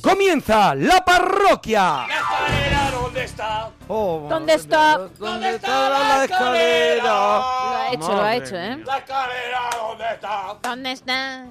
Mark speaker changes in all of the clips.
Speaker 1: comienza la parroquia. Oh,
Speaker 2: La escalera, ¿dónde está?
Speaker 3: ¿Dónde está?
Speaker 2: ¿Dónde está la escalera?
Speaker 3: Lo ha hecho, lo ha hecho, ¿eh?
Speaker 2: La escalera, ¿dónde está?
Speaker 3: ¿Dónde está?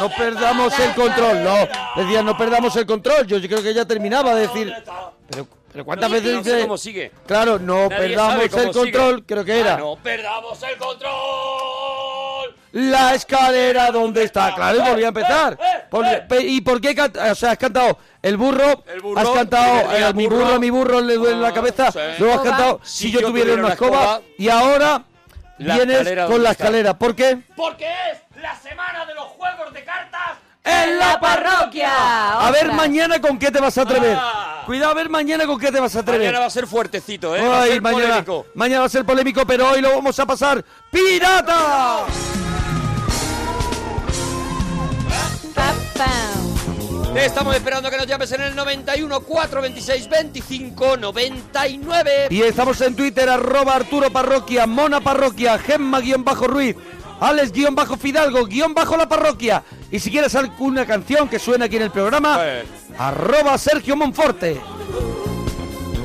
Speaker 1: No perdamos el control, no. Decía, no perdamos el control. Yo creo que ya terminaba de decir.
Speaker 2: ¿Dónde está?
Speaker 1: Pero, pero ¿cuántas veces
Speaker 4: No sé
Speaker 1: dice?
Speaker 4: cómo sigue.
Speaker 1: Claro, no
Speaker 4: Nadie
Speaker 1: perdamos
Speaker 4: sabe cómo
Speaker 1: el control,
Speaker 4: sigue.
Speaker 1: creo que era.
Speaker 4: Ah, no.
Speaker 2: Perdamos el control.
Speaker 1: La escalera, ¿dónde
Speaker 4: Ah.
Speaker 1: está? Claro, y volví a empezar.
Speaker 2: Eh, eh,
Speaker 1: Por-
Speaker 2: eh.
Speaker 1: pe- ¿Y por qué canta- O sea, has cantado el burro,
Speaker 4: El burro,
Speaker 1: has cantado
Speaker 4: primer día,
Speaker 1: eh, mi burro,
Speaker 4: burro. Ah,
Speaker 1: mi burro le duele la cabeza,
Speaker 4: sí.
Speaker 1: luego has
Speaker 3: Escoba.
Speaker 1: cantado si, yo, tuviera una escoba, y ahora
Speaker 4: La
Speaker 1: vienes
Speaker 4: escalera,
Speaker 1: con
Speaker 4: ¿dónde
Speaker 1: la
Speaker 4: está?
Speaker 1: escalera. ¿Por qué?
Speaker 2: Porque es la semana de los juegos de cartas.
Speaker 1: ¡En
Speaker 3: la parroquia!
Speaker 1: A ver
Speaker 3: Ah, Ostras.
Speaker 1: mañana con qué te vas a atrever.
Speaker 4: Ah.
Speaker 1: Cuidado, a ver mañana con qué te vas a atrever.
Speaker 4: Mañana va a ser fuertecito, ¿eh?
Speaker 1: Ay,
Speaker 4: va a ser
Speaker 1: mañana,
Speaker 4: polémico.
Speaker 1: mañana va a ser polémico, pero hoy lo vamos a pasar pirata.
Speaker 3: Pa, pam.
Speaker 4: Te estamos esperando que nos llames en el 91 426 25 99.
Speaker 1: Y estamos en Twitter, arroba Arturo Parroquia, Mona Parroquia, Gemma guión bajo Ruiz, Alex guión bajo Fidalgo, guión bajo La Parroquia. Y si quieres alguna canción que suena aquí en el programa,
Speaker 4: Eh.
Speaker 1: arroba Sergio Monforte.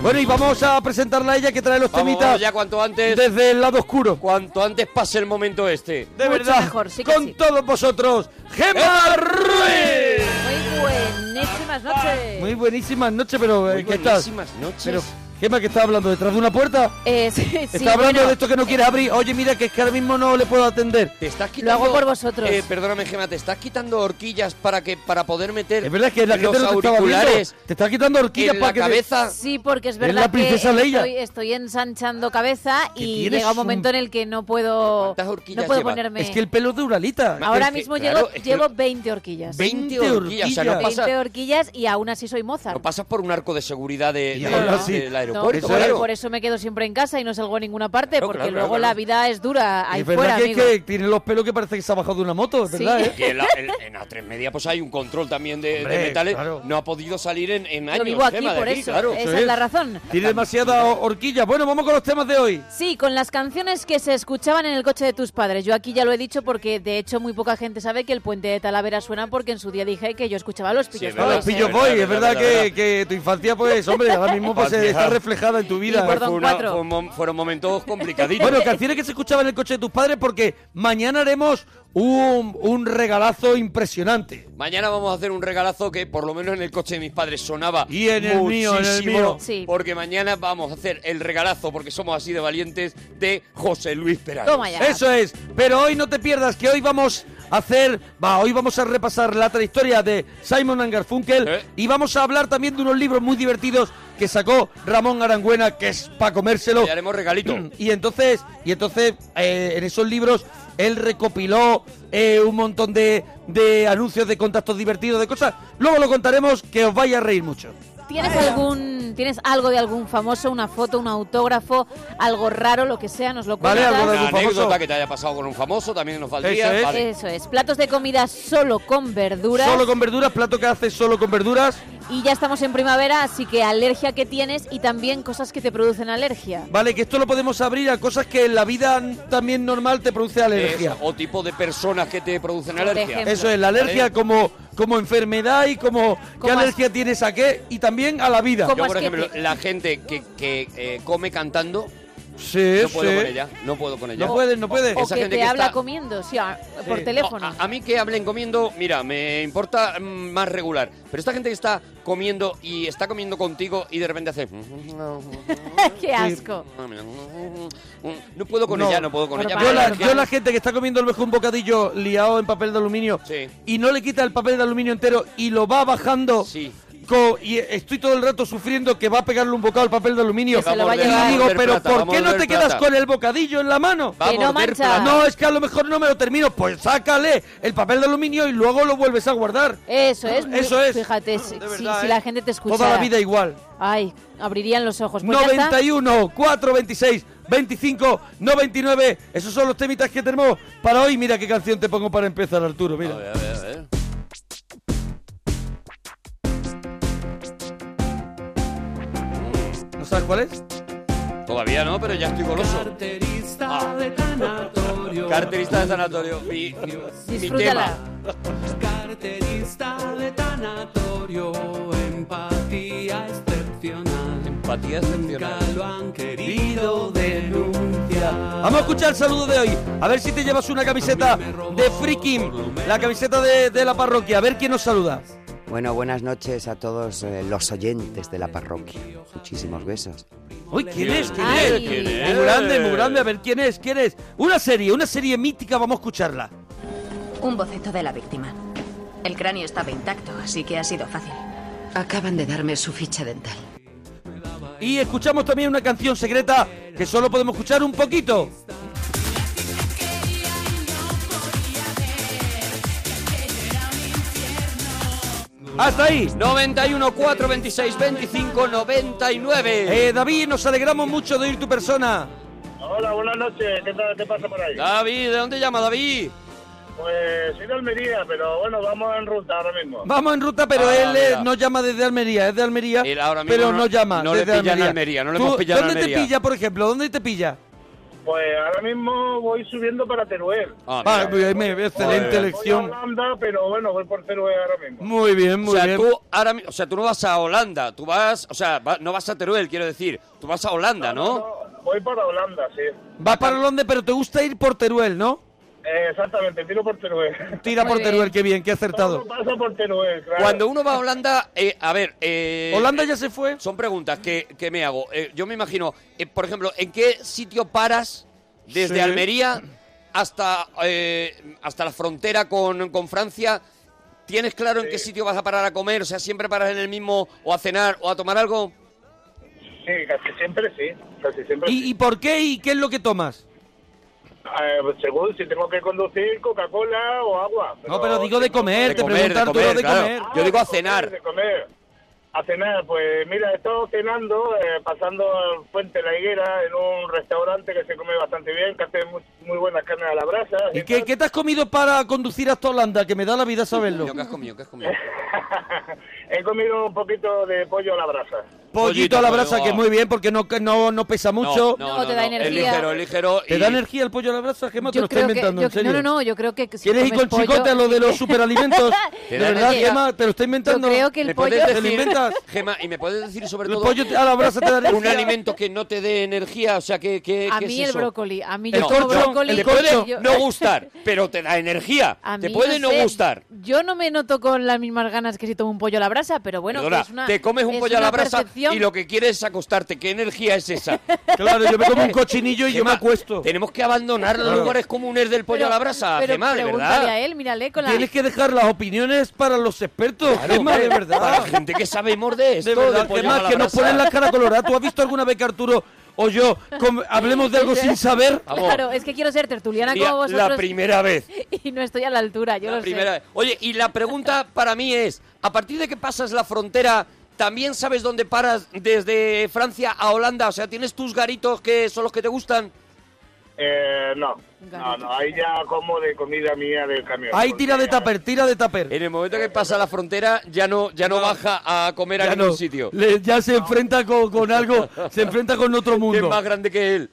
Speaker 1: Bueno, y vamos a presentarla a ella que trae los
Speaker 4: Vamos,
Speaker 1: temitas
Speaker 4: vamos ya cuanto antes,
Speaker 1: desde el lado oscuro.
Speaker 4: cuanto antes pase el momento este.
Speaker 1: De
Speaker 3: Mucho
Speaker 1: verdad,
Speaker 3: mejor, sí que
Speaker 1: con
Speaker 3: sí.
Speaker 1: todos vosotros, Gemma Ruiz.
Speaker 3: Muy buenísimas noches.
Speaker 1: Muy buenísimas noches, pero eh,
Speaker 4: Muy
Speaker 1: ¿qué estás?
Speaker 4: buenísimas noches.
Speaker 1: Pero, Gemma, ¿qué estás hablando? ¿Detrás de una puerta?
Speaker 3: Eh, sí, sí,
Speaker 1: Está hablando
Speaker 3: bueno,
Speaker 1: de esto que no quieres abrir. Oye, mira, que es que ahora mismo no le puedo atender.
Speaker 4: Te estás quitando,
Speaker 3: Lo hago por vosotros.
Speaker 4: Eh, perdóname, Gemma, te estás quitando horquillas para que para poder meter
Speaker 1: Es verdad que la gente
Speaker 4: los
Speaker 1: no te estaba
Speaker 4: auriculares
Speaker 1: viendo. Te está quitando horquillas
Speaker 4: en
Speaker 1: para
Speaker 4: la
Speaker 1: que te-
Speaker 4: cabeza.
Speaker 3: Sí, porque es
Speaker 1: Es
Speaker 3: verdad
Speaker 1: la princesa
Speaker 3: que
Speaker 1: Leia.
Speaker 3: estoy, estoy ensanchando cabeza
Speaker 1: Que
Speaker 3: y
Speaker 1: tienes
Speaker 3: llega un
Speaker 1: un-
Speaker 3: momento en el que no puedo,
Speaker 4: ¿Cuántas horquillas
Speaker 3: no puedo
Speaker 4: llevas?
Speaker 3: ponerme.
Speaker 1: Es que el pelo de Uralita.
Speaker 4: Ma-
Speaker 3: Ahora
Speaker 4: es que,
Speaker 3: mismo
Speaker 4: claro,
Speaker 3: llevo,
Speaker 4: es que-
Speaker 3: llevo 20 horquillas.
Speaker 4: 20
Speaker 1: horquillas.
Speaker 4: horquillas, o sea, no
Speaker 3: 20
Speaker 4: pasa,
Speaker 3: horquillas y aún así soy Mozart.
Speaker 4: no pasas por un arco de seguridad de,
Speaker 1: Y
Speaker 4: de-
Speaker 1: ahora
Speaker 4: del
Speaker 1: sí. No,
Speaker 4: aeropuerto,
Speaker 1: eso
Speaker 3: por,
Speaker 1: es.
Speaker 4: claro.
Speaker 3: por eso me quedo siempre en casa y no salgo a ninguna parte,
Speaker 4: Claro,
Speaker 3: porque
Speaker 4: claro,
Speaker 3: luego
Speaker 4: claro,
Speaker 3: la
Speaker 4: claro.
Speaker 3: vida es dura ahí
Speaker 1: es verdad
Speaker 3: fuera,
Speaker 1: que,
Speaker 3: amigo.
Speaker 1: que tiene los pelos que parece que se ha bajado de una moto, es
Speaker 3: Sí.
Speaker 1: verdad, ¿eh?
Speaker 4: Y en, la- en- en A3 Media pues hay un control también de, de
Speaker 1: Hombre,
Speaker 4: metales.
Speaker 1: claro.
Speaker 4: No ha podido salir en, en años.
Speaker 3: Lo vivo aquí
Speaker 4: Gemma, de
Speaker 3: por
Speaker 4: aquí,
Speaker 3: eso.
Speaker 4: claro.
Speaker 3: Esa
Speaker 1: eso
Speaker 3: es
Speaker 1: es.
Speaker 3: la razón.
Speaker 1: Tiene demasiada ho- horquilla. Bueno, vamos con los temas de hoy.
Speaker 3: Sí, con las canciones que se escuchaban en el coche de tus padres. Yo aquí ya lo he dicho porque, de hecho, muy poca gente sabe que el puente de Talavera suena porque en su día dije que yo escuchaba a los pillos.
Speaker 4: es
Speaker 1: A
Speaker 4: verdad.
Speaker 1: los
Speaker 3: Boys, ¿eh?
Speaker 1: pillos
Speaker 4: sí,
Speaker 1: boy,
Speaker 4: verdad,
Speaker 1: es verdad
Speaker 4: verdad,
Speaker 1: que,
Speaker 4: verdad.
Speaker 1: que tu infancia, pues, hombre, ahora mismo pues,
Speaker 4: Infancia.
Speaker 1: está reflejada en tu vida.
Speaker 3: por Don
Speaker 4: Fue una-
Speaker 3: Cuatro.
Speaker 4: fue un mom- fueron momentos complicaditos.
Speaker 1: Bueno, canciones que se escuchaban en el coche de tus padres porque mañana haremos un, un regalazo impresionante.
Speaker 4: Mañana vamos a hacer un regalazo que por lo menos en el coche de mis padres sonaba
Speaker 1: Y en el mío, en el
Speaker 4: muchísimo,
Speaker 1: mío.
Speaker 3: Sí.
Speaker 4: Porque mañana vamos a hacer el regalazo, porque somos así de valientes, de José Luis Perales.
Speaker 3: Toma ya.
Speaker 1: Eso es. Pero hoy no te pierdas que hoy vamos a hacer, va, hoy vamos a repasar la trayectoria de Simon and Garfunkel
Speaker 4: ¿Eh?
Speaker 1: y vamos a hablar también de unos libros muy divertidos que sacó Ramón Arangüena, que es para comérselo. Mm,
Speaker 4: Le haremos regalito.
Speaker 1: Y entonces, y entonces eh, en esos libros él recopiló eh, un montón de, de anuncios, de contactos divertidos, de cosas. Luego lo contaremos, que os vais a reír mucho.
Speaker 3: ¿Tienes, algún, ¿Tienes algo de algún famoso, una foto, un autógrafo, algo raro, lo que sea? Nos lo
Speaker 1: Vale,
Speaker 3: cuentas.
Speaker 1: algo de-
Speaker 4: Una
Speaker 1: algún famoso.
Speaker 4: anécdota que te haya pasado con un famoso también nos
Speaker 1: Eso
Speaker 4: valdría.
Speaker 1: es.
Speaker 4: Vale.
Speaker 3: Eso es. Platos de comida solo con verduras.
Speaker 1: Solo con verduras, plato que hace solo con verduras.
Speaker 3: Y ya estamos en primavera, así que alergia que tienes y también cosas que te producen alergia.
Speaker 1: Vale, que esto lo podemos abrir a cosas que en la vida n- también normal te produce alergia.
Speaker 4: Eso, o tipo de personas que te producen
Speaker 3: Por
Speaker 4: alergia.
Speaker 3: ejemplo.
Speaker 1: Eso es, la alergia
Speaker 4: Vale.
Speaker 1: como, como enfermedad y como... ¿Qué
Speaker 3: Como as-
Speaker 1: alergia tienes a qué? Y también a la vida.
Speaker 3: Como
Speaker 4: Yo, por
Speaker 3: asquete.
Speaker 4: ejemplo, la gente que, que, eh, come cantando,
Speaker 1: Sí,
Speaker 4: no puedo
Speaker 1: sí.
Speaker 4: con ella. No puedo con ella.
Speaker 1: No puedes, no puedes.
Speaker 3: O
Speaker 4: Esa
Speaker 3: que te
Speaker 4: gente que
Speaker 3: habla
Speaker 4: está-
Speaker 3: comiendo, sí, a- por
Speaker 1: Sí.
Speaker 3: teléfono.
Speaker 4: No, a, a mí que hablen comiendo, mira, me importa mm, más regular. Pero esta gente que está comiendo y está comiendo contigo y de repente hace...
Speaker 3: ¡Qué asco!
Speaker 4: No puedo con
Speaker 1: No.
Speaker 4: ella, no puedo con
Speaker 3: Normal,
Speaker 4: ella.
Speaker 1: Yo la,
Speaker 3: normal.
Speaker 1: yo la gente que está comiendo el mejor un bocadillo liado en papel de aluminio
Speaker 4: Sí.
Speaker 1: y no le quita el papel de aluminio entero y lo va bajando
Speaker 4: Sí.
Speaker 1: co- y estoy todo el rato sufriendo que va a pegarle un bocado al papel de aluminio
Speaker 3: Que se lo va a
Speaker 1: y digo,
Speaker 4: Va
Speaker 3: llevar.
Speaker 4: a morder
Speaker 1: pero
Speaker 4: plata,
Speaker 1: ¿por
Speaker 4: va a
Speaker 1: qué no
Speaker 4: morder
Speaker 1: te quedas
Speaker 4: plata".
Speaker 1: con el bocadillo en la mano?
Speaker 4: Va a
Speaker 3: Que no
Speaker 4: morder
Speaker 3: mancha.
Speaker 4: plata.
Speaker 1: No, es que a lo mejor no me lo termino. Pues sácale el papel de aluminio y luego lo vuelves a guardar.
Speaker 3: Eso es, muy-
Speaker 1: Eso es.
Speaker 3: Fíjate, si,
Speaker 1: De verdad,
Speaker 3: si- si
Speaker 1: ¿eh?
Speaker 3: la gente te escucha.
Speaker 1: Toda la vida igual.
Speaker 3: Ay, abrirían los ojos. Pues ya está.
Speaker 1: 91, 4, 26, 25, 99. Esos son los temitas que tenemos para hoy. Mira qué canción te pongo para empezar, Arturo.
Speaker 4: A
Speaker 1: Mira.
Speaker 4: ver, a ver, a ver.
Speaker 1: ¿No sabes cuál es?
Speaker 4: Todavía no, pero ya estoy goloso. Ah.
Speaker 5: Carterista de tanatorio.
Speaker 4: Carterista de sanatorio. Mi, mi- mi
Speaker 3: Disfrútala.
Speaker 4: tema.
Speaker 5: carterista de tanatorio, empatía excepcional.
Speaker 4: Empatía
Speaker 5: Nunca
Speaker 4: excepcional.
Speaker 5: lo han querido denunciar.
Speaker 1: Vamos a escuchar el saludo de hoy. A ver si te llevas una camiseta de Freaking, la camiseta de, de la parroquia. A ver quién nos saluda.
Speaker 6: Bueno, buenas noches a todos eh, los oyentes de la parroquia. Muchísimos besos.
Speaker 1: Uy, ¿quién es? ¿Quién
Speaker 3: Ay.
Speaker 1: es?
Speaker 3: ¿Quién
Speaker 1: Muy
Speaker 4: es?
Speaker 1: grande, muy grande. A ver, ¿quién es? ¿Quién es? Una serie, una serie mítica, vamos a escucharla.
Speaker 7: Un boceto de la víctima. El cráneo estaba intacto, así que ha sido fácil. Acaban de darme su ficha dental.
Speaker 1: Y escuchamos también una canción secreta que solo podemos escuchar un poquito. Hasta ahí.
Speaker 4: 91 4 26 25 99.
Speaker 1: Eh, David, nos alegramos mucho de oír tu persona.
Speaker 8: Hola, buenas noches. ¿Qué tal te pasa por ahí?
Speaker 4: David, ¿de dónde llama David?
Speaker 8: Pues soy de Almería, pero bueno, vamos en ruta ahora mismo.
Speaker 1: Vamos en ruta, pero
Speaker 4: Ah,
Speaker 1: él eh,
Speaker 4: mira.
Speaker 1: nos llama desde Almería, es de Almería,
Speaker 4: Él ahora mismo
Speaker 1: pero
Speaker 4: no-
Speaker 1: nos llama
Speaker 4: no le
Speaker 1: desde
Speaker 4: pilla en
Speaker 1: Almería.
Speaker 4: Almería, no le
Speaker 1: Tú,
Speaker 4: hemos pillado en
Speaker 1: ¿Dónde te
Speaker 4: Almería.
Speaker 1: pilla, por ejemplo? ¿Dónde te pilla?
Speaker 8: Pues ahora mismo voy subiendo para Teruel.
Speaker 4: Ah,
Speaker 1: Ah,
Speaker 4: mira.
Speaker 1: muy bien, muy bien, excelente
Speaker 8: Voy a
Speaker 1: elección.
Speaker 8: Holanda, pero bueno, voy por Teruel ahora mismo.
Speaker 1: Muy bien, muy
Speaker 4: o sea,
Speaker 1: bien.
Speaker 4: tú ahora, mi- o sea, tú no vas a Holanda, tú vas, o sea, va- no vas a Teruel, quiero decir, tú vas a Holanda, ¿no?
Speaker 8: Voy para Holanda, sí.
Speaker 1: Vas para Londres, pero te gusta ir por Teruel, ¿no?
Speaker 8: Eh, exactamente, tiro por Teruel.
Speaker 1: Tira
Speaker 3: Muy
Speaker 1: por
Speaker 3: bien.
Speaker 1: Teruel, qué bien, qué
Speaker 8: Todo
Speaker 1: acertado.
Speaker 8: pasa por Teruel, claro.
Speaker 4: Cuando uno va a Holanda, eh, a ver, eh,
Speaker 1: Holanda ya se fue.
Speaker 4: son preguntas que, que me hago. Eh, yo me imagino, eh, por ejemplo, ¿en qué sitio paras desde
Speaker 1: Sí.
Speaker 4: Almería hasta, eh, hasta la frontera con, con Francia? ¿Tienes claro en qué sitio vas a parar a comer? O sea, ¿siempre paras en el mismo o a cenar o a tomar algo?
Speaker 8: Sí, casi siempre sí. Casi siempre
Speaker 1: ¿Y,
Speaker 8: sí.
Speaker 1: y por qué y qué es lo que tomas?
Speaker 8: Eh, pues, según si tengo que conducir Coca-Cola o agua.
Speaker 1: No, pero digo de
Speaker 8: si no,
Speaker 1: comer, te preguntar tú lo de
Speaker 4: claro.
Speaker 1: comer.
Speaker 4: Yo digo a
Speaker 8: de comer,
Speaker 4: cenar.
Speaker 8: de comer. A cenar, pues mira, he estado cenando, eh, pasando al Puente La Higuera en un restaurante que se come bastante bien, que hace muy, muy buenas carnes a la brasa.
Speaker 1: ¿Y qué, qué te has comido para conducir hasta Holanda? Que me da la vida saberlo.
Speaker 4: Yo, ¿Qué has comido? ¿Qué has comido?
Speaker 8: he comido un poquito de pollo a la brasa.
Speaker 1: Pollito a la brasa,
Speaker 4: pollo.
Speaker 1: que muy bien, porque no, que no, no pesa mucho.
Speaker 3: No, te da
Speaker 4: Es
Speaker 3: energía.
Speaker 4: ligero, es ligero.
Speaker 1: ¿Te
Speaker 4: y-
Speaker 1: da energía el pollo a la brasa, Gemma? Te
Speaker 3: Yo
Speaker 1: lo estoy
Speaker 3: creo que-
Speaker 1: inventando,
Speaker 3: yo-
Speaker 1: en serio.
Speaker 3: No, no, no, yo creo que si
Speaker 1: ¿Quieres ir
Speaker 3: comes
Speaker 1: con chicote
Speaker 3: pollo-
Speaker 1: a lo de los superalimentos?
Speaker 4: Te
Speaker 1: de
Speaker 4: da
Speaker 1: verdad,
Speaker 4: energía.
Speaker 1: Gemma, te lo estoy inventando.
Speaker 3: Yo creo que el
Speaker 4: ¿Me
Speaker 3: pollo-
Speaker 4: puedes
Speaker 1: ¿Te lo
Speaker 4: decir-
Speaker 1: inventas?
Speaker 4: Gema, ¿y me puedes decir sobre
Speaker 1: El
Speaker 4: todo
Speaker 1: pollo a la brasa te da energía.
Speaker 4: un alimento que no te dé energía? O sea, ¿qué, qué,
Speaker 3: A
Speaker 4: qué es
Speaker 3: mí el
Speaker 4: eso?
Speaker 3: brócoli, a mí
Speaker 1: El
Speaker 3: yo como
Speaker 1: corcho,
Speaker 3: brócoli.
Speaker 1: el
Speaker 4: te
Speaker 3: yo-
Speaker 1: corcho.
Speaker 4: puede
Speaker 3: yo-
Speaker 4: no gustar, pero te da energía.
Speaker 3: a
Speaker 4: te
Speaker 3: mí
Speaker 4: puede no,
Speaker 3: sé.
Speaker 4: gustar.
Speaker 3: Yo no me noto con las mismas ganas que si tomo un pollo a la brasa, pero bueno,
Speaker 4: Perdona,
Speaker 3: que es una,
Speaker 4: te comes un
Speaker 3: es
Speaker 4: pollo a la
Speaker 3: una
Speaker 4: brasa
Speaker 3: percepción.
Speaker 4: y lo que quieres es acostarte. ¿Qué energía es esa?
Speaker 1: Claro, yo me como un cochinillo y yo me
Speaker 4: Gema,
Speaker 1: acuesto.
Speaker 4: Tenemos que abandonar los
Speaker 1: Claro.
Speaker 4: lugares comunes del pollo
Speaker 3: Pero-
Speaker 4: a la brasa,
Speaker 3: pero
Speaker 4: Gema, de
Speaker 3: pregúntale
Speaker 4: verdad.
Speaker 3: a él, mírale con la...
Speaker 1: Tienes que dejar las opiniones para los expertos, Gemma, de verdad.
Speaker 4: Para la gente que sabemos de esto,
Speaker 1: De verdad,
Speaker 4: pollo
Speaker 1: Gemma,
Speaker 4: a la
Speaker 1: que nos
Speaker 4: brasa.
Speaker 1: ponen la cara colorada. ¿Tú has visto alguna vez que Arturo o yo com- hablemos de algo sin saber?
Speaker 4: Vamos.
Speaker 3: Claro, es que quiero ser tertuliana
Speaker 4: Sería
Speaker 3: como
Speaker 4: la
Speaker 3: vosotros
Speaker 4: primera vez.
Speaker 3: y no estoy a la altura, yo
Speaker 4: La
Speaker 3: lo
Speaker 4: primera
Speaker 3: sé.
Speaker 4: vez. Oye, y la pregunta para mí es, a partir de que pasas la frontera, ¿también sabes dónde paras desde Francia a Holanda? O sea, ¿tienes tus garitos que son los que te gustan?
Speaker 8: Eh, no, no, no, ahí ya como de comida mía del camión.
Speaker 1: Ahí tira de
Speaker 8: Porque ya-
Speaker 1: tupper, tira de tupper.
Speaker 4: En el momento que pasa la frontera, ya no, ya no baja a comer a
Speaker 1: Ya,
Speaker 4: ningún
Speaker 1: no,
Speaker 4: sitio.
Speaker 1: le- ya se enfrenta con, con algo, se enfrenta con otro
Speaker 4: ¿Quién
Speaker 1: mundo.
Speaker 4: más grande que él?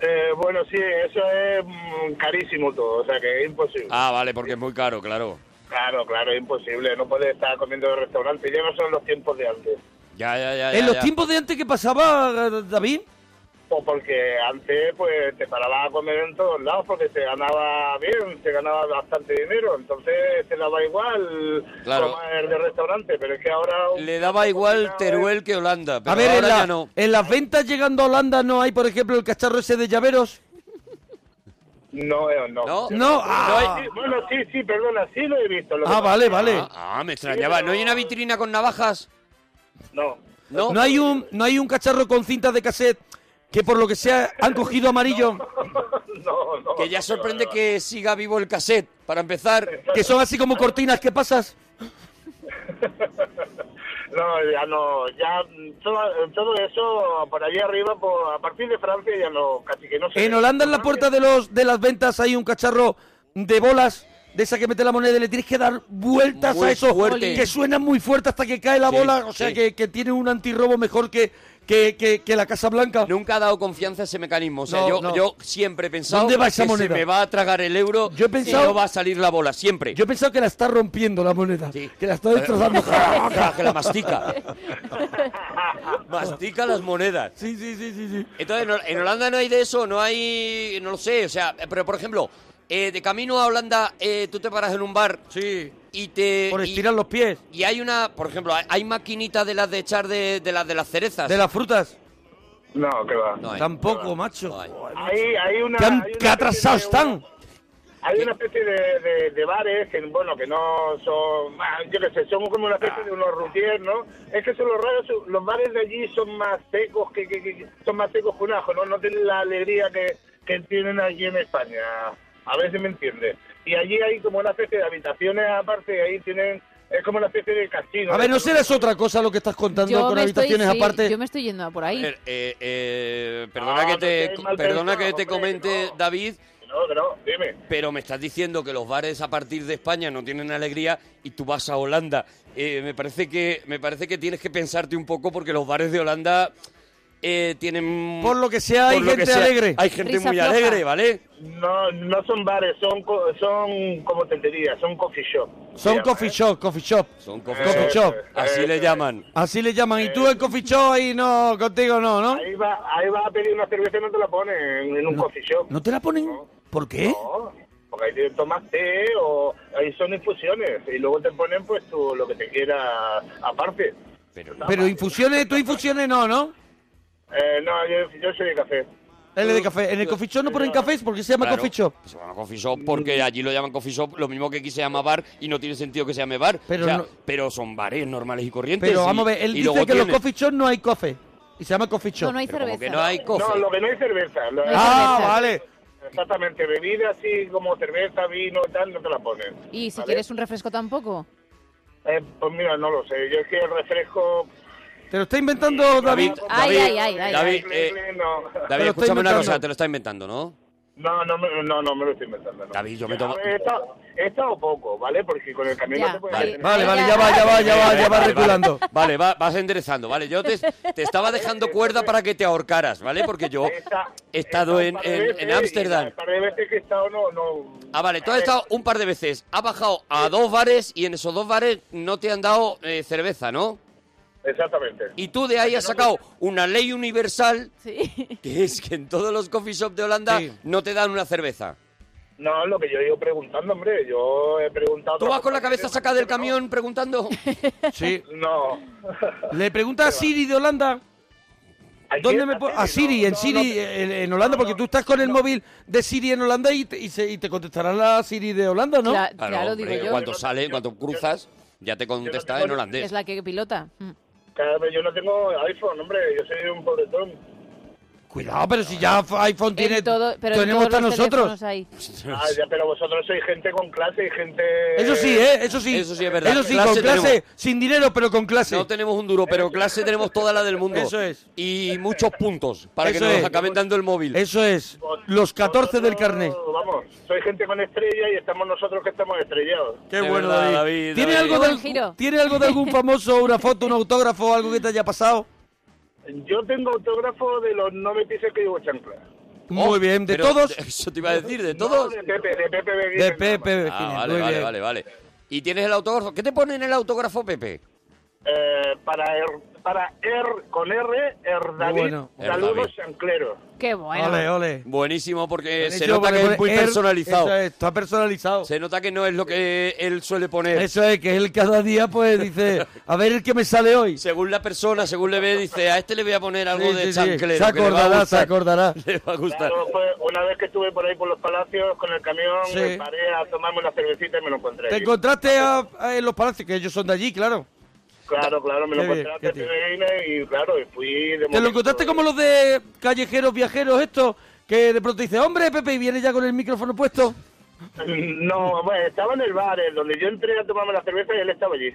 Speaker 8: Eh, bueno, sí, eso es mm, carísimo todo, o sea que es imposible.
Speaker 4: Ah, vale, porque es muy caro, claro.
Speaker 1: Ah.
Speaker 8: Claro, claro, es imposible, no puedes estar comiendo de restaurante, ya no son los tiempos de antes.
Speaker 4: Ya, ya, ya. ya,
Speaker 1: En los
Speaker 4: ya.
Speaker 1: tiempos de antes que pasaba, David,
Speaker 8: Pues porque antes pues te parabas a comer en todos lados porque se ganaba bien, se ganaba bastante dinero, entonces te daba igual
Speaker 4: Claro.
Speaker 8: comer de restaurante, pero es que ahora... un
Speaker 4: Le
Speaker 8: plato
Speaker 4: daba igual
Speaker 8: cocinado es-
Speaker 4: Teruel que Holanda, pero
Speaker 1: a ver,
Speaker 4: ahora
Speaker 1: en, la-
Speaker 4: ya no.
Speaker 1: en las ventas llegando a Holanda no hay, por ejemplo, el cacharro ese de llaveros.
Speaker 8: No, eh, no.
Speaker 4: No.
Speaker 1: No, ah,
Speaker 8: Sí, bueno, sí, sí, perdona, sí lo he visto. lo que
Speaker 1: Ah,
Speaker 8: pasa-
Speaker 1: vale, vale.
Speaker 4: Ah, ah, me extrañaba. ¿No hay una vitrina con navajas?
Speaker 8: No.
Speaker 4: No.
Speaker 1: No hay un, no hay un cacharro con cintas de cassette que por lo que sea han cogido amarillo,
Speaker 8: no, no.
Speaker 4: Que ya sorprende que siga vivo el cassette, para empezar.
Speaker 1: que son así como cortinas que pasas.
Speaker 8: No, ya no, ya mm, todo, todo eso por allí arriba, por, a partir de Francia ya no, casi que no se
Speaker 1: En
Speaker 8: ve.
Speaker 1: Holanda en la puerta de los de las ventas hay un cacharro de bolas de esa que mete la moneda y le tienes que dar vueltas
Speaker 4: Muy
Speaker 1: a eso,
Speaker 4: fuerte.
Speaker 1: que suena muy fuerte hasta que cae la
Speaker 4: Sí,
Speaker 1: bola, o sea
Speaker 4: sí.
Speaker 1: que, que tiene un antirrobo mejor que, que, que- que la Casa Blanca.
Speaker 4: Nunca ha dado confianza a ese mecanismo. O sea,
Speaker 1: No,
Speaker 4: yo,
Speaker 1: no.
Speaker 4: yo siempre he pensado
Speaker 1: ¿Dónde va esa
Speaker 4: que se
Speaker 1: moneda?
Speaker 4: me va a tragar el euro
Speaker 1: Yo he pensado-
Speaker 4: y no va a salir la bola, siempre. Eh,
Speaker 1: Yo he pensado que la está rompiendo la moneda, que la está destrozando.
Speaker 4: que la mastica. mastica las monedas.
Speaker 1: Sí, sí, sí, sí, sí.
Speaker 4: Entonces, en Hol- en Holanda no hay de eso, no hay, no lo sé, o sea, pero por ejemplo, eh, de camino a Holanda, eh, tú te paras en un bar
Speaker 1: Sí.
Speaker 4: y te...
Speaker 1: Por
Speaker 4: y-
Speaker 1: estirar los pies.
Speaker 4: Y hay una, por ejemplo, hay- hay maquinitas de las de echar de, de las de las cerezas.
Speaker 1: De las frutas.
Speaker 8: No, que va.
Speaker 4: No hay.
Speaker 1: Tampoco, macho.
Speaker 4: No hay.
Speaker 8: Hay, hay una.
Speaker 1: ¿Qué, han-
Speaker 8: hay una
Speaker 1: qué atrasados
Speaker 8: especie de-
Speaker 1: están?
Speaker 8: Hay una especie de, de- de bares que, bueno, que no son, ah, yo qué sé, son como una especie de unos routiers, ¿no? Es que son los raros, los bares de allí son más secos que, que- que- son más secos que un ajo, ¿no? No tienen la alegría que, que tienen allí en España. A ver si me entiende. Y allí hay como una especie de habitaciones aparte, y ahí tienen, es como una especie de casino.
Speaker 1: A ver, ¿no
Speaker 8: Eso,
Speaker 1: serás otra cosa lo que estás contando
Speaker 3: Yo
Speaker 1: con
Speaker 3: me estoy-
Speaker 1: habitaciones
Speaker 3: sí,
Speaker 1: aparte?
Speaker 3: yo me estoy yendo a por ahí.
Speaker 4: A ver, eh, eh, perdona
Speaker 8: Ah,
Speaker 4: que
Speaker 8: no
Speaker 4: te,
Speaker 8: seas mal
Speaker 4: perdona que
Speaker 8: pensado,
Speaker 4: te
Speaker 8: hombre,
Speaker 4: comente,
Speaker 8: no.
Speaker 4: David,
Speaker 8: No, que no, dime.
Speaker 4: pero me estás diciendo que los bares a partir de España no tienen alegría y tú vas a Holanda. Eh, me parece que me parece que tienes que pensarte un poco porque los bares de Holanda eh, tienen
Speaker 1: Por lo que sea, hay
Speaker 4: por lo que
Speaker 1: gente
Speaker 4: sea,
Speaker 1: alegre.
Speaker 4: Hay gente
Speaker 3: Risa
Speaker 4: muy
Speaker 3: floja.
Speaker 4: alegre, ¿vale?
Speaker 8: No, no son bares, son, co- son como tenderías, son coffee shop. Se
Speaker 1: Son
Speaker 8: llama,
Speaker 1: coffee
Speaker 8: ¿eh?
Speaker 1: shop, coffee shop.
Speaker 4: Son coffee
Speaker 1: coffee
Speaker 8: Eh,
Speaker 1: shop.
Speaker 4: Así
Speaker 8: eh,
Speaker 4: le
Speaker 8: eh.
Speaker 4: llaman.
Speaker 1: Así le llaman. Y tú el coffee shop ahí no, contigo no, ¿no?
Speaker 8: Ahí va, ahí va a pedir una cerveza y no te la ponen en, en un coffee shop.
Speaker 1: ¿No te la ponen? ¿Por qué?
Speaker 8: No, porque ahí te tomas té o ahí son infusiones y luego te ponen pues tú lo que te quiera aparte.
Speaker 4: Pero
Speaker 1: Pero infusiones, tú infusiones no, ¿no?
Speaker 8: Eh, no, yo, yo soy de café.
Speaker 1: Él es de café. En el coffee shop no ponen cafés porque se llama
Speaker 4: Claro,
Speaker 1: coffee shop.
Speaker 4: Se llama coffee shop porque allí lo llaman coffee shop, lo mismo que aquí se llama bar y no tiene sentido que se llame bar.
Speaker 1: Pero
Speaker 4: O sea,
Speaker 1: no-
Speaker 4: pero son bares normales y corrientes.
Speaker 1: Pero
Speaker 4: y-
Speaker 1: vamos a ver, él
Speaker 4: y
Speaker 1: dice
Speaker 4: luego
Speaker 1: que en los
Speaker 4: tiene-
Speaker 1: coffee shop no hay café. Y se llama coffee shop.
Speaker 3: no, no hay
Speaker 4: Pero como
Speaker 3: cerveza.
Speaker 4: que no hay
Speaker 8: No,
Speaker 4: coffee.
Speaker 8: lo que no es cerveza. lo-
Speaker 1: Ah,
Speaker 3: cerveza.
Speaker 1: vale.
Speaker 8: Exactamente, bebida así como cerveza, vino y tal, no te la ponen.
Speaker 3: Y si
Speaker 8: ¿vale?
Speaker 3: quieres un refresco tampoco.
Speaker 8: Eh, pues mira, no lo sé. Yo es que el refresco...
Speaker 1: Te lo está inventando David.
Speaker 4: David,
Speaker 3: Ay,
Speaker 4: David,
Speaker 3: ay, ay, ay,
Speaker 4: David,
Speaker 8: Inglés,
Speaker 4: eh,
Speaker 8: inglés, no.
Speaker 4: David,
Speaker 1: lo está
Speaker 4: escúchame una
Speaker 1: inventando.
Speaker 4: cosa, te lo está inventando, ¿no?
Speaker 8: No, no, me- no, no me lo estoy inventando. no.
Speaker 4: David, yo me
Speaker 8: A
Speaker 4: tomo-
Speaker 8: ver, He estado, he estado poco, ¿vale? Porque con el camión
Speaker 3: Ya,
Speaker 8: no te puedes...
Speaker 3: vale.
Speaker 1: Vale,
Speaker 3: Ay,
Speaker 1: vale,
Speaker 3: ya.
Speaker 1: ya va, ya va, ya va, ya va
Speaker 4: Vale, vale.
Speaker 1: reculando.
Speaker 4: Vale, va- vas enderezando, vale. Yo te, te estaba dejando cuerda para que te ahorcaras, ¿vale? Porque yo
Speaker 8: Esta-
Speaker 4: he estado en
Speaker 8: un par de
Speaker 4: en-
Speaker 8: veces
Speaker 4: en
Speaker 8: y
Speaker 4: Ámsterdam.
Speaker 8: Un par de veces que he estado, no. no
Speaker 4: Ah, vale, tú
Speaker 8: A
Speaker 4: has
Speaker 8: ver,
Speaker 4: estado un par de veces, has bajado a dos bares y en esos dos bares no te han dado eh, cerveza, ¿no?
Speaker 8: Exactamente.
Speaker 4: Y tú de ahí has sacado una ley universal
Speaker 3: Sí.
Speaker 4: que es que en todos los coffee shop de Holanda
Speaker 1: Sí.
Speaker 4: no te dan una cerveza.
Speaker 8: No, lo que yo he ido preguntando, hombre. Yo he preguntado.
Speaker 4: ¿Tú vas con la cabeza sacada del camión preguntando?
Speaker 1: Sí.
Speaker 8: No.
Speaker 1: Le pregunta a Siri de Holanda.
Speaker 8: Aquí
Speaker 1: ¿Dónde
Speaker 8: en
Speaker 1: me
Speaker 8: la
Speaker 1: po-
Speaker 8: Siri,
Speaker 1: A Siri,
Speaker 8: no,
Speaker 1: en
Speaker 8: no,
Speaker 1: Siri,
Speaker 8: no.
Speaker 1: en, en Holanda, porque tú estás con el móvil de Siri en Holanda y te, y se- y te contestará la Siri de Holanda, ¿no?
Speaker 3: Cla-
Speaker 4: Claro,
Speaker 3: claro,
Speaker 4: hombre,
Speaker 3: digo yo.
Speaker 4: cuando sale, cuando cruzas, ya te contesta en
Speaker 3: Es
Speaker 4: holandés.
Speaker 3: la que pilota. Mm.
Speaker 8: Claro, Yo no tengo iPhone, hombre. Yo soy un pobretón.
Speaker 1: Cuidado, pero si ya iPhone
Speaker 3: En
Speaker 1: tiene.
Speaker 3: todo- pero en
Speaker 1: tenemos
Speaker 3: todos
Speaker 1: hasta
Speaker 3: los
Speaker 1: nosotros.
Speaker 3: teléfonos hay.
Speaker 8: Ah, ya, pero vosotros sois gente con clase y gente.
Speaker 1: Eso sí, ¿eh? Eso sí.
Speaker 4: Eso sí es verdad.
Speaker 1: Eso sí,
Speaker 4: Clase
Speaker 1: con clase,
Speaker 4: tenemos.
Speaker 1: sin dinero, pero con clase.
Speaker 4: No tenemos un duro, pero clase tenemos toda la del mundo.
Speaker 1: Eso es.
Speaker 4: Y muchos puntos para que
Speaker 1: Eso
Speaker 4: nos
Speaker 1: es.
Speaker 4: acaben dando el móvil.
Speaker 1: Eso es. Los 14 del
Speaker 8: Vosotros,
Speaker 1: carnet.
Speaker 8: Vamos, soy gente con estrella y estamos nosotros que estamos estrellados.
Speaker 1: Qué
Speaker 4: De
Speaker 1: bueno,
Speaker 4: verdad,
Speaker 1: David.
Speaker 4: David,
Speaker 1: ¿Tiene,
Speaker 4: David.
Speaker 1: Algo de,
Speaker 3: Buen
Speaker 1: algún-
Speaker 3: giro.
Speaker 1: ¿Tiene algo de algún famoso, una foto, un autógrafo, algo que te haya pasado?
Speaker 8: Yo tengo autógrafo de los nueve pisos que llevo chancla.
Speaker 1: Muy bien, de
Speaker 4: Oh, Pero-
Speaker 1: todos.
Speaker 4: Eso te iba a decir, de
Speaker 8: No,
Speaker 4: todos.
Speaker 8: de Pepe, de Pepe Beguín,
Speaker 1: De
Speaker 8: no,
Speaker 1: Pepe Bequines,
Speaker 4: Ah,
Speaker 1: muy
Speaker 4: vale, vale,
Speaker 1: bien.
Speaker 4: vale, vale. ¿Y tienes el autógrafo? ¿Qué te pone en el autógrafo, Pepe?
Speaker 8: Eh, para er, para er, con R, Erdavid,
Speaker 1: bueno. Er
Speaker 8: saludos
Speaker 4: Erdavid.
Speaker 8: chancleros.
Speaker 3: Qué bueno.
Speaker 1: Ole, ole.
Speaker 4: Buenísimo, porque se
Speaker 1: Buenísimo,
Speaker 4: nota
Speaker 1: porque
Speaker 4: que es
Speaker 1: pone
Speaker 4: muy
Speaker 1: Air,
Speaker 4: personalizado.
Speaker 1: eso es, está personalizado.
Speaker 4: Se nota que no es lo que él suele poner.
Speaker 1: Eso es, que él cada día pues dice, a ver qué me sale hoy.
Speaker 4: Según la persona, según le ve, dice, a este le voy a poner algo
Speaker 1: Sí,
Speaker 4: de
Speaker 1: sí, sí.
Speaker 4: chanclero.
Speaker 1: Se
Speaker 4: que le va a
Speaker 1: acordará, se
Speaker 4: gustar".
Speaker 1: acordará.
Speaker 4: Le va a gustar.
Speaker 8: Claro, pues, fue Eh, una vez que estuve por ahí por los palacios con el camión,
Speaker 1: Sí.
Speaker 8: me paré a tomarme una cervecita y me lo encontré.
Speaker 1: Te
Speaker 8: ahí.
Speaker 1: encontraste a, a- en los palacios, que ellos son de allí, claro.
Speaker 8: Claro, claro, me lo
Speaker 1: Qué bien,
Speaker 8: encontré a
Speaker 1: qué
Speaker 8: Pepe Beguín y claro, y fui de
Speaker 1: Te lo
Speaker 8: momento-
Speaker 1: encontraste como los de callejeros viajeros estos, que de pronto dice, hombre, Pepe, y viene ya con el micrófono puesto.
Speaker 8: No, bueno, estaba en el bar, eh, donde yo entré a tomarme la cerveza y él estaba allí.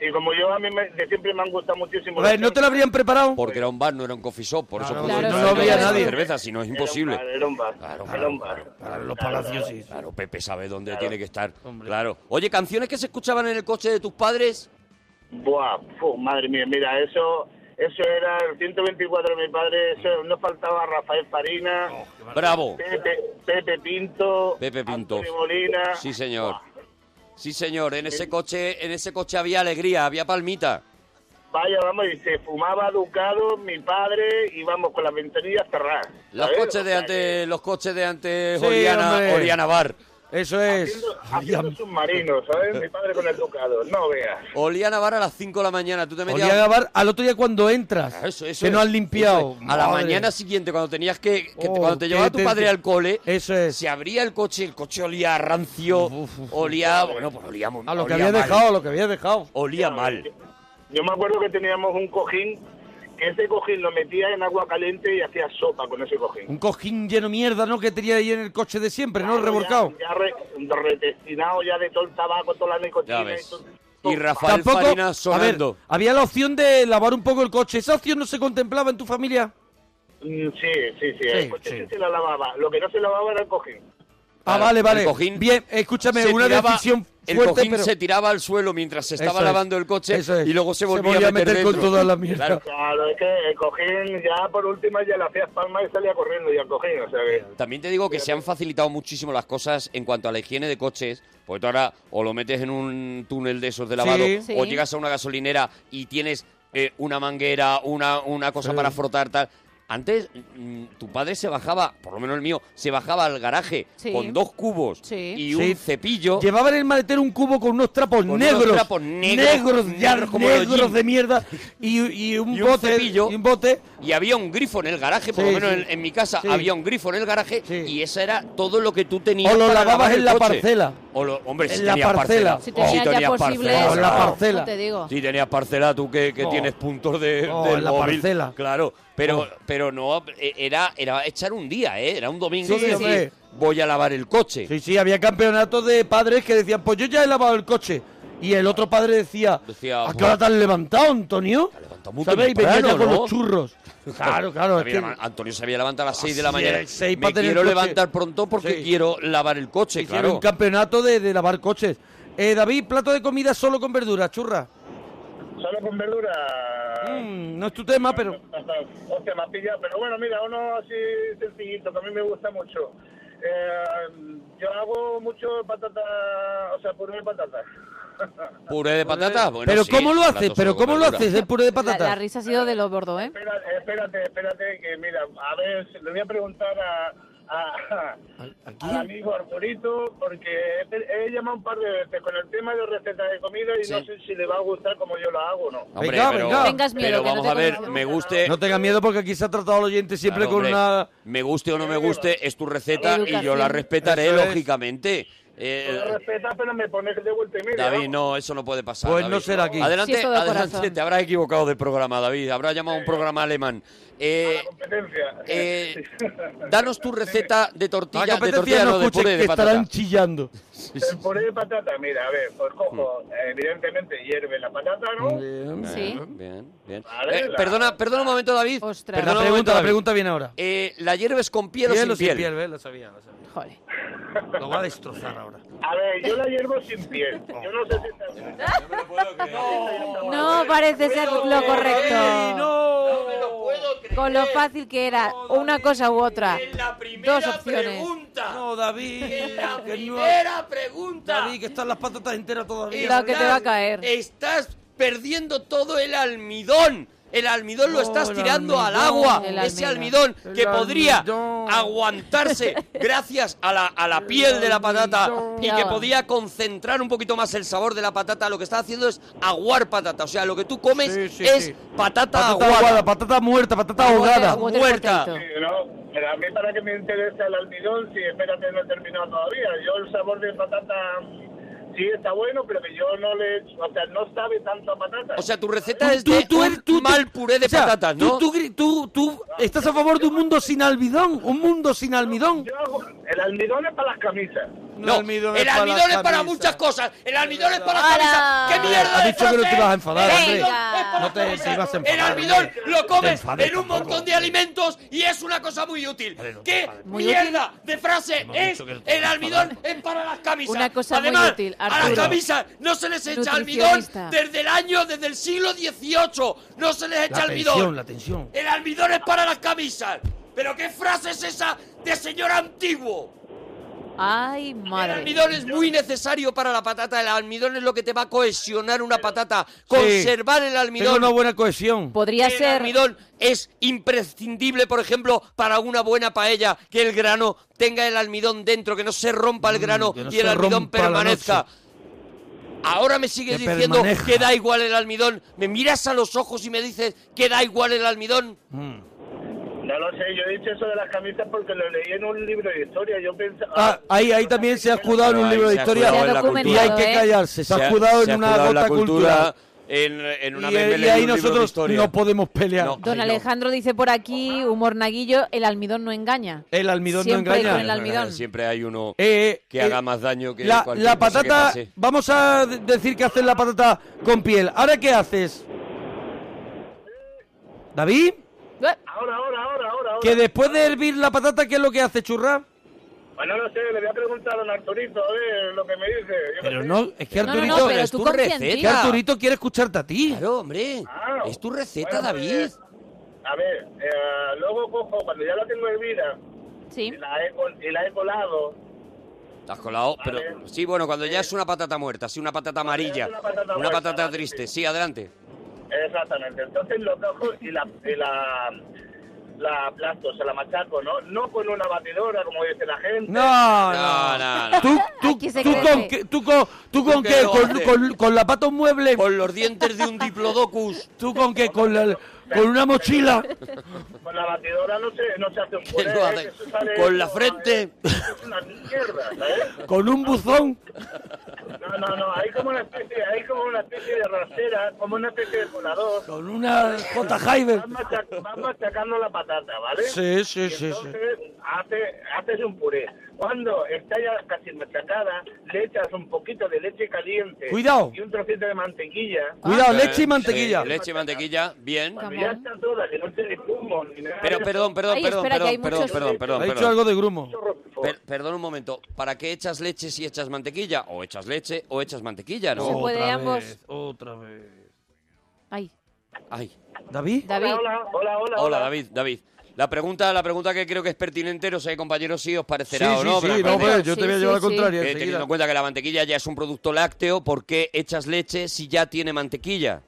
Speaker 8: Y como yo a mí me- de siempre me han gustado muchísimo.
Speaker 1: A ver, ¿no te lo habrían preparado?
Speaker 4: Porque era un bar, no era un coffee shop, por eso
Speaker 1: claro,
Speaker 4: pudo
Speaker 1: no lo veía nadie.
Speaker 4: cerveza, si no es imposible.
Speaker 8: Era un bar,
Speaker 4: Claro,
Speaker 8: era un bar.
Speaker 1: Para los palacios sí.
Speaker 4: Claro, Pepe sabe dónde tiene que estar. Claro. Oye, canciones que se escuchaban en el coche de tus padres.
Speaker 8: Buah, fu, madre mía, mira, eso eso era el 124 de mi padre, eso no faltaba Rafael Farina,
Speaker 4: Bravo.
Speaker 8: Pepe, Pepe Pinto,
Speaker 4: Pepe Pinto.
Speaker 8: Antonio Molina.
Speaker 4: Sí, señor. Sí, señor. En ese coche, en ese coche había alegría, había palmita.
Speaker 8: Vaya, vamos, y se fumaba Ducado, mi padre, y vamos, con las ventanillas cerradas.
Speaker 4: Los
Speaker 8: ¿sabes?
Speaker 4: coches
Speaker 8: O
Speaker 4: de
Speaker 8: sea,
Speaker 4: antes, los coches de antes
Speaker 1: Sí, hombre.
Speaker 4: Oriana, Oriana Bar.
Speaker 1: Eso es.
Speaker 8: Haciendo, haciendo submarinos, ¿sabes? Mi padre con el Ducado, no veas.
Speaker 4: Oriana Bar a las 5 de la mañana, tú te
Speaker 1: Olía a
Speaker 4: metías
Speaker 1: Gabar al otro día cuando entras.
Speaker 4: Ah, Eso, eso
Speaker 1: que no
Speaker 4: es.
Speaker 1: han limpiado.
Speaker 4: Eso es. A la
Speaker 1: Madre.
Speaker 4: mañana siguiente, cuando tenías que, que-
Speaker 1: Oh,
Speaker 4: cuando te
Speaker 1: que
Speaker 4: llevaba tu
Speaker 1: te-
Speaker 4: padre
Speaker 1: te-
Speaker 4: al cole,
Speaker 1: Eso es.
Speaker 4: se abría el coche, el coche olía a rancio, olía, bueno, pues olía muy-
Speaker 1: A lo que
Speaker 4: olía
Speaker 1: había
Speaker 4: mal,
Speaker 1: dejado, a lo que había dejado.
Speaker 4: Olía
Speaker 8: eh,
Speaker 4: mal.
Speaker 8: Yo me acuerdo que teníamos un cojín, que ese cojín lo metía en agua caliente y hacía sopa con ese cojín.
Speaker 1: Un cojín lleno de mierda, ¿no? Que tenía ahí en el coche de siempre, ¿no?
Speaker 8: Claro,
Speaker 1: Revolcado.
Speaker 8: Ya, ya re- retestinado ya de todo el tabaco, toda la nicotina.
Speaker 4: Ya
Speaker 8: y
Speaker 4: ves.
Speaker 8: todo-
Speaker 4: Y
Speaker 8: todo-
Speaker 4: Rafael Farina sonando.
Speaker 1: A ver, había la opción de lavar un poco el coche. ¿Esa opción no se contemplaba en tu familia?
Speaker 8: Mm, Sí, sí, sí.
Speaker 1: Sí,
Speaker 8: El coche
Speaker 1: sí.
Speaker 8: sí se la lavaba. Lo que no se lavaba era el cojín.
Speaker 1: Ah,
Speaker 4: Claro,
Speaker 1: vale, vale.
Speaker 4: el cojín
Speaker 1: Bien, escúchame,
Speaker 4: Se
Speaker 1: una
Speaker 4: tiraba-
Speaker 1: decisión
Speaker 4: el
Speaker 1: fuerte,
Speaker 4: cojín
Speaker 1: pero...
Speaker 4: se tiraba al suelo mientras se estaba
Speaker 1: Eso es.
Speaker 4: lavando el coche
Speaker 1: Eso es.
Speaker 4: y luego se
Speaker 1: Se
Speaker 4: volvía
Speaker 1: volvía
Speaker 4: a meter
Speaker 1: con
Speaker 4: dentro.
Speaker 1: toda la mierda.
Speaker 4: Claro.
Speaker 8: Claro, es que el cojín ya por última ya le hacías palma y salía corriendo ya el cojín, o sea que...
Speaker 4: También te digo que se han facilitado muchísimo las cosas en cuanto a la higiene de coches, porque tú ahora o lo metes en un túnel de esos de lavado,
Speaker 1: Sí.
Speaker 3: Sí.
Speaker 4: o llegas a una gasolinera y tienes eh, una manguera, una, una cosa para frotar, tal. Antes mm, tu padre se bajaba, por lo menos el mío, se bajaba al garaje
Speaker 3: Sí.
Speaker 4: con dos cubos
Speaker 3: Sí.
Speaker 4: y
Speaker 1: Sí.
Speaker 4: un cepillo.
Speaker 1: Llevaba en el maletero un cubo con unos trapos
Speaker 4: unos
Speaker 1: negros.
Speaker 4: trapos negros,
Speaker 1: ya
Speaker 4: negros como los
Speaker 1: negros
Speaker 4: jeans.
Speaker 1: de mierda. Y, y un
Speaker 4: Y un
Speaker 1: bote.
Speaker 4: cepillo.
Speaker 1: y un bote.
Speaker 4: Y había un grifo en el garaje, por
Speaker 1: Sí,
Speaker 4: lo menos
Speaker 1: sí.
Speaker 4: en, en mi casa
Speaker 1: Sí.
Speaker 4: había un grifo en el garaje
Speaker 1: Sí.
Speaker 4: y esa era todo lo que tú tenías.
Speaker 1: O lo
Speaker 4: para
Speaker 1: lavabas
Speaker 4: lavar el
Speaker 1: en la
Speaker 4: coche.
Speaker 1: parcela.
Speaker 4: O lo- hombre,
Speaker 1: En
Speaker 4: si
Speaker 1: la
Speaker 4: tenías
Speaker 1: parcela.
Speaker 4: parcela.
Speaker 3: Si tenías
Speaker 4: Si
Speaker 3: ya
Speaker 4: tenías
Speaker 3: posible...
Speaker 4: parcela,
Speaker 1: O en la
Speaker 4: claro.
Speaker 1: parcela.
Speaker 3: No te digo.
Speaker 4: Si tenías parcela tú que, que
Speaker 1: Oh.
Speaker 4: tienes puntos de,
Speaker 1: Oh,
Speaker 4: eh, del
Speaker 1: en la
Speaker 4: móvil.
Speaker 1: parcela.
Speaker 4: Claro, pero
Speaker 1: Oh.
Speaker 4: pero no eh, era era echar un día, ¿eh? Era un domingo
Speaker 1: Sí,
Speaker 4: de
Speaker 1: sí.
Speaker 4: decir, voy a lavar el coche.
Speaker 1: Sí, sí, había campeonatos de padres que decían, pues yo ya he lavado el coche. Y el otro padre decía,
Speaker 4: Decía,
Speaker 1: ¿a qué hora te has levantado, Antonio?
Speaker 4: Te has levantado muy
Speaker 1: ¿Sabes? Y venía
Speaker 4: temprano,
Speaker 1: ya con
Speaker 4: ¿no?
Speaker 1: los churros. Claro, claro.
Speaker 4: Se
Speaker 1: es que-
Speaker 4: había leva- Antonio se había levantado a las 6 de
Speaker 1: Así
Speaker 4: la mañana.
Speaker 1: es, seis
Speaker 4: Me
Speaker 1: para tener
Speaker 4: quiero
Speaker 1: coche.
Speaker 4: levantar pronto porque
Speaker 1: Sí.
Speaker 4: quiero lavar el coche,
Speaker 1: hicieron
Speaker 4: claro.
Speaker 1: un campeonato de, de lavar coches. Eh, David, plato de comida solo con verduras, churra.
Speaker 8: Solo con verdura...
Speaker 1: Mm, no es tu tema, pero...
Speaker 8: Hostia, me has pillado, pero bueno, mira, uno así sencillito, que a mí me gusta mucho. Eh, yo hago mucho patata, o sea, puré de patata.
Speaker 4: Puré de patatas. Bueno,
Speaker 1: pero
Speaker 4: sí,
Speaker 1: ¿cómo lo
Speaker 4: plato
Speaker 1: haces?
Speaker 4: solo
Speaker 1: ¿Pero
Speaker 4: con
Speaker 1: cómo lo
Speaker 4: verdura.
Speaker 1: haces el puré de
Speaker 3: La,
Speaker 1: patata?
Speaker 3: la risa ha sido de los bordos, ¿eh?
Speaker 8: Espera- espérate, espérate, que mira, a ver, le voy a preguntar a, a, al amigo Arturito, porque he, he llamado un par de veces con el tema de recetas de comida y no
Speaker 4: Sí. Ah,
Speaker 8: sé si le va a gustar como yo la hago o no.
Speaker 4: Hombre,
Speaker 1: Venga,
Speaker 4: pero,
Speaker 1: venga.
Speaker 3: Tengas miedo,
Speaker 4: pero
Speaker 3: que no
Speaker 4: vamos
Speaker 3: te
Speaker 4: a ver,
Speaker 3: conozco.
Speaker 4: me guste.
Speaker 1: No tenga miedo porque aquí se ha tratado al oyente siempre
Speaker 4: Claro,
Speaker 1: con
Speaker 4: hombre,
Speaker 1: una...
Speaker 4: Me guste o no me guste, es tu receta y yo la
Speaker 3: Educación.
Speaker 4: respetaré,
Speaker 1: Eso es.
Speaker 4: lógicamente. Eh,
Speaker 8: Lo respetas, pero me pones de vuelta y media.
Speaker 4: David,
Speaker 8: vamos.
Speaker 4: no, eso no puede pasar.
Speaker 1: Pues no
Speaker 4: David.
Speaker 1: será aquí.
Speaker 4: Adelante,
Speaker 3: Sí, eso de
Speaker 4: adelante,
Speaker 3: corazón.
Speaker 4: te habrás equivocado de programa, David. Habrás llamado a un programa alemán. Eh,
Speaker 8: Competencia.
Speaker 4: eh, danos tu receta de
Speaker 1: La
Speaker 4: tortilla, de
Speaker 1: competencia
Speaker 4: tortilla no,
Speaker 1: no
Speaker 4: de
Speaker 1: escuche
Speaker 4: puré
Speaker 1: que
Speaker 4: de patata.
Speaker 1: estarán chillando.
Speaker 8: El puré de Eh, patata, mira, a ver, pues cojo,
Speaker 4: Mm.
Speaker 8: eh, evidentemente hierve la patata, ¿no?
Speaker 3: Sí.
Speaker 4: Bien, bien.
Speaker 8: Vale,
Speaker 4: Eh,
Speaker 8: la-
Speaker 4: perdona, perdona un momento, David.
Speaker 3: Ostras.
Speaker 4: Perdona
Speaker 1: La
Speaker 4: un
Speaker 1: pregunta,
Speaker 4: momento,
Speaker 1: la
Speaker 4: David.
Speaker 1: pregunta viene ahora.
Speaker 4: Eh, ¿La hierves con piel,
Speaker 1: Piel
Speaker 4: o
Speaker 1: o
Speaker 4: sin piel?
Speaker 1: ¿ves? Lo sabía, lo sabía.
Speaker 3: Joder.
Speaker 1: Lo va a destrozar ahora.
Speaker 8: A ver, yo la hiervo sin piel. Yo no sé si está...
Speaker 3: No
Speaker 4: eh,
Speaker 3: parece ser lo
Speaker 1: ¡Ey,
Speaker 3: correcto.
Speaker 1: no!
Speaker 3: Con lo fácil que era una cosa u otra.
Speaker 2: La primera
Speaker 3: Ah, Dos opciones.
Speaker 2: pregunta.
Speaker 1: No, David.
Speaker 2: La
Speaker 1: que no-
Speaker 2: primera pregunta.
Speaker 1: David, que están las patatas enteras todavía.
Speaker 3: Lo que te va a caer.
Speaker 4: Estás perdiendo todo el almidón. El almidón lo
Speaker 1: Oh,
Speaker 4: estás
Speaker 1: el
Speaker 4: tirando al
Speaker 1: almidón.
Speaker 4: agua.
Speaker 3: El
Speaker 4: Ese
Speaker 3: almidón.
Speaker 4: almidón que
Speaker 1: El
Speaker 4: podría
Speaker 1: almidón.
Speaker 4: aguantarse gracias a la, a la piel de la patata
Speaker 1: almidón.
Speaker 4: y
Speaker 3: Ya
Speaker 4: que
Speaker 3: va.
Speaker 4: podía concentrar un poquito más el sabor de la patata. Lo que está haciendo es aguar patata. O sea, lo que tú comes
Speaker 1: Sí, sí,
Speaker 4: es
Speaker 1: sí.
Speaker 4: patata,
Speaker 1: Patata
Speaker 4: aguada.
Speaker 1: aguada, patata muerta, patata ahogada.
Speaker 3: Water
Speaker 4: muerta.
Speaker 3: potato.
Speaker 8: No, pero a mí para que me interese el almidón, si espérate, no he terminado todavía. Yo el sabor de patata mm, sí está bueno, pero que yo no le... O sea, no sabe tanto a patata.
Speaker 4: O sea, tu receta es
Speaker 1: Tú-
Speaker 4: de
Speaker 1: tú-
Speaker 4: un
Speaker 1: tú- tú-
Speaker 4: mal puré de
Speaker 1: o sea,
Speaker 4: patatas,
Speaker 1: tú-
Speaker 4: ¿no?
Speaker 1: Tú, gri- tú- tú estás a favor de un mundo sin almidón, un mundo sin almidón.
Speaker 8: Yo hago- el almidón es para las camisas.
Speaker 4: No,
Speaker 1: almidón es
Speaker 4: el
Speaker 1: para
Speaker 4: almidón
Speaker 1: las
Speaker 4: es para
Speaker 1: camisas.
Speaker 4: muchas cosas. El almidón es para
Speaker 3: Ahora.
Speaker 4: camisas. ¡Qué mierda!
Speaker 1: Has
Speaker 4: de
Speaker 1: dicho que no te
Speaker 4: frase!
Speaker 1: ibas Ah, a enfadar,
Speaker 4: El
Speaker 1: hombre.
Speaker 4: almidón es para
Speaker 1: No te-
Speaker 4: camisas.
Speaker 1: te ibas a enfadar,
Speaker 4: El almidón
Speaker 1: hombre.
Speaker 4: lo
Speaker 1: Te
Speaker 4: comes
Speaker 1: enfades
Speaker 4: en un
Speaker 1: tampoco.
Speaker 4: montón de alimentos y es una cosa muy útil. ¿Qué
Speaker 3: Muy
Speaker 4: mierda de frase
Speaker 1: Hemos
Speaker 4: es
Speaker 1: dicho que no te
Speaker 4: el
Speaker 1: ibas a
Speaker 4: almidón es para las camisas?
Speaker 3: Una cosa muy
Speaker 4: Además,
Speaker 3: útil,
Speaker 4: a las
Speaker 3: Arturo.
Speaker 4: camisas no se les echa almidón
Speaker 3: Nutricionista.
Speaker 4: desde el año, desde el siglo XVIII. No se les echa
Speaker 1: La tensión,
Speaker 4: almidón.
Speaker 1: la tensión.
Speaker 4: El almidón es para las camisas. ¿Pero qué frase es esa de señor antiguo?
Speaker 3: Ay,
Speaker 4: El
Speaker 3: madre.
Speaker 4: almidón es muy necesario para la patata. El almidón es lo que te va a cohesionar una patata. Conservar el
Speaker 1: Tengo
Speaker 4: almidón.
Speaker 1: una buena cohesión.
Speaker 3: Podría
Speaker 4: el
Speaker 3: ser.
Speaker 4: almidón es imprescindible, por ejemplo, para una buena paella, que el grano tenga el almidón dentro, que no se rompa el grano
Speaker 1: Mm, que no
Speaker 4: y el
Speaker 1: se
Speaker 4: almidón
Speaker 1: rompa la
Speaker 4: permanezca.
Speaker 1: noche.
Speaker 4: Ahora me sigues
Speaker 1: Que
Speaker 4: diciendo
Speaker 1: permanezca.
Speaker 4: que da igual el almidón. Me miras a los ojos y me dices que da igual el almidón.
Speaker 1: Mm.
Speaker 8: No lo sé, yo he dicho eso de las camisas porque lo leí en un libro de historia. Yo pensaba.
Speaker 1: Ah, ahí, ahí también se ha escudado en un
Speaker 4: Ay,
Speaker 1: libro de
Speaker 4: se ha escudado
Speaker 3: Se ha
Speaker 1: historia
Speaker 4: en la
Speaker 3: documentado,
Speaker 1: y hay que
Speaker 3: ¿eh?
Speaker 1: callarse. Se ha escudado en
Speaker 4: se ha
Speaker 1: una
Speaker 4: escudado en la
Speaker 1: gota cultural.
Speaker 4: En, en una
Speaker 1: Y,
Speaker 4: vez me
Speaker 1: y
Speaker 4: leí
Speaker 1: ahí
Speaker 4: un libro de
Speaker 1: nosotros
Speaker 4: historia.
Speaker 1: no podemos pelear.
Speaker 4: No.
Speaker 3: Don
Speaker 4: Ay,
Speaker 3: Alejandro dice por aquí, humor naguillo, el almidón no engaña.
Speaker 1: El almidón
Speaker 3: Siempre
Speaker 1: no
Speaker 3: hay
Speaker 1: engaña.
Speaker 3: con el almidón.
Speaker 4: Siempre hay uno
Speaker 1: Eh,
Speaker 4: que
Speaker 1: eh,
Speaker 4: haga más daño que
Speaker 1: la,
Speaker 4: cualquier
Speaker 1: la
Speaker 4: cosa que
Speaker 1: patata,
Speaker 4: pase.
Speaker 1: vamos a de- decir que haces la patata con piel. ¿Ahora qué haces? David,
Speaker 3: Eh,
Speaker 8: Ahora, ahora, ahora, ahora. ahora.
Speaker 1: que después de hervir la patata, ¿qué es lo que hace, churra?
Speaker 8: Bueno, no sé, le voy a preguntar a don Arturito a ver lo que me dice. Yo
Speaker 1: Pero
Speaker 8: qué
Speaker 1: no, es que
Speaker 3: No, no,
Speaker 1: Arturito,
Speaker 3: no, pero
Speaker 4: es
Speaker 3: tú
Speaker 4: tu
Speaker 3: confía en
Speaker 4: receta.
Speaker 3: ti.
Speaker 1: que Arturito quiere escucharte a ti.
Speaker 4: Claro, hombre.
Speaker 8: Claro.
Speaker 4: Es tu receta,
Speaker 8: Bueno,
Speaker 4: David.
Speaker 8: pues, sé. A ver, eh, luego cojo, cuando ya la tengo hervida
Speaker 3: Sí.
Speaker 8: y la he, col- y la he colado.
Speaker 4: Te has colado, pero
Speaker 8: Vale.
Speaker 4: sí, bueno, cuando ya es una patata muerta, sí, una patata amarilla,
Speaker 8: es una patata
Speaker 4: una
Speaker 8: muerta,
Speaker 4: patata
Speaker 8: vale,
Speaker 4: triste,
Speaker 8: sí.
Speaker 4: sí, adelante.
Speaker 8: Exactamente. Entonces lo cojo y la, y la, la aplasto, se la machaco, ¿no? No con una batidora, como dice la gente.
Speaker 1: No, no.
Speaker 4: No, no, no.
Speaker 1: Tú, tú,
Speaker 3: Aquí se
Speaker 1: tú
Speaker 3: crece.
Speaker 1: con, qué- tú con, tú con
Speaker 4: qué
Speaker 1: qué,
Speaker 4: lo
Speaker 1: con,
Speaker 4: haces?
Speaker 1: con- con la pata un mueble,
Speaker 4: Con los dientes de un diplodocus.
Speaker 1: tú con qué, con, la- con una mochila.
Speaker 8: Con la batidora no se, no se hace un
Speaker 4: Que
Speaker 8: puré.
Speaker 4: lo hace
Speaker 8: ¿eh? Eso sale
Speaker 4: con la
Speaker 8: hecho,
Speaker 4: frente.
Speaker 8: ¿eh? Es una mierda, ¿sabes?
Speaker 1: con un buzón.
Speaker 8: No, no, no. Hay como una especie, hay como una especie de rasera, como una especie de colador.
Speaker 1: Con una J. Jaiber.
Speaker 8: Vas, machac- vas machacando la patata, ¿vale?
Speaker 1: Sí, sí,
Speaker 8: Y
Speaker 1: sí, sí.
Speaker 8: Entonces hace- haces un puré. Cuando está ya casi machacada, le echas un poquito de leche caliente.
Speaker 1: Cuidado.
Speaker 8: Y un trocito de mantequilla.
Speaker 1: Cuidado, leche
Speaker 4: Eh,
Speaker 1: y mantequilla.
Speaker 4: sí, leche y mantequilla, bien.
Speaker 8: Cuando ya está toda, que no tiene zumo ni nada.
Speaker 4: Pero perdón, perdón,
Speaker 3: Ay,
Speaker 4: perdón,
Speaker 3: espera, que hay
Speaker 4: perdón, perdón,
Speaker 3: muchos-
Speaker 4: perdón, perdón,
Speaker 1: Ha dicho
Speaker 4: perdón.
Speaker 1: algo de grumo.
Speaker 4: Per- perdón un momento, ¿para qué echas leche si echas mantequilla? O echas leche o echas mantequilla,
Speaker 3: Se
Speaker 4: ¿no?
Speaker 3: puede
Speaker 1: Otra
Speaker 3: ambos.
Speaker 1: vez, otra vez.
Speaker 3: Ay,
Speaker 4: Ay.
Speaker 1: ¿David?
Speaker 3: David.
Speaker 8: Hola, hola, hola.
Speaker 4: Hola, David, David. La pregunta, la pregunta que creo que es pertinente, no sé, compañeros, si os
Speaker 1: Sí,
Speaker 4: parecerá o
Speaker 1: sí,
Speaker 4: no. pero
Speaker 1: sí,
Speaker 4: me
Speaker 1: no,
Speaker 4: parece-
Speaker 1: pero yo te
Speaker 3: Sí,
Speaker 1: voy a
Speaker 3: sí,
Speaker 1: llevar la
Speaker 3: sí.
Speaker 1: contraria
Speaker 4: Eh,
Speaker 1: enseguida.
Speaker 4: teniendo en cuenta que la mantequilla ya es un producto lácteo, ¿por qué echas leche si ya tiene mantequilla?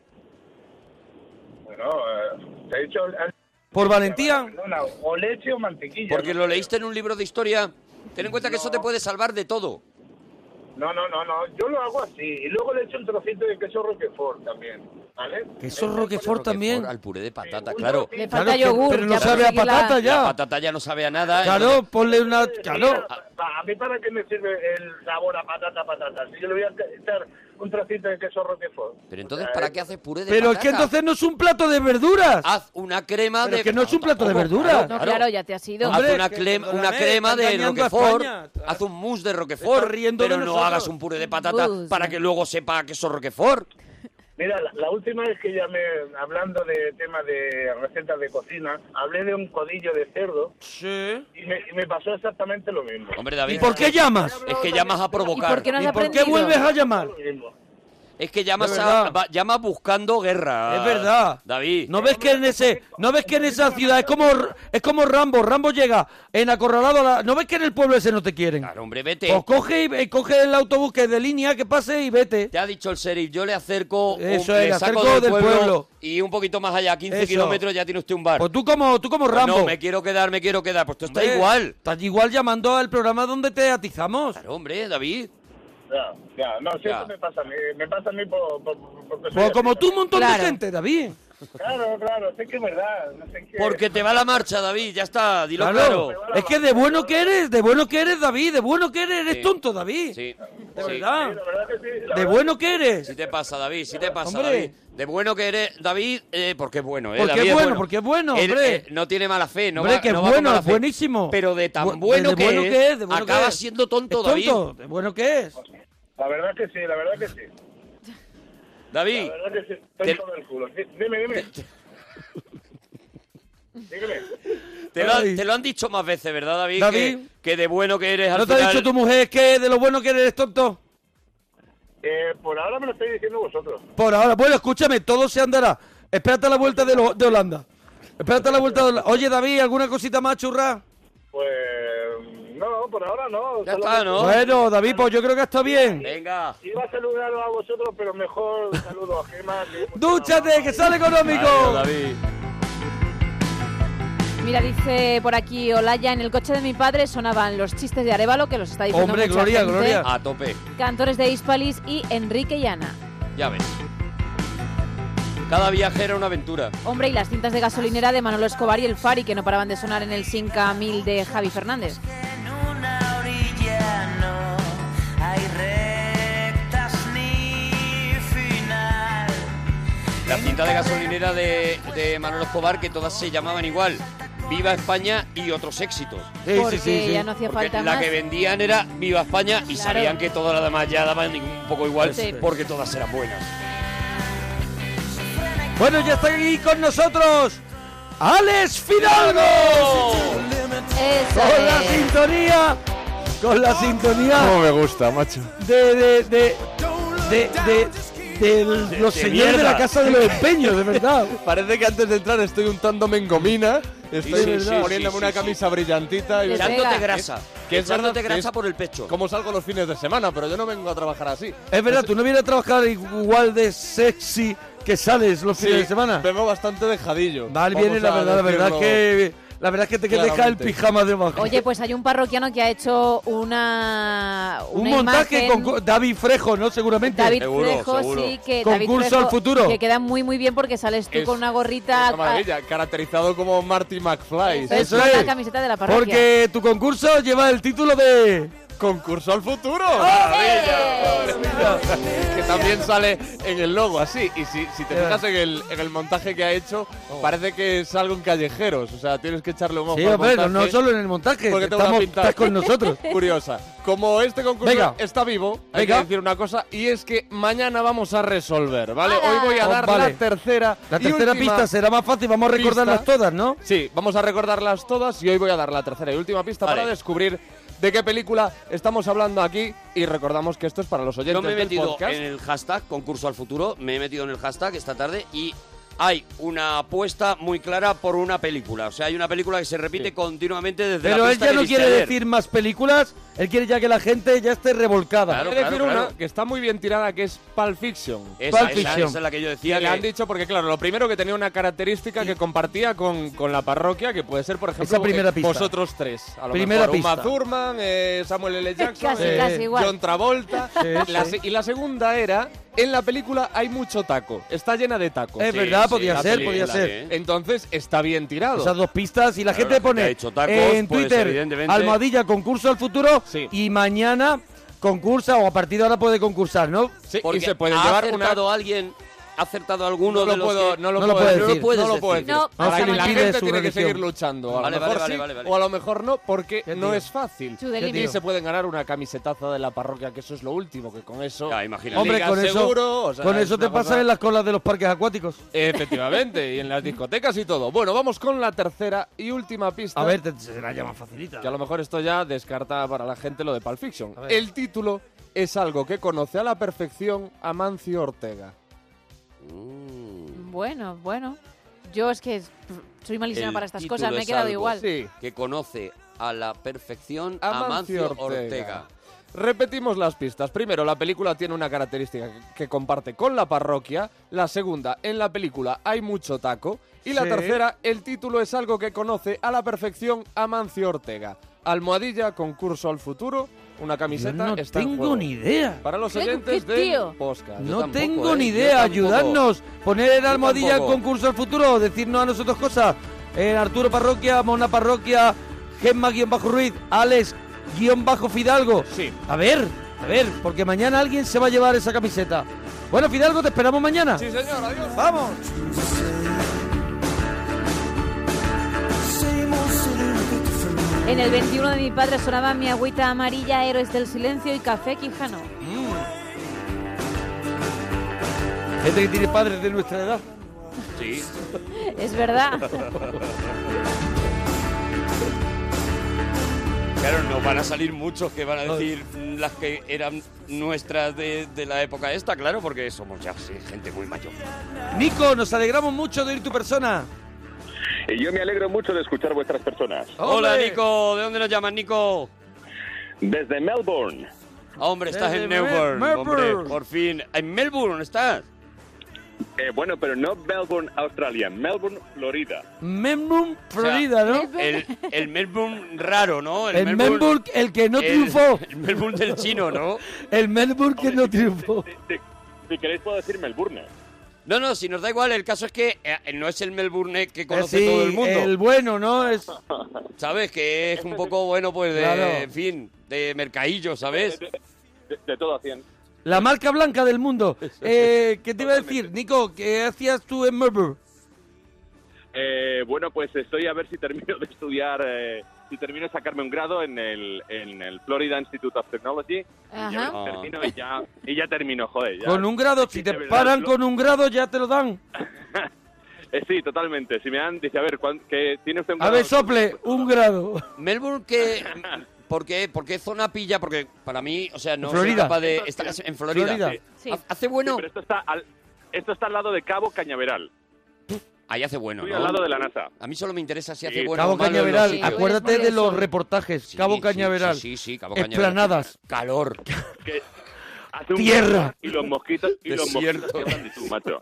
Speaker 8: Bueno, eh, te he dicho... antes,
Speaker 1: Por valentía,
Speaker 8: perdona, o leche o mantequilla.
Speaker 4: Porque
Speaker 8: no
Speaker 4: lo
Speaker 8: sé.
Speaker 4: leíste en un libro de historia. Ten en cuenta que eso te puede salvar de todo.
Speaker 8: No, no, no, no. Yo lo hago así. Y luego le echo un trocito de queso roquefort también. ¿Vale?
Speaker 1: queso
Speaker 8: Entonces,
Speaker 1: roquefort también.
Speaker 4: Al puré de patata,
Speaker 8: Sí,
Speaker 4: claro.
Speaker 8: un
Speaker 3: Le
Speaker 1: Claro,
Speaker 3: falta
Speaker 1: es que-
Speaker 3: yogur.
Speaker 1: pero no
Speaker 3: ya para
Speaker 1: sabe a
Speaker 3: seguir la-
Speaker 1: patata
Speaker 4: La
Speaker 1: ya.
Speaker 4: patata ya no sabe a nada.
Speaker 1: Claro,
Speaker 4: entonces-
Speaker 1: ponle una... Claro.
Speaker 8: Mira, pa- A mí para qué me sirve el sabor a patata patata. Si yo le voy a echar un trocito de queso roquefort.
Speaker 4: Pero entonces,
Speaker 8: O sea,
Speaker 4: ¿para
Speaker 8: eh,
Speaker 4: qué haces puré de
Speaker 1: Pero es
Speaker 4: patata?
Speaker 1: que entonces no es un plato de verduras.
Speaker 4: Haz una crema
Speaker 1: Pero
Speaker 4: de...
Speaker 1: que no es un plato de
Speaker 4: Tampoco,
Speaker 1: verduras.
Speaker 3: No,
Speaker 4: Ah, claro,
Speaker 3: claro,
Speaker 4: claro.
Speaker 3: ya te has ido.
Speaker 1: Hombre,
Speaker 4: Haz una,
Speaker 1: que-
Speaker 4: clem- una
Speaker 1: perdóname,
Speaker 4: crema
Speaker 1: está
Speaker 4: de
Speaker 1: engañando a
Speaker 4: roquefort,
Speaker 1: España.
Speaker 4: haz un mousse de roquefort,
Speaker 1: Está riendo de
Speaker 4: pero no
Speaker 1: nosotros.
Speaker 4: hagas un puré de patata
Speaker 3: Mousse.
Speaker 4: para que luego sepa que es roquefort.
Speaker 8: Mira, la, la última vez que llamé, hablando de temas de recetas de cocina, hablé de un codillo de cerdo
Speaker 1: Sí.
Speaker 8: y me, y me pasó exactamente lo mismo.
Speaker 4: Hombre, David,
Speaker 1: ¿Y por qué llamas?
Speaker 4: es que llamas a
Speaker 3: ¿Y por
Speaker 4: provocar.
Speaker 3: qué no has
Speaker 1: ¿Y por qué
Speaker 3: aprendido?
Speaker 1: vuelves a llamar?
Speaker 8: Lo mismo.
Speaker 4: Es que llamas
Speaker 1: De
Speaker 4: a,
Speaker 1: verdad.
Speaker 4: va- llamas buscando guerra.
Speaker 1: Es verdad.
Speaker 4: David.
Speaker 1: ¿No ves que en ese, no ves que en esa ciudad es como es como Rambo, Rambo llega en acorralado a la- ¿No ves que en el pueblo ese no te quieren?
Speaker 4: Claro, hombre, vete.
Speaker 1: Pues coge y, y coge el autobús que es de línea, que pase y vete.
Speaker 4: Te ha dicho el sheriff, yo le acerco, un-
Speaker 1: Eso es,
Speaker 4: le
Speaker 1: le
Speaker 4: saco
Speaker 1: acerco
Speaker 4: del
Speaker 1: del
Speaker 4: pueblo,
Speaker 1: pueblo.
Speaker 4: y un poquito más allá, 15
Speaker 1: Eso.
Speaker 4: kilómetros, ya tiene usted un bar.
Speaker 1: Pues tú como tú como
Speaker 4: Pues
Speaker 1: Rambo.
Speaker 4: No, me quiero quedar, me quiero quedar. Pues tú está
Speaker 1: Hombre,
Speaker 4: igual.
Speaker 1: Estás igual llamando al programa donde te atizamos.
Speaker 4: Claro, hombre, David.
Speaker 8: Ya, ya, no, si
Speaker 4: Ya.
Speaker 8: eso me pasa a mí, me pasa a mí por... por- porque soy
Speaker 1: Pues como
Speaker 8: así.
Speaker 1: tú un montón
Speaker 3: Claro.
Speaker 1: de gente, David.
Speaker 8: Claro, claro, sé que es verdad. No sé qué.
Speaker 4: Porque te va la marcha, David, ya está, dilo claro.
Speaker 1: Claro, es que de bueno que eres, de bueno que eres, David, de bueno que eres, eres tonto, David.
Speaker 4: Sí.
Speaker 1: De
Speaker 4: Sí.
Speaker 1: verdad. de
Speaker 4: verdad.
Speaker 1: bueno que eres.
Speaker 4: Si te pasa, David, si te pasa,
Speaker 1: Hombre.
Speaker 4: David. De bueno que eres, David, eh, porque es bueno, ¿eh?
Speaker 1: Porque
Speaker 4: David
Speaker 1: es bueno, porque es bueno,
Speaker 4: Él,
Speaker 1: hombre.
Speaker 4: eh, no tiene mala fe, no
Speaker 1: Hombre,
Speaker 4: va,
Speaker 1: que es
Speaker 4: no va con
Speaker 1: bueno,
Speaker 4: mala
Speaker 1: es
Speaker 4: fe.
Speaker 1: buenísimo.
Speaker 4: Pero de tan
Speaker 1: Bu- de-
Speaker 4: bueno,
Speaker 1: de bueno
Speaker 4: es,
Speaker 1: que es, de bueno que
Speaker 4: acaba
Speaker 1: es.
Speaker 4: siendo tonto,
Speaker 1: Es
Speaker 4: David.
Speaker 1: tonto, de bueno que es.
Speaker 8: La verdad que sí, la verdad que sí.
Speaker 4: David,
Speaker 8: La verdad que sí. Estoy
Speaker 4: Te-
Speaker 8: todo el culo. Sí, Dime, dime. Dígame.
Speaker 4: te lo,
Speaker 1: Ay.
Speaker 4: te lo han dicho más veces, ¿verdad, David?
Speaker 1: David.
Speaker 4: Que, que de bueno que eres al
Speaker 1: ¿No te ha
Speaker 4: final-
Speaker 1: dicho tu mujer que de lo bueno que eres tonto?
Speaker 8: Eh, por ahora me lo estáis diciendo vosotros.
Speaker 1: Por ahora, bueno, escúchame, todo se andará. Espérate a la vuelta de, lo- de Holanda. Espérate a la vuelta de Holanda. Oye, David, ¿alguna cosita más, churra?
Speaker 8: Pues no, por ahora no.
Speaker 4: Ya
Speaker 8: Solo
Speaker 4: está,
Speaker 8: que-
Speaker 4: ¿no?
Speaker 1: Bueno, David, pues yo creo que está bien.
Speaker 4: Venga.
Speaker 8: Iba a saludaros a vosotros, pero mejor saludo a Gema. que-
Speaker 1: ¡Dúchate, que sale
Speaker 4: Adiós,
Speaker 1: económico!
Speaker 4: David.
Speaker 3: Mira, dice por aquí Olaya, en el coche de mi padre sonaban los chistes de Arevalo, que los está diciendo
Speaker 1: Hombre,
Speaker 3: mucha
Speaker 1: Gloria,
Speaker 3: gente,
Speaker 1: Gloria.
Speaker 4: A tope.
Speaker 3: Cantores de Hispalis y Enrique y Ana.
Speaker 4: Ya ves. Cada viajero una aventura.
Speaker 3: Hombre, y las cintas de gasolinera de Manolo Escobar y el Fari, que no paraban de sonar en el Sinca 1000 de Javi Fernández.
Speaker 9: En una orilla no hay rectas ni final.
Speaker 4: La cinta de gasolinera de, de Manolo Escobar que todas se llamaban igual. Viva España y otros éxitos.
Speaker 1: Sí,
Speaker 3: porque
Speaker 1: sí, sí, sí.
Speaker 3: ya no hacía
Speaker 4: Porque
Speaker 3: falta
Speaker 4: la
Speaker 3: más.
Speaker 4: que vendían era Viva España y
Speaker 3: Claro.
Speaker 4: sabían que todas las demás ya daban un poco igual
Speaker 3: Sí.
Speaker 4: porque todas eran buenas.
Speaker 1: Bueno, ya está aquí con nosotros Alex Fidalgo.
Speaker 3: Eso
Speaker 1: Con la
Speaker 3: es.
Speaker 1: sintonía, con la sintonía
Speaker 10: ¿Cómo me gusta, macho?
Speaker 1: de, de, de, de, de, Eh, del- los
Speaker 4: de
Speaker 1: señores de la
Speaker 4: mierda.
Speaker 1: casa de los empeños, de verdad.
Speaker 10: Parece que antes de entrar estoy untándome en gomina,
Speaker 4: Sí,
Speaker 10: estoy
Speaker 4: sí, sí,
Speaker 10: poniéndome
Speaker 4: sí,
Speaker 10: una
Speaker 4: sí,
Speaker 10: camisa brillantita y...
Speaker 3: Les Echándote
Speaker 4: Echándote
Speaker 3: pega.
Speaker 4: grasa.
Speaker 10: Que es
Speaker 4: Echándote
Speaker 10: verdad,
Speaker 4: grasa
Speaker 10: es-
Speaker 4: por el pecho.
Speaker 10: Como salgo los fines de semana, pero yo no vengo a trabajar así.
Speaker 1: Es verdad, tú no vienes a trabajar igual de sexy que sales los fines de semana.
Speaker 10: Vengo bastante dejadillo.
Speaker 1: Mal
Speaker 10: Vamos
Speaker 1: viene la
Speaker 10: a
Speaker 1: verdad, la verdad
Speaker 10: decirlo.
Speaker 1: que la verdad es que te que deja el
Speaker 10: claramente.
Speaker 1: pijama debajo.
Speaker 3: Oye, pues hay un parroquiano que ha hecho una.
Speaker 1: un
Speaker 3: una
Speaker 1: montaje
Speaker 3: imagen.
Speaker 1: con David Frejo, ¿no? Seguramente.
Speaker 3: David
Speaker 4: Seguro,
Speaker 3: Frejo,
Speaker 4: seguro.
Speaker 3: sí, que David
Speaker 1: Concurso
Speaker 3: Frejo,
Speaker 1: al futuro.
Speaker 3: Que queda muy, muy bien porque sales tú
Speaker 10: Es-
Speaker 3: con una
Speaker 10: Es
Speaker 3: gorrita.
Speaker 10: una maravilla, caracterizado como Marty McFly.
Speaker 3: Eso es,
Speaker 1: Eso
Speaker 3: con
Speaker 1: es.
Speaker 3: la camiseta de la parroquia.
Speaker 1: Porque tu concurso lleva el título de
Speaker 10: Concurso al futuro.
Speaker 3: ¡Eh!
Speaker 10: que también sale en el logo así. Y si, si te
Speaker 1: Ya. Oh.
Speaker 10: fijas en el, en el montaje que ha hecho, parece que es algo en callejeros. O sea, tienes que echarle un ojo.
Speaker 1: Sí,
Speaker 10: al
Speaker 1: hombre, no,
Speaker 10: montaje.
Speaker 1: no solo en el montaje,
Speaker 10: Porque tengo
Speaker 1: estamos,
Speaker 10: una pinta.
Speaker 1: estás con nosotros.
Speaker 10: Curiosa. Como este concurso
Speaker 1: Venga.
Speaker 10: está vivo, hay
Speaker 1: Venga.
Speaker 10: que decir una cosa, y es que mañana vamos a resolver, ¿vale?
Speaker 3: ¡Hala!
Speaker 10: Hoy voy a
Speaker 1: Oh,
Speaker 10: dar
Speaker 1: vale.
Speaker 10: la tercera.
Speaker 1: La
Speaker 10: y
Speaker 1: tercera
Speaker 10: última-
Speaker 1: pista será más fácil, vamos a
Speaker 10: pista.
Speaker 1: recordarlas todas, ¿no?
Speaker 10: Sí, vamos a recordarlas todas y hoy voy a dar la tercera y última pista
Speaker 4: Vale.
Speaker 10: para descubrir de qué película estamos hablando aquí y recordamos que esto es para los oyentes
Speaker 4: Yo me he
Speaker 10: del
Speaker 4: metido
Speaker 10: podcast.
Speaker 4: en el hashtag concurso al futuro, me he metido en el hashtag esta tarde y hay una apuesta muy clara por una película. O sea, hay una película que se repite
Speaker 10: Sí.
Speaker 4: continuamente desde la
Speaker 1: Pero él
Speaker 4: pista
Speaker 1: ya
Speaker 4: que
Speaker 1: no
Speaker 4: viste
Speaker 1: quiere
Speaker 4: ayer.
Speaker 1: decir más películas, él quiere ya que la gente ya esté revolcada.
Speaker 4: Claro,
Speaker 10: Voy a decir
Speaker 4: claro.
Speaker 10: una que está muy bien tirada que es Pulp Fiction.
Speaker 4: Esa,
Speaker 1: Pulp
Speaker 4: esa,
Speaker 1: Fiction.
Speaker 4: esa es la que yo
Speaker 10: Y
Speaker 4: decía.
Speaker 10: le han
Speaker 4: que-
Speaker 10: dicho porque, claro, lo primero que tenía una característica que compartía con, con la parroquia, que puede ser, por ejemplo,
Speaker 1: Esa primera
Speaker 10: eh,
Speaker 1: pista.
Speaker 10: vosotros tres. A lo
Speaker 1: Primera
Speaker 10: mejor, Uma
Speaker 1: pista.
Speaker 10: Thurman, eh, Samuel L. Jackson,
Speaker 3: Casi,
Speaker 10: eh,
Speaker 3: casi igual.
Speaker 10: John Travolta.
Speaker 1: Sí,
Speaker 10: La
Speaker 1: sí.
Speaker 10: se- Y la segunda era, en la película hay mucho taco, está llena de tacos.
Speaker 1: Es
Speaker 4: Sí,
Speaker 1: verdad,
Speaker 4: sí,
Speaker 1: podía
Speaker 4: la
Speaker 1: ser,
Speaker 4: peli-
Speaker 1: podía
Speaker 4: la
Speaker 1: ser.
Speaker 4: de-
Speaker 10: Entonces está bien tirado.
Speaker 1: Esas dos pistas y la
Speaker 4: Claro,
Speaker 1: gente
Speaker 4: la gente
Speaker 1: pone
Speaker 4: ha hecho tacos,
Speaker 1: en
Speaker 4: pues,
Speaker 1: Twitter
Speaker 4: evidentemente.
Speaker 1: almohadilla concurso al futuro
Speaker 10: Sí.
Speaker 1: y mañana concursa o a partir de ahora puede concursar, ¿no?
Speaker 10: Sí,
Speaker 4: Porque
Speaker 10: y se puede
Speaker 4: ha
Speaker 10: llevar una...
Speaker 4: acertado alguien, ha acertado alguno
Speaker 10: No
Speaker 4: de
Speaker 10: lo,
Speaker 4: los
Speaker 10: puedo,
Speaker 4: que-
Speaker 10: no lo
Speaker 1: No lo
Speaker 10: puedo
Speaker 1: puedes
Speaker 10: decir.
Speaker 1: decir.
Speaker 10: No lo puedo
Speaker 4: No,
Speaker 10: decir.
Speaker 3: hasta
Speaker 10: Ahora que la
Speaker 1: mañana.
Speaker 10: gente
Speaker 1: Su
Speaker 10: tiene que
Speaker 1: religión.
Speaker 10: seguir luchando. A
Speaker 4: Vale, vale,
Speaker 10: lo mejor
Speaker 4: vale,
Speaker 10: sí,
Speaker 4: vale, vale.
Speaker 10: o a lo mejor no, porque
Speaker 1: ¿Qué
Speaker 10: no
Speaker 1: tío?
Speaker 10: es fácil.
Speaker 3: Tú del
Speaker 1: ¿Qué
Speaker 10: Y
Speaker 3: límite.
Speaker 1: tío?
Speaker 10: se pueden ganar una camisetaza de la parroquia, que eso es lo último, que con eso...
Speaker 4: Ya, imagínate.
Speaker 1: Hombre,
Speaker 10: ligas
Speaker 1: con eso,
Speaker 10: seguro, o sea,
Speaker 1: con
Speaker 10: es
Speaker 1: eso te
Speaker 10: una cosa-
Speaker 1: pasan en las colas de los parques acuáticos.
Speaker 10: Efectivamente, y en las discotecas y todo. Bueno, vamos con la tercera y última pista.
Speaker 1: A ver, te, será ya más facilita.
Speaker 10: Que a lo mejor esto ya descarta para la gente lo de Pulp Fiction.
Speaker 1: A ver.
Speaker 10: El título es algo que conoce a la perfección Amancio Ortega.
Speaker 4: Mm.
Speaker 3: Bueno, bueno. Yo es que pff, soy malísima
Speaker 4: El
Speaker 3: para estas
Speaker 4: título
Speaker 3: cosas, me he
Speaker 4: es
Speaker 3: quedado
Speaker 4: algo.
Speaker 3: igual.
Speaker 10: Sí,
Speaker 4: que conoce a la perfección a
Speaker 10: Amancio
Speaker 4: Mancio
Speaker 10: Ortega.
Speaker 4: Ortega.
Speaker 10: Repetimos las pistas. Primero, la película tiene una característica que- que comparte con la parroquia. La segunda, en la película hay mucho taco. Y la
Speaker 1: Sí.
Speaker 10: tercera, el título es algo que conoce a la perfección Amancio Ortega. Almohadilla, concurso al futuro una camiseta.
Speaker 1: no
Speaker 10: está en
Speaker 1: tengo
Speaker 10: juego.
Speaker 1: ni idea.
Speaker 10: Para los
Speaker 1: ¿Qué-
Speaker 10: oyentes
Speaker 1: qué
Speaker 10: del
Speaker 1: tío?
Speaker 10: podcast. Yo
Speaker 1: No
Speaker 10: tampoco,
Speaker 1: tengo
Speaker 10: ¿eh?
Speaker 1: ni
Speaker 10: Yo
Speaker 1: idea,
Speaker 10: tampoco.
Speaker 1: ayudarnos, poner en
Speaker 10: Yo
Speaker 1: almohadilla el
Speaker 10: tampoco.
Speaker 1: concurso al futuro, decirnos a nosotros cosas. Eh, Arturo Parroquia, Mona Parroquia, Gemma-Ruiz, Alex-Fidalgo. Sí. A ver, a ver, porque mañana alguien se va a llevar esa camiseta. Bueno, Fidalgo, te esperamos mañana.
Speaker 10: Sí, señor, adiós.
Speaker 1: Vamos.
Speaker 3: En el 21 de mi padre sonaba mi agüita amarilla, héroes del silencio y café quijano.
Speaker 1: Gente que tiene padres de nuestra edad.
Speaker 4: Sí.
Speaker 3: Es verdad.
Speaker 4: Claro, nos van a salir muchos que van a decir mm, las que eran nuestras de, de la época esta, claro, porque somos ya sí, gente muy mayor.
Speaker 1: Nico, nos alegramos mucho de oír tu persona.
Speaker 11: Y Eh, yo me alegro mucho de escuchar vuestras personas.
Speaker 4: Hola, Nico. ¿De dónde nos llamas, Nico?
Speaker 11: Desde Melbourne.
Speaker 4: Hombre, estás
Speaker 11: Desde
Speaker 4: en
Speaker 11: Mel-
Speaker 4: Melbourne.
Speaker 11: Melbourne.
Speaker 4: hombre, por fin. En Melbourne estás.
Speaker 11: Eh, bueno, pero no Melbourne, Australia, Melbourne, Florida.
Speaker 1: Melbourne, Florida, ¿no?
Speaker 4: El, el Melbourne raro, ¿no?
Speaker 1: El Melbourne, el que no
Speaker 4: el-
Speaker 1: triunfó.
Speaker 4: El Melbourne del chino, ¿no?
Speaker 1: El Melbourne que no triunfó.
Speaker 11: Si queréis puedo decir Melbourne.
Speaker 4: No, no, si nos da igual, el caso es que eh, no es el Melbourne que conoce
Speaker 1: Eh, Sí,
Speaker 4: todo el mundo.
Speaker 1: el bueno, ¿no? Es...
Speaker 4: ¿Sabes? Que es un poco, bueno, pues de,
Speaker 1: Claro.
Speaker 4: en fin, de mercadillo, ¿sabes?
Speaker 11: De, todo a 100.
Speaker 1: La marca blanca del mundo. Eh, ¿Qué te iba a decir, Nico? ¿Qué hacías tú en Melbourne?
Speaker 11: Eh, bueno, pues estoy a ver si termino de estudiar, eh, si termino de sacarme un grado en el, en el Florida Institute of Technology. Y a ver si
Speaker 4: Ah.
Speaker 1: Ajá.
Speaker 11: termino y ya, y ya termino, joder. ya.
Speaker 1: Con un grado, si
Speaker 11: Sí,
Speaker 1: te
Speaker 11: de verdad,
Speaker 1: paran
Speaker 11: lo-
Speaker 1: con un grado ya te lo dan.
Speaker 11: Eh, sí, totalmente. Si me dan, dice, a ver, ¿cuán- qué, ¿tiene usted un
Speaker 1: A
Speaker 11: grado?
Speaker 1: ver, sople, un grado.
Speaker 4: Melbourne que... ¿Por qué? ¿Por qué zona pilla? Porque para mí, o sea, no soy
Speaker 1: Florida.
Speaker 4: capaz de... Estás en Florida.
Speaker 1: Florida.
Speaker 4: Hace bueno.
Speaker 11: pero esto está, al, esto está al lado de Cabo Cañaveral.
Speaker 4: Ahí hace bueno,
Speaker 11: Estoy
Speaker 4: ¿no?
Speaker 11: al lado de la NASA.
Speaker 4: A mí solo me interesa si hace
Speaker 11: Sí.
Speaker 4: bueno o
Speaker 1: Cabo
Speaker 4: malo en los
Speaker 1: Cañaveral,
Speaker 4: sitios.
Speaker 1: acuérdate de los reportajes. Cabo Cañaveral.
Speaker 4: Sí, sí, sí, Cabo Cañaveral.
Speaker 1: Esplanadas.
Speaker 4: Calor.
Speaker 11: Que hace un-
Speaker 1: Tierra.
Speaker 11: Y los mosquitos. Y los mosquitos
Speaker 4: Desierto.
Speaker 11: que hablan de tú, macho.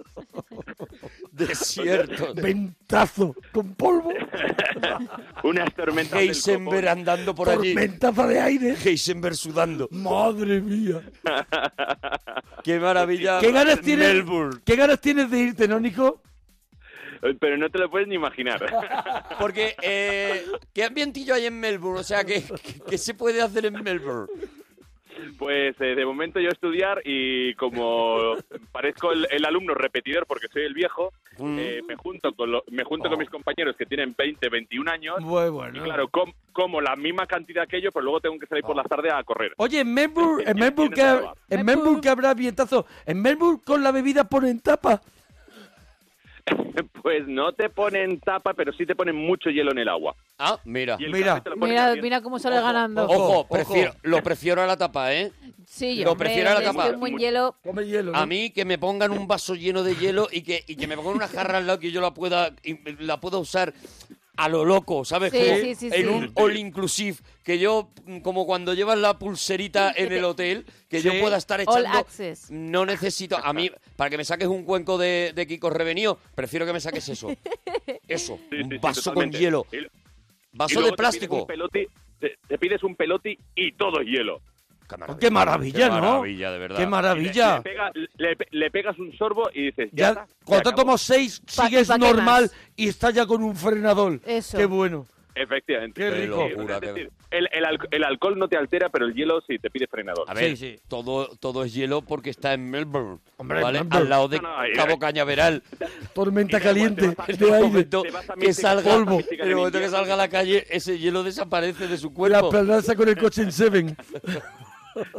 Speaker 4: Desierto.
Speaker 1: Ventazo, con polvo.
Speaker 11: Unas tormentas. del
Speaker 4: Heisenberg
Speaker 11: copón.
Speaker 4: andando por allí.
Speaker 1: Tormentaza de aire.
Speaker 4: Heisenberg sudando.
Speaker 1: Madre mía.
Speaker 4: ¡Qué maravilla!
Speaker 1: ¿Qué ganas, tienes,
Speaker 4: Melbourne.
Speaker 1: ¿Qué ganas tienes de irte, no, Nico?
Speaker 11: Pero no te lo puedes ni imaginar.
Speaker 4: Porque, eh, ¿qué ambientillo hay en Melbourne? O sea, ¿qué, qué, qué se puede hacer en Melbourne?
Speaker 11: Pues eh, de momento yo estudiar y como parezco el, el alumno repetidor porque soy el viejo,
Speaker 4: Mm.
Speaker 11: eh, me junto, con, lo- me junto con mis compañeros que tienen 20, 21 años.
Speaker 1: Muy bueno.
Speaker 11: Y claro, com- como la misma cantidad que yo, pero luego tengo que salir por la tarde a correr.
Speaker 1: Oye, en Melbourne, en Melbourne, que, ha- en Melbourne que habrá vientazo. En Melbourne con la bebida ponen tapa.
Speaker 11: Pues no te ponen tapa, pero sí te ponen mucho hielo en el agua.
Speaker 4: Ah, mira.
Speaker 11: Y el
Speaker 1: Mira.
Speaker 11: café te lo ponen
Speaker 3: Mira,
Speaker 11: caliente.
Speaker 3: mira cómo sale ganando.
Speaker 4: Ojo, prefiero, lo prefiero a la tapa, ¿eh?
Speaker 3: Sí,
Speaker 4: Lo
Speaker 3: hombre,
Speaker 4: prefiero a la
Speaker 3: es que
Speaker 4: tapa.
Speaker 3: un buen hielo.
Speaker 4: A mí que me pongan un vaso lleno de hielo y que, y que me pongan una jarra al lado que yo la pueda, y la pueda usar a lo loco, ¿sabes?
Speaker 3: Sí,
Speaker 4: Como
Speaker 3: sí, sí,
Speaker 4: en
Speaker 3: sí.
Speaker 4: un all inclusive, que yo, mm, como cuando llevas la pulserita en el hotel, que yo
Speaker 1: Sí.
Speaker 4: pueda estar
Speaker 3: All
Speaker 4: echando...
Speaker 3: access.
Speaker 4: No necesito, a mí, para que me saques un cuenco de, de Kiko Revenido, prefiero que me saques eso. Eso,
Speaker 11: Sí, sí,
Speaker 4: un
Speaker 11: sí,
Speaker 4: vaso con
Speaker 11: totalmente.
Speaker 4: hielo.
Speaker 11: Y- y
Speaker 4: Vaso de
Speaker 11: luego te pides un
Speaker 4: plástico.
Speaker 11: peloti- te, te pides un peloti y todo es hielo.
Speaker 1: Oh, Qué maravilla,
Speaker 4: Qué
Speaker 1: ¿no?
Speaker 4: maravilla, de verdad.
Speaker 1: Qué maravilla.
Speaker 11: Le, pega- le pe- le pegas un sorbo y dices, ya,
Speaker 1: Ya,
Speaker 11: está, se
Speaker 1: cuando te
Speaker 11: acabó.
Speaker 1: tomas seis,
Speaker 3: Pa-
Speaker 1: sigues
Speaker 3: ¿pa qué
Speaker 1: normal
Speaker 3: más?
Speaker 1: y está ya con un frenador.
Speaker 3: Eso.
Speaker 1: Qué bueno.
Speaker 11: Efectivamente.
Speaker 1: Qué
Speaker 11: Sí,
Speaker 1: rico.
Speaker 11: es
Speaker 4: Locura, qué-
Speaker 11: decir, el, el alco- el alcohol no te altera, pero el hielo sí te pide frenador.
Speaker 4: A ver,
Speaker 1: Sí, sí.
Speaker 4: Todo, todo es hielo porque está en Melbourne,
Speaker 1: Hombre,
Speaker 4: ¿vale?
Speaker 1: Melbourne.
Speaker 4: Al lado de
Speaker 11: No, no, ahí-
Speaker 4: Cabo Cañaveral.
Speaker 1: Tormenta caliente
Speaker 4: En
Speaker 1: de
Speaker 4: el
Speaker 1: aire.
Speaker 4: momento
Speaker 11: Te vas a
Speaker 4: que
Speaker 11: Mística-
Speaker 4: salga,
Speaker 11: te vas a
Speaker 1: polvo.
Speaker 11: Mística
Speaker 4: en
Speaker 11: en
Speaker 4: el momento que
Speaker 11: invierno.
Speaker 4: salga a la calle, ese hielo desaparece de su
Speaker 1: La
Speaker 4: cuerpo.
Speaker 1: plaza con el coche en Seven.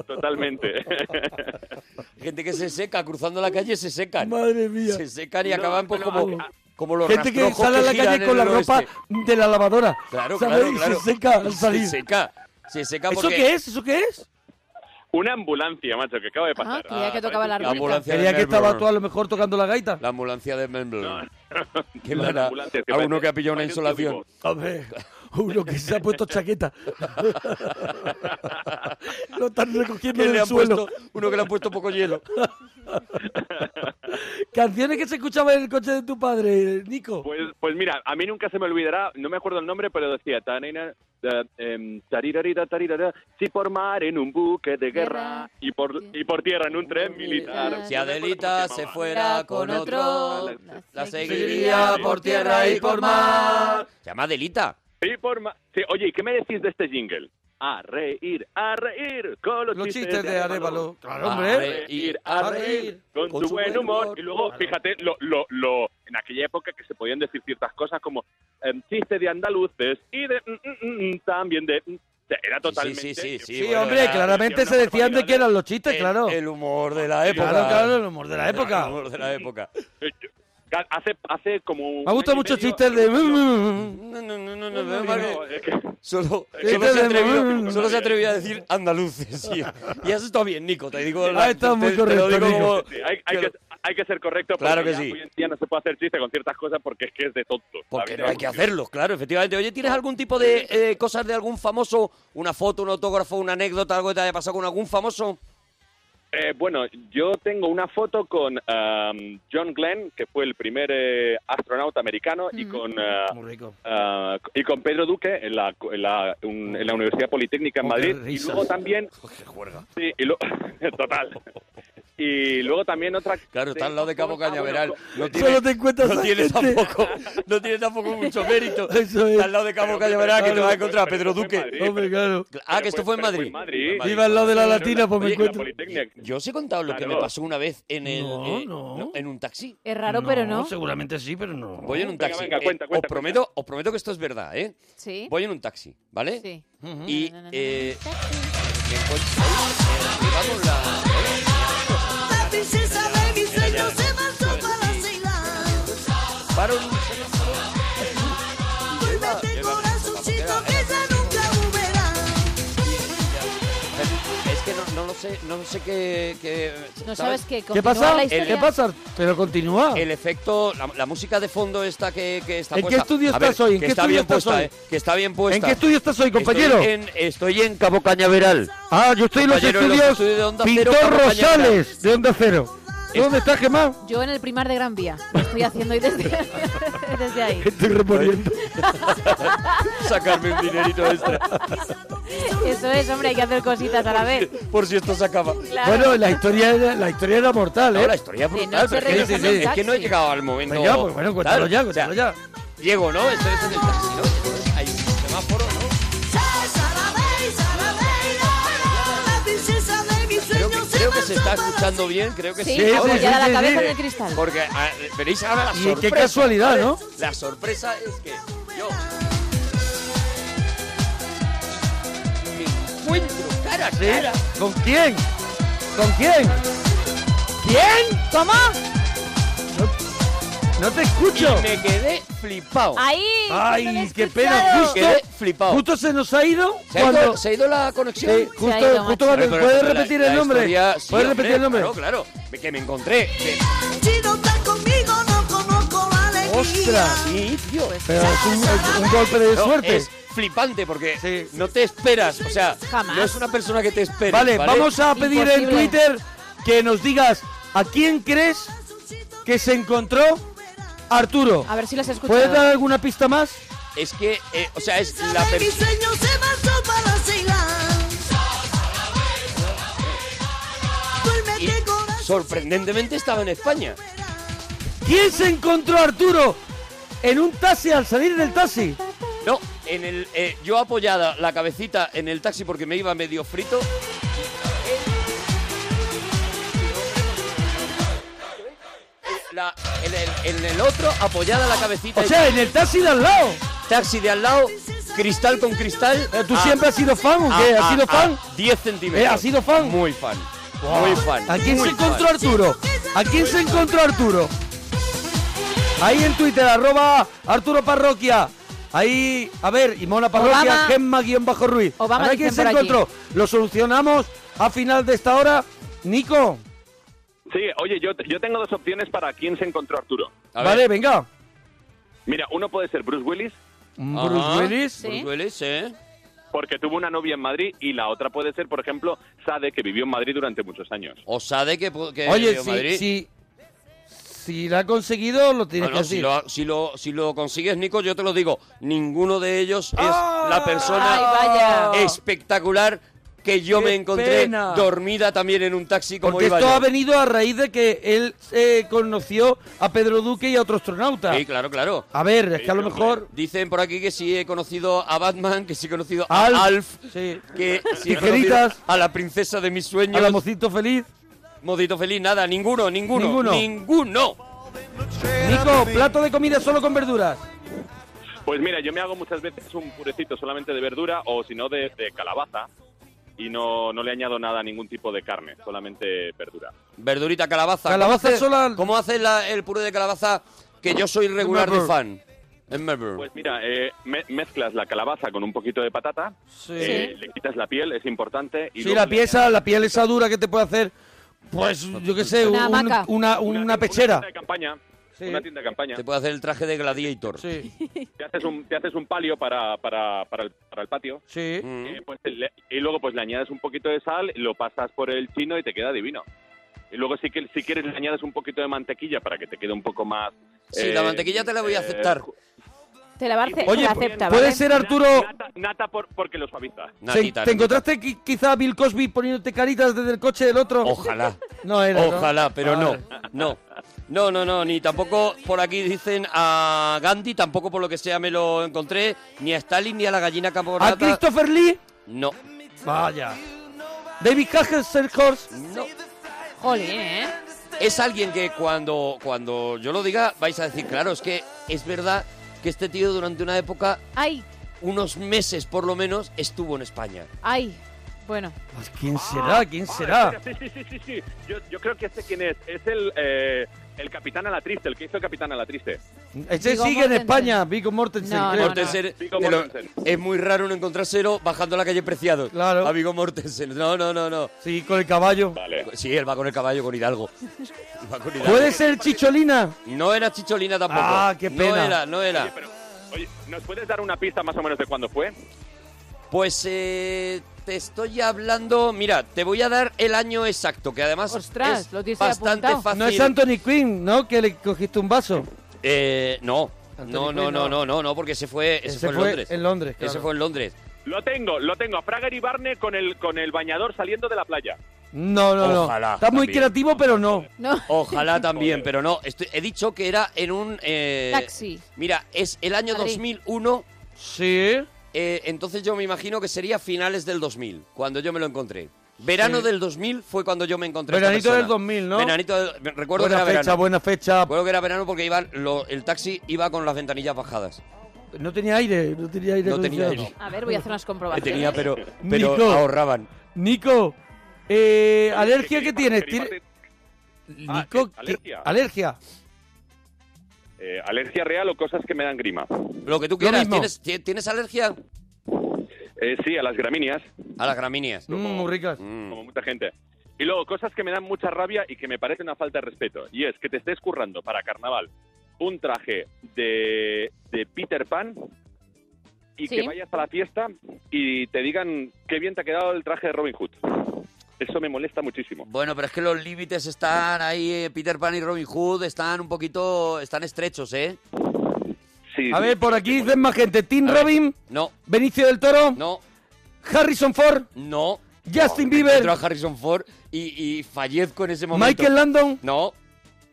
Speaker 11: Totalmente.
Speaker 4: Gente que se seca, cruzando la calle se secan.
Speaker 1: Madre mía.
Speaker 4: Se secan y
Speaker 11: No,
Speaker 4: acaban pues
Speaker 11: pero
Speaker 4: como,
Speaker 11: a- a-
Speaker 4: como los
Speaker 1: Gente que
Speaker 4: rastrojos
Speaker 1: sale a la
Speaker 4: giran
Speaker 1: calle
Speaker 4: en
Speaker 1: con la
Speaker 4: el
Speaker 1: ropa
Speaker 4: oeste.
Speaker 1: de la lavadora.
Speaker 4: Claro,
Speaker 1: ¿sabes?
Speaker 4: claro,
Speaker 1: Y
Speaker 4: claro.
Speaker 1: se seca al
Speaker 4: Se
Speaker 1: salir.
Speaker 4: seca. Se seca
Speaker 1: ¿Eso
Speaker 4: porque
Speaker 1: qué es? ¿Eso qué es?
Speaker 11: Una ambulancia, macho, que acaba de
Speaker 3: Ah,
Speaker 11: pasar.
Speaker 3: creía que
Speaker 11: Ah,
Speaker 3: tocaba la
Speaker 4: la
Speaker 3: rúbrica.
Speaker 4: ambulancia de
Speaker 1: Quería que estaba
Speaker 4: Melbourne.
Speaker 1: tú a lo mejor tocando la gaita.
Speaker 4: La ambulancia de Melbourne. Qué
Speaker 11: Las
Speaker 4: mala.
Speaker 11: ambulancias que
Speaker 4: A uno
Speaker 11: parecen-
Speaker 4: que ha pillado una
Speaker 11: parecen
Speaker 4: insolación.
Speaker 11: tubos.
Speaker 1: Hombre, uno que se ha puesto chaqueta. Lo están recogiendo
Speaker 4: Que le
Speaker 1: del
Speaker 4: han
Speaker 1: suelo.
Speaker 4: puesto, uno que le han puesto poco hielo.
Speaker 1: Canciones que se escuchaban en el coche de tu padre, Nico.
Speaker 11: Pues, pues mira, a mí nunca se me olvidará, no me acuerdo el nombre, pero decía, "Tanina, da, em, tarirarira, tarirara, si por mar en un buque de guerra y por, y por tierra en un tren militar.
Speaker 4: Si Adelita se fuera con otro, la seguiría
Speaker 11: seguiría
Speaker 4: por tierra y por mar. Se llama Adelita.
Speaker 11: Sí, por ma- sí, oye, ¿y qué me decís de este jingle? A reír, a reír, con los,
Speaker 1: Los chistes de Arevalo.
Speaker 4: Ah,
Speaker 1: Claro,
Speaker 11: A
Speaker 1: hombre.
Speaker 11: reír, a reír, con, su buen humor. Y luego, fíjate, lo, lo, lo, en aquella época que se podían decir ciertas cosas como em, chiste de andaluces y de mm, mm, mm, también de... mm. O sea, era totalmente...
Speaker 4: sí, sí, sí,
Speaker 1: Sí, hombre, claramente se decían de que eran los chistes, claro.
Speaker 4: El humor de la época.
Speaker 1: Claro, claro, el humor de la época.
Speaker 4: El humor de la época.
Speaker 11: Hace, hace como... un
Speaker 1: Me gustan
Speaker 11: año y
Speaker 1: mucho
Speaker 11: medio-
Speaker 1: chistes de...
Speaker 4: No, no, no, no, no, no, Este Marco.
Speaker 11: es que-
Speaker 4: Solo,
Speaker 11: Es que
Speaker 4: solo
Speaker 11: no
Speaker 4: se
Speaker 11: se
Speaker 4: atrevió,
Speaker 11: atrevió.
Speaker 4: solo se atrevió a decir andaluces. Y, y has estado bien, Nico, te digo. la-
Speaker 1: Ah, está muy
Speaker 4: te- te lo
Speaker 1: correcto,
Speaker 4: digo
Speaker 1: Nico.
Speaker 4: como-
Speaker 11: Sí, hay, hay que, hay que ser correcto porque
Speaker 4: Claro que
Speaker 11: ya
Speaker 4: sí.
Speaker 11: hoy en día no se puede hacer chiste con ciertas cosas porque es que es de tonto.
Speaker 4: Porque no hay que hacerlo, claro, efectivamente. Oye, ¿tienes algún tipo de eh, cosas de algún famoso? ¿Una foto, un autógrafo, una anécdota, algo que te haya pasado con algún famoso?
Speaker 11: Eh, bueno, yo tengo una foto con um, John Glenn, que fue el primer eh, astronauta americano, y con uh, uh, y con Pedro Duque en la, en la, un- en la Universidad Politécnica en
Speaker 4: Oh, qué
Speaker 11: Madrid. Y
Speaker 4: risas.
Speaker 11: luego también... Sí, y lo- total. Y luego también otra... Ah,
Speaker 4: Claro, está al lado de Cabo Cañaveral. No tiene,
Speaker 1: Solo te encuentras
Speaker 4: no
Speaker 1: a
Speaker 4: tiene
Speaker 1: gente.
Speaker 4: tampoco, no tiene tampoco mucho mérito.
Speaker 1: Eso es.
Speaker 4: Está al lado de Cabo Cañaveral que te vas a encontrar a Pedro Duque.
Speaker 1: Hombre, claro.
Speaker 4: Ah, que esto fue en Madrid.
Speaker 1: Iba al lado de la latina, pues me
Speaker 4: Oye,
Speaker 1: encuentro.
Speaker 4: Yo os he contado lo que
Speaker 1: Claro.
Speaker 4: me pasó una vez en el
Speaker 1: No,
Speaker 4: eh, no, en un taxi.
Speaker 3: Es raro, pero no.
Speaker 1: Seguramente sí, pero no.
Speaker 4: Voy en un
Speaker 1: Venga,
Speaker 4: taxi.
Speaker 1: venga,
Speaker 4: Eh,
Speaker 1: cuenta,
Speaker 4: os
Speaker 1: cuenta,
Speaker 4: prometo, os prometo que esto es verdad, ¿eh?
Speaker 3: Sí.
Speaker 4: Voy en un taxi, ¿vale?
Speaker 3: Sí.
Speaker 4: Y eh, me encuentro- eh, ¡Ay! Me va con la-
Speaker 9: La princesa baby se nos levantó para las islas.
Speaker 4: Para
Speaker 9: Vuelvete corazoncito que ya nunca volverá.
Speaker 4: Es que no, no lo sé, no sé qué... qué-
Speaker 3: No sabes qué,
Speaker 1: ¿Qué
Speaker 3: continúa
Speaker 1: pasa? ¿Eh,
Speaker 3: la historia.
Speaker 1: ¿Qué pasa? Pero continúa.
Speaker 4: El efecto, la, la música de fondo esta que, que está
Speaker 1: ¿En qué
Speaker 4: puesta.
Speaker 1: estudio
Speaker 4: A ver,
Speaker 1: estás hoy? ¿En
Speaker 4: que
Speaker 1: qué
Speaker 4: está
Speaker 1: estudio
Speaker 4: bien
Speaker 1: estás
Speaker 4: puesta,
Speaker 1: hoy?
Speaker 4: eh, que está bien puesta.
Speaker 1: ¿En qué estudio estás hoy, compañero?
Speaker 4: Estoy en, estoy en Cabo Cañaveral.
Speaker 1: Ah, yo estoy en los
Speaker 4: Compañero, en los
Speaker 1: estudios,
Speaker 4: estudios de Onda
Speaker 1: Pintor
Speaker 4: Cero, Cabo
Speaker 1: Rosales de Onda Cero. ¿Tú ¿Dónde estás, Gemma?
Speaker 3: Yo en el primar de Gran Vía. Lo estoy haciendo hoy desde, desde ahí.
Speaker 1: Estoy reponiendo.
Speaker 4: Sacarme un dinerito extra.
Speaker 3: Eso es, hombre, hay que hacer cositas a la vez.
Speaker 4: Por si esto se acaba.
Speaker 3: Claro.
Speaker 1: Bueno, la historia, era, la historia era mortal, ¿eh?
Speaker 4: No, la historia es brutal,
Speaker 3: noche
Speaker 4: pero es que,
Speaker 1: regresan
Speaker 4: no-
Speaker 1: en
Speaker 4: es que no he
Speaker 1: taxi.
Speaker 4: llegado al momento.
Speaker 1: Venga, pues bueno, cuéntalo
Speaker 4: tal.
Speaker 1: ya, cuéntalo
Speaker 4: O sea, Llego, ¿no? Estoy en el taxi, ¿no? Entonces Hay un semáforo, ¿no?
Speaker 9: La princesa baby
Speaker 4: Creo que, creo que se está escuchando bien, creo que sí.
Speaker 3: Sí,
Speaker 4: Ahora
Speaker 3: apoyar a la
Speaker 1: sí,
Speaker 3: cabeza
Speaker 1: sí.
Speaker 3: en el cristal.
Speaker 4: Porque ah, veréis ahora la
Speaker 1: Y
Speaker 4: sorpresa.
Speaker 1: qué casualidad, ¿no?
Speaker 4: La sorpresa es que yo me encuentro cara a
Speaker 1: ¿Sí?
Speaker 4: cara.
Speaker 1: ¿Con quién? ¿Con quién? ¿Quién?
Speaker 3: ¿Cómo?
Speaker 1: No te escucho.
Speaker 4: Y me quedé flipado.
Speaker 3: Ahí. no lo he
Speaker 1: Ay, qué pena.
Speaker 3: escuchado.
Speaker 1: Justo,
Speaker 4: Quedé flipado.
Speaker 1: justo se nos ha ido
Speaker 4: ¿Se ha,
Speaker 1: cuando.
Speaker 4: ido, se ha ido la conexión?
Speaker 1: Sí,
Speaker 3: Se ha ido,
Speaker 1: justo,
Speaker 3: macho.
Speaker 1: justo cuando.
Speaker 4: Pero-
Speaker 1: ¿Puedes
Speaker 4: pero la-
Speaker 1: repetir
Speaker 4: la
Speaker 1: el nombre?
Speaker 4: historia- sí,
Speaker 1: ¿Puedes
Speaker 4: hombre,
Speaker 1: repetir el nombre?
Speaker 4: Claro, claro. Me- Que me encontré. que-
Speaker 9: Si no estás conmigo no conozco la alegría.
Speaker 1: ¡Ostras!
Speaker 4: Sí, tío.
Speaker 1: Pero es un, es un golpe de
Speaker 4: No,
Speaker 1: suerte.
Speaker 4: Es flipante porque no te esperas. O sea,
Speaker 3: Jamás.
Speaker 4: no es una persona que te espere.
Speaker 1: Vale, vamos a pedir en
Speaker 3: Imposible.
Speaker 1: Twitter que nos digas a quién crees que se encontró Arturo.
Speaker 3: A ver si las escucho.
Speaker 1: ¿Puedes dar alguna pista más?
Speaker 4: Es que, eh, o sea, es la
Speaker 9: Mi
Speaker 4: persona.
Speaker 9: sueño se marchó para las islas. Duérmete corazón.
Speaker 4: Sorprendentemente estaba en España.
Speaker 1: ¿Quién se encontró a Arturo en un taxi al salir del taxi?
Speaker 4: No, en el, eh, yo apoyada la cabecita en el taxi porque me iba medio frito. La- en, el, en el otro apoyada la cabecita.
Speaker 1: O sea, en el taxi de al lado.
Speaker 4: taxi de al lado, cristal con cristal. Ah,
Speaker 1: Eh, ¿Tú
Speaker 4: a-
Speaker 1: siempre has sido fan o qué? ¿Has
Speaker 4: a-
Speaker 1: sido
Speaker 4: a
Speaker 1: fan?
Speaker 4: 10 ah, centímetros.
Speaker 1: Eh, ¿has sido fan?
Speaker 4: Muy fan.
Speaker 1: Wow.
Speaker 4: Muy fan.
Speaker 1: ¿A quién
Speaker 4: muy
Speaker 1: se encontró
Speaker 4: fan.
Speaker 1: Arturo? ¿A quién se encontró Arturo? Ahí en Twitter, arroba Arturo Parroquia. Ahí, a ver, y Mona Parroquia,
Speaker 3: Obama.
Speaker 1: Gemma-Ruiz.
Speaker 3: Obama
Speaker 1: ¿A ver quién
Speaker 3: dicen
Speaker 1: se
Speaker 3: por allí.
Speaker 1: encontró? Lo solucionamos a final de esta hora. Nico,
Speaker 11: Sí, oye, yo, yo tengo dos opciones para quién se encontró Arturo.
Speaker 4: A ver.
Speaker 1: vale, venga.
Speaker 11: Mira, uno puede ser Bruce Willis
Speaker 1: Bruce Willis.
Speaker 4: Bruce Willis, ¿eh?
Speaker 11: porque tuvo una novia en Madrid y la otra puede ser, por ejemplo, Sade, que vivió en Madrid durante muchos años.
Speaker 4: O Sade que, pu- que
Speaker 1: Oye,
Speaker 4: vivió en
Speaker 1: si,
Speaker 4: Madrid.
Speaker 1: si, si lo ha conseguido, lo tienes
Speaker 4: No, no,
Speaker 1: que
Speaker 4: si,
Speaker 1: decir.
Speaker 4: lo, si, lo, si lo consigues, Nico, yo te lo digo, ninguno de ellos es la persona
Speaker 1: ¡Ah! Ay, vaya.
Speaker 4: espectacular que yo
Speaker 1: Qué
Speaker 4: me encontré
Speaker 1: pena.
Speaker 4: dormida también en un taxi como
Speaker 1: Porque
Speaker 4: iba
Speaker 1: esto
Speaker 4: yo.
Speaker 1: ha venido a raíz de que él eh, conoció a Pedro Duque y a otro astronauta.
Speaker 4: Sí, claro, claro. Eh,
Speaker 1: A ver, es que a lo mejor...
Speaker 4: Dicen por aquí que sí he conocido a Batman, que sí he conocido a
Speaker 1: Alf.
Speaker 4: Alf,
Speaker 1: Sí.
Speaker 4: que sí he
Speaker 1: Tijeritas.
Speaker 4: conocido a la princesa de mis sueños.
Speaker 1: A la mocito feliz.
Speaker 4: Modito feliz, nada, ninguno, ninguno,
Speaker 1: Ninguno.
Speaker 4: ninguno.
Speaker 1: Nico, plato de comida solo con verduras.
Speaker 11: Pues mira, yo me hago muchas veces un purecito solamente de verdura o si no de, de calabaza y no, no le añado nada, ningún tipo de carne, solamente verdura.
Speaker 4: Verdurita, calabaza.
Speaker 11: Calabaza
Speaker 4: ¿Cómo hace- ¿Cómo hace la- el puré de calabaza? Que yo soy regular de
Speaker 11: Remember.
Speaker 4: fan. Remember.
Speaker 11: Pues mira, eh, me- mezclas la calabaza con un poquito de patata, eh, le quitas la piel, es importante. Y
Speaker 1: Sí,
Speaker 11: luego
Speaker 1: la
Speaker 11: le
Speaker 1: pieza, la piel esa dura que te puede hacer, pues yo qué sé,
Speaker 11: Una
Speaker 1: un-
Speaker 11: hamaca.
Speaker 1: una, una pechera.
Speaker 11: tienda de campaña. Una tienda de campaña.
Speaker 4: Te puede hacer el traje de gladiator.
Speaker 11: Te haces un, te haces un palio para, para, para, el, para el patio.
Speaker 1: Sí.
Speaker 4: Mm.
Speaker 11: Eh, pues le- y luego pues le añades un poquito de sal, lo pasas por el chino y te queda divino. Y luego si, que- si quieres le añades un poquito de mantequilla para que te quede un poco más...
Speaker 4: Sí,
Speaker 11: Eh,
Speaker 4: la mantequilla te la voy a aceptar.
Speaker 3: Te la, va a ace-
Speaker 1: Oye,
Speaker 3: la acepta,
Speaker 1: puede
Speaker 3: ¿vale?
Speaker 1: ser Arturo.
Speaker 11: Nata, nata por- porque lo suaviza.
Speaker 1: se- ¿Te encontraste qui- quizá a Bill Cosby poniéndote caritas desde el coche del otro?
Speaker 4: Ojalá.
Speaker 1: No era. ¿no?
Speaker 4: Ojalá, pero
Speaker 1: Ah,
Speaker 4: no. No. No, no, no, ni tampoco por aquí dicen a Gandhi, tampoco por lo que sea me lo encontré, ni a Stalin, ni a la gallina
Speaker 1: ¿A
Speaker 4: camporata.
Speaker 1: Christopher Lee?
Speaker 4: No.
Speaker 1: Vaya. David Cajers
Speaker 4: No.
Speaker 3: Jolín, ¿eh?
Speaker 4: Es alguien que cuando, cuando yo lo diga vais a decir, claro, es que es verdad que este tío durante una época,
Speaker 3: Ay,
Speaker 4: unos meses por lo menos, estuvo en España.
Speaker 3: ay. Bueno,
Speaker 1: ¿Quién será? ¿Quién
Speaker 11: Ah,
Speaker 1: será?
Speaker 11: espera, Sí, sí, sí, sí, sí. Yo, yo creo que sé quién es. Es el, eh, el capitán a la triste, el que hizo el capitán a la triste.
Speaker 1: Este
Speaker 11: Viggo
Speaker 1: sigue en
Speaker 11: Mortensen.
Speaker 1: España, Vigo Mortensen.
Speaker 11: No,
Speaker 1: creo.
Speaker 4: Mortensen, pero es muy raro no encontrárselo bajando a la calle Preciado. Claro. A Vigo Mortensen. No, no, no, no.
Speaker 1: Sí, con el caballo.
Speaker 4: Sí, él va con el caballo, con Hidalgo. Va con Hidalgo.
Speaker 1: ¿Puede ser Chicholina?
Speaker 4: No era Chicholina tampoco.
Speaker 1: Ah, qué
Speaker 4: No
Speaker 1: pena.
Speaker 4: era, no era.
Speaker 11: Oye, pero, oye, ¿nos puedes dar una pista más o menos de cuándo fue?
Speaker 4: Pues eh, te estoy hablando. Mira, te voy a dar el año exacto, que además
Speaker 3: Ostras,
Speaker 4: es
Speaker 3: lo tienes ahí
Speaker 4: bastante
Speaker 3: apuntado.
Speaker 4: fácil.
Speaker 1: No es Anthony Quinn, ¿no? Que le cogiste un vaso.
Speaker 4: Eh, no. No, no,
Speaker 1: Quinn,
Speaker 4: no,
Speaker 1: no.
Speaker 4: no, no, no, porque ese fue, ese
Speaker 1: Ese
Speaker 4: fue en
Speaker 1: fue
Speaker 4: Londres.
Speaker 1: en Londres,
Speaker 4: Ese
Speaker 1: claro.
Speaker 4: fue en Londres.
Speaker 11: Lo tengo, lo tengo. A Frager y Barney con el, con el bañador saliendo de la playa.
Speaker 1: No, no, no.
Speaker 4: Ojalá,
Speaker 1: Está muy
Speaker 4: también.
Speaker 1: creativo, pero no.
Speaker 4: Ojalá también, pero no. Estoy- he dicho que era en un. eh,
Speaker 3: taxi.
Speaker 4: Mira, es el año
Speaker 3: Madrid.
Speaker 4: 2001.
Speaker 1: Sí.
Speaker 4: eh, entonces yo me imagino que sería finales del 2000, cuando yo me lo encontré. Verano
Speaker 1: Sí.
Speaker 4: del 2000 fue cuando yo me encontré. a esta
Speaker 1: Veranito del
Speaker 4: persona.
Speaker 1: 2000, ¿no?
Speaker 4: Veranito del- me- Recuerdo
Speaker 1: buena
Speaker 4: que era
Speaker 1: fecha,
Speaker 4: verano.
Speaker 1: buena fecha.
Speaker 4: Recuerdo que era verano porque iban lo- el taxi iba con las ventanillas bajadas.
Speaker 1: No tenía aire, no tenía aire.
Speaker 4: No tenía
Speaker 1: acondicionado.
Speaker 4: aire.
Speaker 3: A ver, voy a hacer unas
Speaker 4: Que
Speaker 3: comprobaciones.
Speaker 4: tenía, pero, pero
Speaker 1: Nico.
Speaker 4: ahorraban.
Speaker 1: Nico, eh, ¿alergia qué tienes? ¿Tiene-
Speaker 11: Ah,
Speaker 1: Nico,
Speaker 11: ¿qué?
Speaker 1: ¿qué-
Speaker 11: alergia.
Speaker 1: ¿alergia?
Speaker 11: Eh, alergia real o cosas que me dan grima.
Speaker 4: Lo que tú quieras. ¿Tienes, ti- ¿Tienes
Speaker 1: Mm,
Speaker 4: alergia?
Speaker 11: Eh, sí, a las gramíneas.
Speaker 4: A las gramíneas.
Speaker 1: muy ricas.
Speaker 11: Como
Speaker 4: Mm.
Speaker 11: mucha gente. Y luego, cosas que me dan mucha rabia y que me parece una falta de respeto. Y es que te estés currando para carnaval un traje de, de Peter Pan y
Speaker 3: Sí.
Speaker 11: que vayas a la fiesta y te digan qué bien te ha quedado el traje de Robin Hood. Eso me molesta muchísimo.
Speaker 4: Bueno, pero es que los límites están ahí. eh, Peter Pan y Robin Hood están un poquito. están estrechos, ¿eh?
Speaker 1: A ver, por aquí dicen más gente. Tim Robin.
Speaker 4: No.
Speaker 1: Benicio del Toro.
Speaker 4: No.
Speaker 1: Harrison Ford.
Speaker 4: No.
Speaker 1: Justin
Speaker 4: Me
Speaker 1: Bieber.
Speaker 4: encuentro a Harrison Ford y, y fallezco en ese momento.
Speaker 1: Michael Landon.
Speaker 4: No.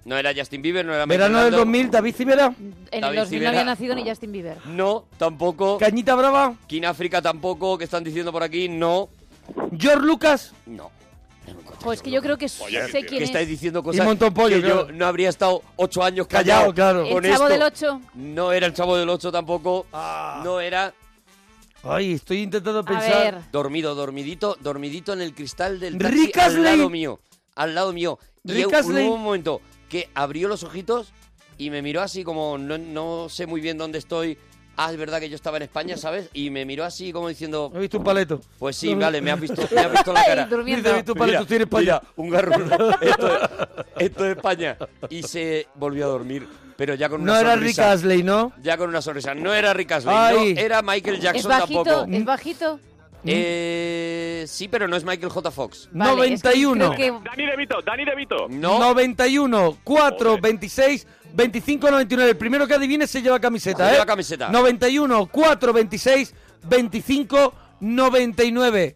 Speaker 4: No era Justin Bieber, no era Michael
Speaker 1: Verano del
Speaker 4: Landon.
Speaker 1: 2000, David Civera.
Speaker 3: En
Speaker 4: David
Speaker 3: el 2000 no
Speaker 4: Civera.
Speaker 3: había nacido ni Justin Bieber.
Speaker 4: No, tampoco.
Speaker 1: Cañita Brava.
Speaker 4: King África tampoco, que están diciendo por aquí, no.
Speaker 1: George Lucas.
Speaker 4: No.
Speaker 3: Pues que yo creo que sé quién
Speaker 4: que
Speaker 3: es.
Speaker 4: estáis diciendo
Speaker 1: Y
Speaker 4: cosas
Speaker 1: Montón Pollo,
Speaker 4: que
Speaker 1: claro.
Speaker 4: yo no habría estado ocho años
Speaker 1: Callado,
Speaker 4: callado.
Speaker 1: claro.
Speaker 3: El
Speaker 4: con
Speaker 3: chavo
Speaker 4: esto.
Speaker 3: del 8.
Speaker 4: No era el chavo del 8 tampoco. No era.
Speaker 1: Ah. Ay, estoy intentando
Speaker 3: pensar. ver.
Speaker 4: Dormido, dormidito, dormidito en el cristal del taxi
Speaker 1: Rick
Speaker 4: al
Speaker 1: Astley.
Speaker 4: lado mío. Al lado mío. Y
Speaker 1: Rick
Speaker 4: hubo
Speaker 1: Astley.
Speaker 4: un momento que abrió los ojitos y me miró así como no, no sé muy bien dónde estoy. Ah, es verdad que yo estaba en España, ¿sabes? Y me miró así como diciendo,
Speaker 1: He visto un paleto.
Speaker 4: pues sí, vale, me has visto, me has visto la cara.
Speaker 1: Dice, He visto un paleto, estoy en España.
Speaker 4: mira, un garrulo. Esto, es- esto es España. Y se volvió a dormir. pero ya con una
Speaker 1: No era Rick
Speaker 4: sonrisa.
Speaker 1: Astley, ¿no?
Speaker 4: Ya con una sonrisa. No era Rick Astley,
Speaker 1: Ay.
Speaker 4: no era Michael Jackson
Speaker 3: ¿Es bajito? Mm.
Speaker 4: tampoco.
Speaker 3: ¿Es bajito?
Speaker 4: Eh, sí, pero no es Michael J. Fox.
Speaker 1: Vale, es que creo 91. que-
Speaker 11: Dani DeVito, Dani DeVito.
Speaker 1: 91, 4, 26, 25, 99. El primero que adivine se lleva camiseta,
Speaker 4: Se
Speaker 1: ¿eh?
Speaker 4: lleva camiseta.
Speaker 1: 91, 4, 26, 25, 99.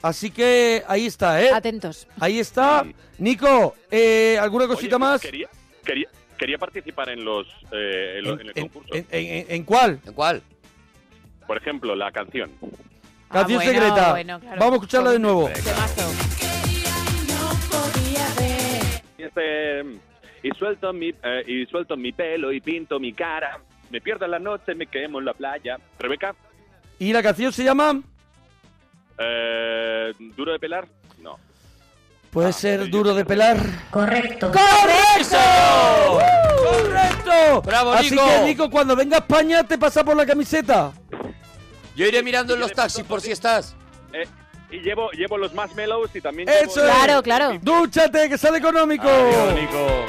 Speaker 1: Así que ahí está, ¿eh?
Speaker 3: Atentos.
Speaker 1: Ahí está. Nico, eh, ¿alguna cosita más?
Speaker 11: Quería, quería, quería participar en los eh, en, lo- en el concurso.
Speaker 1: ¿En, en- en cuál? ¿En cuál?
Speaker 11: Por ejemplo, la canción.
Speaker 1: Canción
Speaker 11: Ah, bueno,
Speaker 1: secreta.
Speaker 11: bueno, claro.
Speaker 1: Vamos a escucharla de nuevo.
Speaker 11: Este, y suelto mi eh, y suelto mi pelo y pinto mi cara. Me pierdo en la noche, me quemo en la playa. Rebeca,
Speaker 1: ¿Y la canción se llama?
Speaker 11: eh, duro de pelar. No.
Speaker 4: Ah,
Speaker 1: Puede ser duro de pelar.
Speaker 11: Correcto.
Speaker 1: ¡Correcto! ¡Correcto!
Speaker 4: Bravo,
Speaker 1: Así
Speaker 4: Nico.
Speaker 1: que, Nico, cuando venga a España, te pasa por la camiseta.
Speaker 4: Yo iré mirando en los taxis por si estás.
Speaker 11: Eh, y llevo llevo los más mellows y también.
Speaker 1: ¡Eso
Speaker 11: llevo-
Speaker 1: es! ¡Dúchate, que sale económico!
Speaker 4: Ah,
Speaker 11: Adiós, Nico.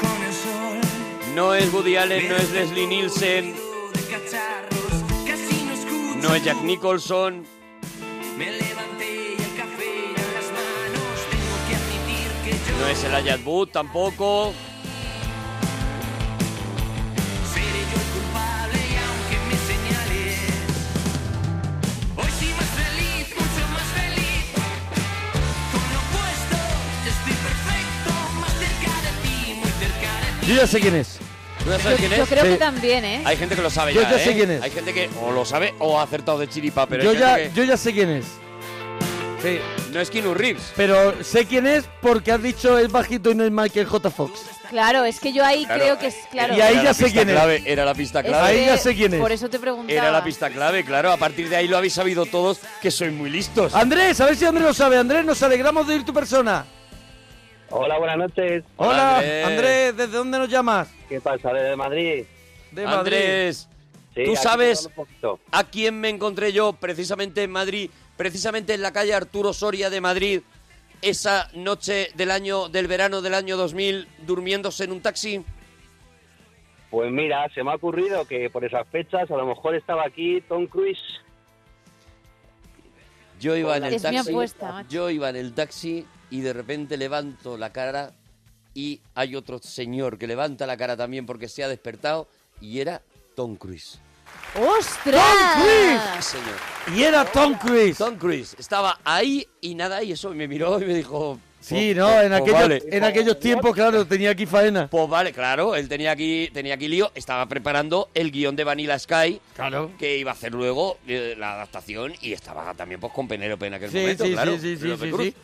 Speaker 9: Con el sol
Speaker 4: No es Woody Allen, no es Leslie Nielsen,
Speaker 9: de cacharros, casi no escucho.
Speaker 4: no es Jack Nicholson.
Speaker 9: Me levanté y el café en las manos. Tengo que admitir que yo
Speaker 4: No es el Ayat Wood tampoco.
Speaker 9: seré yo el culpable. Y aunque me señales, hoy sí más feliz, mucho más feliz. Con lo opuesto, estoy perfecto. Más cerca de ti, muy cerca de
Speaker 1: Yo ya sé quién es.
Speaker 4: ¿Tú ya
Speaker 3: Yo,
Speaker 4: sabes quién es?
Speaker 3: yo creo que también, ¿eh?
Speaker 4: Hay gente que lo sabe
Speaker 1: Yo
Speaker 4: ya,
Speaker 1: ya sé
Speaker 4: ¿eh?
Speaker 1: quién es.
Speaker 4: Hay gente que o lo sabe o ha acertado de chiripa, pero
Speaker 1: Yo
Speaker 4: hay
Speaker 1: ya,
Speaker 4: gente que-
Speaker 1: yo ya sé quién es.
Speaker 4: No es Keanu Reeves.
Speaker 1: Pero sé quién es porque has dicho es bajito y no es Michael J. Fox.
Speaker 3: Claro, es que yo ahí
Speaker 4: Claro,
Speaker 3: creo que es. Claro.
Speaker 1: Y ahí
Speaker 4: Era
Speaker 1: ya
Speaker 4: la
Speaker 1: sé
Speaker 4: pista
Speaker 1: quién es.
Speaker 4: clave, Era la pista
Speaker 3: Es
Speaker 4: clave.
Speaker 3: que Por eso te preguntaba.
Speaker 4: Era la pista clave, claro. A partir de ahí lo habéis sabido todos que sois muy listos.
Speaker 1: Andrés, a ver si Andrés lo sabe. Andrés, nos alegramos de oír tu persona.
Speaker 12: Hola, buenas noches.
Speaker 1: Hola, Andrés. Eh, ¿desde dónde nos llamas?
Speaker 12: ¿Qué pasa? ¿Desde Madrid?
Speaker 1: De
Speaker 4: Andrés,
Speaker 12: Sí,
Speaker 4: tú
Speaker 12: aquí
Speaker 4: sabes
Speaker 12: tocando un poquito.
Speaker 4: a quién me encontré yo precisamente en Madrid, precisamente en la calle Arturo Soria de Madrid, esa noche del año del verano del año 2000 durmiéndose en un taxi.
Speaker 12: Pues mira, se me ha ocurrido que por esas fechas a lo mejor estaba aquí Tom Cruise.
Speaker 4: Yo iba en el
Speaker 3: Es mi
Speaker 4: taxi.
Speaker 3: apuesta, macho.
Speaker 4: yo iba en el taxi y de repente levanto la cara y hay otro señor que levanta la cara también porque se ha despertado y era Tom Cruise.
Speaker 3: ¡Ostras!
Speaker 4: Sí, señor.
Speaker 1: Y era Tom Cruise.
Speaker 4: Tom Cruise. Estaba ahí y nada, y eso y me miró y me dijo.
Speaker 1: Sí,
Speaker 4: pues-
Speaker 1: no,
Speaker 4: pues-
Speaker 1: en
Speaker 4: pues
Speaker 1: aquellos,
Speaker 4: vale.
Speaker 1: en aquellos tiempos, claro, tenía aquí faena.
Speaker 4: Pues vale, claro, él tenía aquí, tenía aquí lío, estaba preparando el guión de Vanilla Sky, que iba a hacer luego eh, la adaptación y estaba también pues con Penélope en aquel
Speaker 1: Sí,
Speaker 4: momento,
Speaker 1: sí,
Speaker 4: claro.
Speaker 1: sí, sí, sí,
Speaker 4: Penélope
Speaker 1: sí,
Speaker 4: Cruz.
Speaker 1: sí.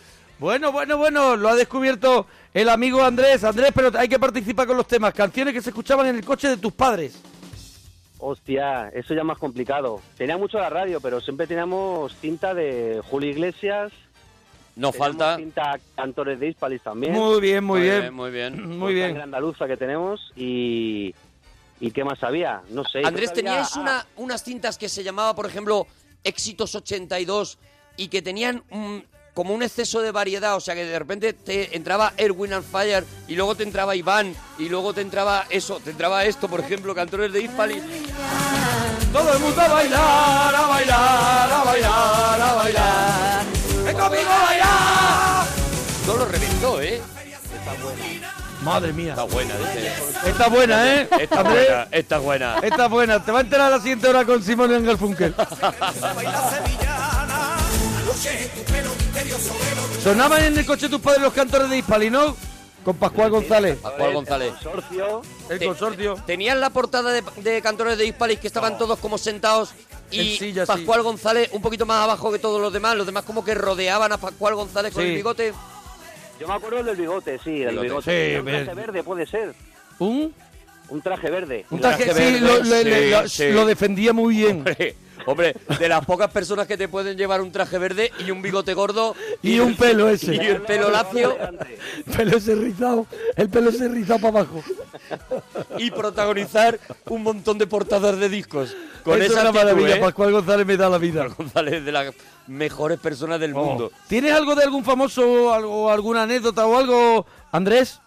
Speaker 1: Bueno, bueno, bueno, lo ha descubierto el amigo Andrés. Andrés, pero hay que participar con los temas. Canciones que se escuchaban en el coche de tus padres.
Speaker 12: Hostia, eso ya es más complicado. Tenía mucho la radio, pero siempre teníamos cinta de Julio Iglesias.
Speaker 4: No
Speaker 12: Teníamos
Speaker 4: falta.
Speaker 12: Cinta Cantores de Hispalis también.
Speaker 1: Muy bien, muy, bien.
Speaker 4: Muy bien.
Speaker 1: Muy bien.
Speaker 12: Gran andaluza que tenemos y... ¿Y qué más había? No sé.
Speaker 4: Andrés,
Speaker 12: creo que había-
Speaker 4: teníais
Speaker 12: ah,
Speaker 4: una, unas cintas que se llamaba, por ejemplo, Éxitos 82 y que tenían un- como un exceso de variedad, o sea que de repente te entraba Erwin and Fire y luego te entraba Iván y luego te entraba eso, te entraba esto, por ejemplo, Cantores de Hispali.
Speaker 1: Todo el mundo a bailar, a bailar, a bailar, a bailar. ¡Ven conmigo a bailar!
Speaker 4: No lo reventó, ¿eh?
Speaker 1: Madre mía.
Speaker 4: Está buena, dice.
Speaker 1: Está buena, ¿eh?
Speaker 4: Está
Speaker 1: Andrés.
Speaker 4: buena, está buena.
Speaker 1: Esta es buena, te va a enterar a la siguiente hora con Simón en el Funkel. Sonaban en el coche tus padres los cantores de Hispali, ¿no? Con Pascual González.
Speaker 4: Pascual González.
Speaker 1: El
Speaker 4: Te-
Speaker 1: consorcio. Ah.
Speaker 4: Tenían la portada de, de Cantores de Hispalis que estaban todos como sentados y
Speaker 1: En silla, sí.
Speaker 4: Pascual González un poquito más abajo que todos los demás. Los demás como que rodeaban a Pascual González con
Speaker 1: Sí.
Speaker 4: el bigote.
Speaker 12: Yo me acuerdo del bigote, Ah, sí, del
Speaker 4: Bigote.
Speaker 12: bigote.
Speaker 1: Sí,
Speaker 12: un traje
Speaker 1: ver-
Speaker 12: verde puede ser.
Speaker 1: ¿Un?
Speaker 12: Un traje verde.
Speaker 1: Un traje, sí, lo, lo- lo- lo- lo defendía muy bien.
Speaker 4: Hombre, de las pocas personas que te pueden llevar un traje verde y un bigote gordo
Speaker 1: Y un pelo ese.
Speaker 4: y el pelo lacio
Speaker 1: pelo se rizado, el pelo se rizado para abajo.
Speaker 4: y protagonizar un montón de portadas de discos. Con
Speaker 1: es
Speaker 4: esa
Speaker 1: una
Speaker 4: actitud,
Speaker 1: maravilla.
Speaker 4: ¿eh?
Speaker 1: Pascual González me da la vida.
Speaker 4: González de las mejores personas
Speaker 1: Oh.
Speaker 4: del mundo.
Speaker 1: ¿Tienes algo de algún famoso algo- o alguna anécdota o algo, Andrés?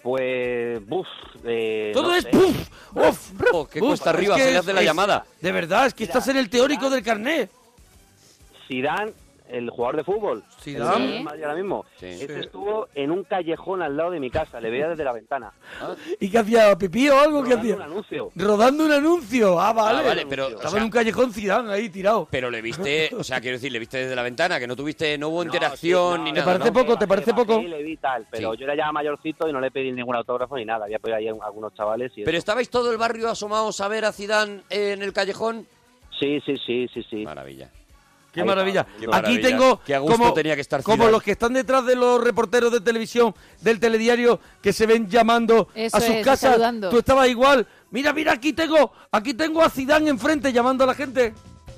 Speaker 12: Pues, buf. eh,
Speaker 1: Todo
Speaker 12: no
Speaker 1: es
Speaker 12: sé.
Speaker 1: ¡puf! ¡Uf!
Speaker 12: Oh,
Speaker 1: que
Speaker 12: qué cuesta arriba, se le hace la llamada.
Speaker 1: De verdad, es que estás en el teórico del carnet.
Speaker 12: Zidane, el jugador de fútbol.
Speaker 1: Zidane.
Speaker 12: El que
Speaker 1: Sí.
Speaker 12: está en Madrid ahora mismo.
Speaker 1: Sí.
Speaker 12: Este
Speaker 1: Sí.
Speaker 12: estuvo en un callejón al lado de mi casa, le veía desde Ah, la ventana.
Speaker 1: ¿Y qué hacía? ¿Pipí o algo? que hacía?
Speaker 12: un anuncio.
Speaker 1: Rodando un anuncio. Ah, vale.
Speaker 4: Ah, vale, pero, o
Speaker 1: Estaba
Speaker 4: sea-
Speaker 1: en un callejón Zidane ahí tirado.
Speaker 4: Pero le viste, o sea, quiero decir, le viste desde la ventana, que no tuviste, no hubo interacción ni
Speaker 1: ¿Te
Speaker 4: nada.
Speaker 1: parece
Speaker 4: ¿no?
Speaker 1: poco? ¿Te parece poco?
Speaker 12: Sí, le vi tal, pero
Speaker 4: Sí.
Speaker 12: yo era ya mayorcito y no le pedí ningún autógrafo ni nada. Había pedido ahí a algunos chavales. Y
Speaker 4: Pero
Speaker 12: eso.
Speaker 4: estabais todo el barrio asomados a ver a Zidane eh, en el callejón.
Speaker 12: Sí, sí, sí, sí, sí.
Speaker 4: Maravilla.
Speaker 1: Qué
Speaker 4: Ahí
Speaker 1: maravilla.
Speaker 4: está, qué
Speaker 1: Aquí
Speaker 4: maravilla.
Speaker 1: tengo
Speaker 4: Qué a gusto
Speaker 1: como,
Speaker 4: tenía que estar
Speaker 1: como
Speaker 4: Zidane.
Speaker 1: los que están detrás de los reporteros de televisión del telediario que se ven llamando
Speaker 3: Eso
Speaker 1: a sus
Speaker 3: es,
Speaker 1: casas.
Speaker 3: saludando.
Speaker 1: Tú estabas igual. Mira, mira, aquí tengo, aquí tengo a Zidane enfrente llamando a la gente.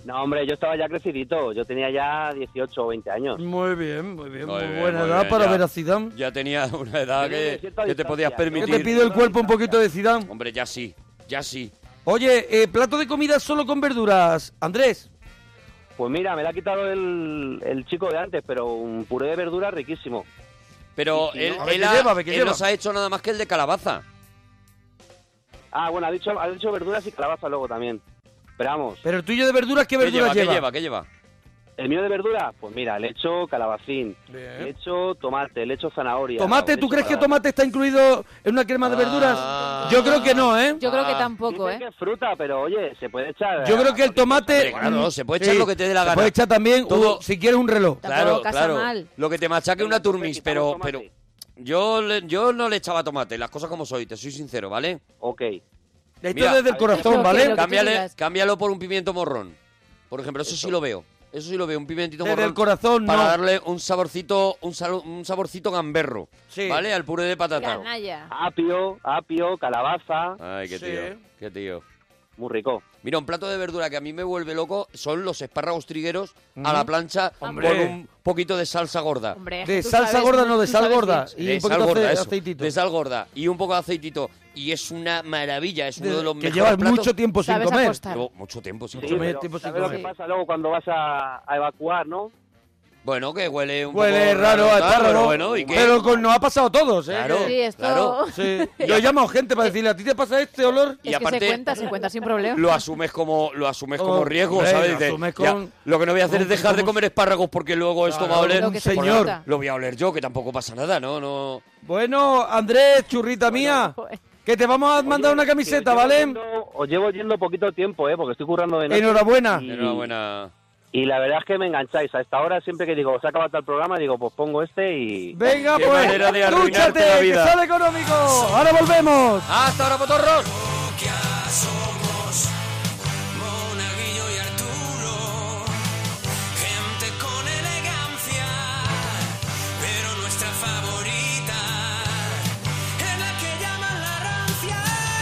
Speaker 12: No, hombre, yo estaba ya crecidito. Yo tenía ya 18 o 20 años.
Speaker 1: Muy bien, muy bien, muy,
Speaker 4: Muy bien,
Speaker 1: buena
Speaker 4: muy
Speaker 1: edad
Speaker 4: bien,
Speaker 1: para
Speaker 4: ya.
Speaker 1: ver a Zidane.
Speaker 4: Ya tenía una edad que, que te podías
Speaker 1: Yo
Speaker 4: permitir.
Speaker 1: te pido el cuerpo un poquito de Zidane.
Speaker 4: Hombre, ya sí, ya sí.
Speaker 1: Oye, eh, plato de comida solo con verduras, Andrés.
Speaker 12: Pues mira, me la ha quitado el, el chico de antes, pero un puré de verdura riquísimo.
Speaker 4: Pero
Speaker 12: Y si
Speaker 4: él,
Speaker 12: no-
Speaker 4: él, ha- él nos ha hecho nada más que el de calabaza.
Speaker 12: Ah, bueno, ha dicho, ha dicho verduras y calabaza luego también. Pero vamos,
Speaker 1: Pero el tuyo de verduras, ¿qué verduras
Speaker 4: ¿Qué lleva? ¿Qué lleva?
Speaker 12: el mío de verdura, pues mira, le echo calabacín, le echo tomate, le echo zanahoria.
Speaker 1: Tomate,
Speaker 12: le
Speaker 1: ¿tú
Speaker 12: echo
Speaker 1: crees que
Speaker 12: banana.
Speaker 1: tomate está incluido en una
Speaker 4: Ah.
Speaker 1: crema de verduras? Yo creo que no, ¿eh?
Speaker 3: Yo creo que tampoco,
Speaker 12: Dicen
Speaker 3: ¿eh?
Speaker 12: que es fruta, pero oye, se puede echar. ¿eh?
Speaker 1: Yo creo que el tomate.
Speaker 4: Hombre, claro, se puede echar lo que te dé la
Speaker 1: se
Speaker 4: gana.
Speaker 1: puede echar también,
Speaker 4: Todo-
Speaker 1: uh, si quieres, un reloj.
Speaker 4: Claro,
Speaker 3: casa
Speaker 4: claro.
Speaker 3: mal.
Speaker 4: Lo que te machaque una turmis, pero, pero yo, le- yo no le echaba tomate, las cosas como soy, te soy sincero, ¿vale?
Speaker 12: Ok.
Speaker 1: esto desde el corazón, Lo que- ¿vale? lo que tú
Speaker 4: Cámbiale,
Speaker 1: digas.
Speaker 4: cámbialo por un pimiento morrón. Por ejemplo, eso, sí lo veo. Eso sí lo veo, un pimentito
Speaker 1: Desde
Speaker 4: morrón.
Speaker 1: el corazón,
Speaker 4: Para
Speaker 1: no.
Speaker 4: darle un saborcito, un, salo- un saborcito gamberro, ¿vale? Al puré de patata.
Speaker 3: Canalla.
Speaker 12: Apio, apio, calabaza.
Speaker 4: Ay, qué
Speaker 12: Sí.
Speaker 4: tío, qué tío.
Speaker 12: Muy rico.
Speaker 4: Mira, un plato de verdura que a mí me vuelve loco son los espárragos trigueros a la plancha con
Speaker 1: Mm. Hombre.
Speaker 4: un poquito de salsa gorda.
Speaker 1: Hombre, De tú salsa sabes, gorda, no, de tú sal sabes gorda. bien. Y
Speaker 4: de
Speaker 1: un
Speaker 4: sal
Speaker 1: poquito
Speaker 4: gorda,
Speaker 1: ace-
Speaker 4: eso.
Speaker 1: aceitito.
Speaker 4: De sal gorda y un poco de aceititito. Y es una maravilla, es uno
Speaker 1: De-
Speaker 4: de los
Speaker 1: que
Speaker 4: mejores
Speaker 1: llevas
Speaker 4: platos.
Speaker 1: mucho tiempo sin Sabes comer. apostar.
Speaker 4: Llevo mucho tiempo sin
Speaker 12: Sí,
Speaker 4: comer.
Speaker 12: pero
Speaker 13: Pues
Speaker 12: ¿sabes lo que pasa luego cuando vas a, a evacuar, no?
Speaker 4: Bueno, que huele un
Speaker 1: Huele
Speaker 4: poco
Speaker 1: raro a
Speaker 4: tal, Pero
Speaker 1: espárrago.
Speaker 4: bueno, ¿y qué?
Speaker 1: Pero con, nos ha pasado a todos, ¿eh?
Speaker 4: Claro, Sí, esto- claro.
Speaker 1: Sí. Yo he llamado gente para decirle, ¿a ti te pasa este olor?
Speaker 4: Y Es que se aparte- cuenta,
Speaker 3: Se cuenta sin problema.
Speaker 4: Lo asumes como, lo asumes
Speaker 1: Oh,
Speaker 4: como riesgo,
Speaker 1: hombre,
Speaker 4: ¿sabes?
Speaker 1: lo
Speaker 4: Dices,
Speaker 1: asumes
Speaker 4: "Ya,
Speaker 1: con-
Speaker 4: lo que no voy a hacer
Speaker 1: con-
Speaker 4: es dejar de comer espárragos porque luego esto
Speaker 1: Claro,
Speaker 4: va a oler.
Speaker 1: lo que se Señor. corta.
Speaker 4: Lo voy a oler yo, que tampoco pasa nada, ¿no? no
Speaker 1: Bueno, Andrés, churrita mía,
Speaker 4: pues.
Speaker 1: que te vamos a mandar una camiseta, ¿vale?
Speaker 12: Os llevo yendo poquito tiempo, ¿eh? Porque estoy currando de noche.
Speaker 1: Enhorabuena.
Speaker 12: Y,
Speaker 4: Enhorabuena.
Speaker 12: Y la verdad es que me engancháis. A esta hora, siempre que digo, se acaba tal programa, digo, pues pongo este y...
Speaker 1: Venga, pues, dúchate, que sale económico. Ahora volvemos.
Speaker 4: ¡Hasta ahora, potorros!
Speaker 9: Somos Monaguillo y Arturo, gente con elegancia, pero nuestra favorita es la que llaman la rancia.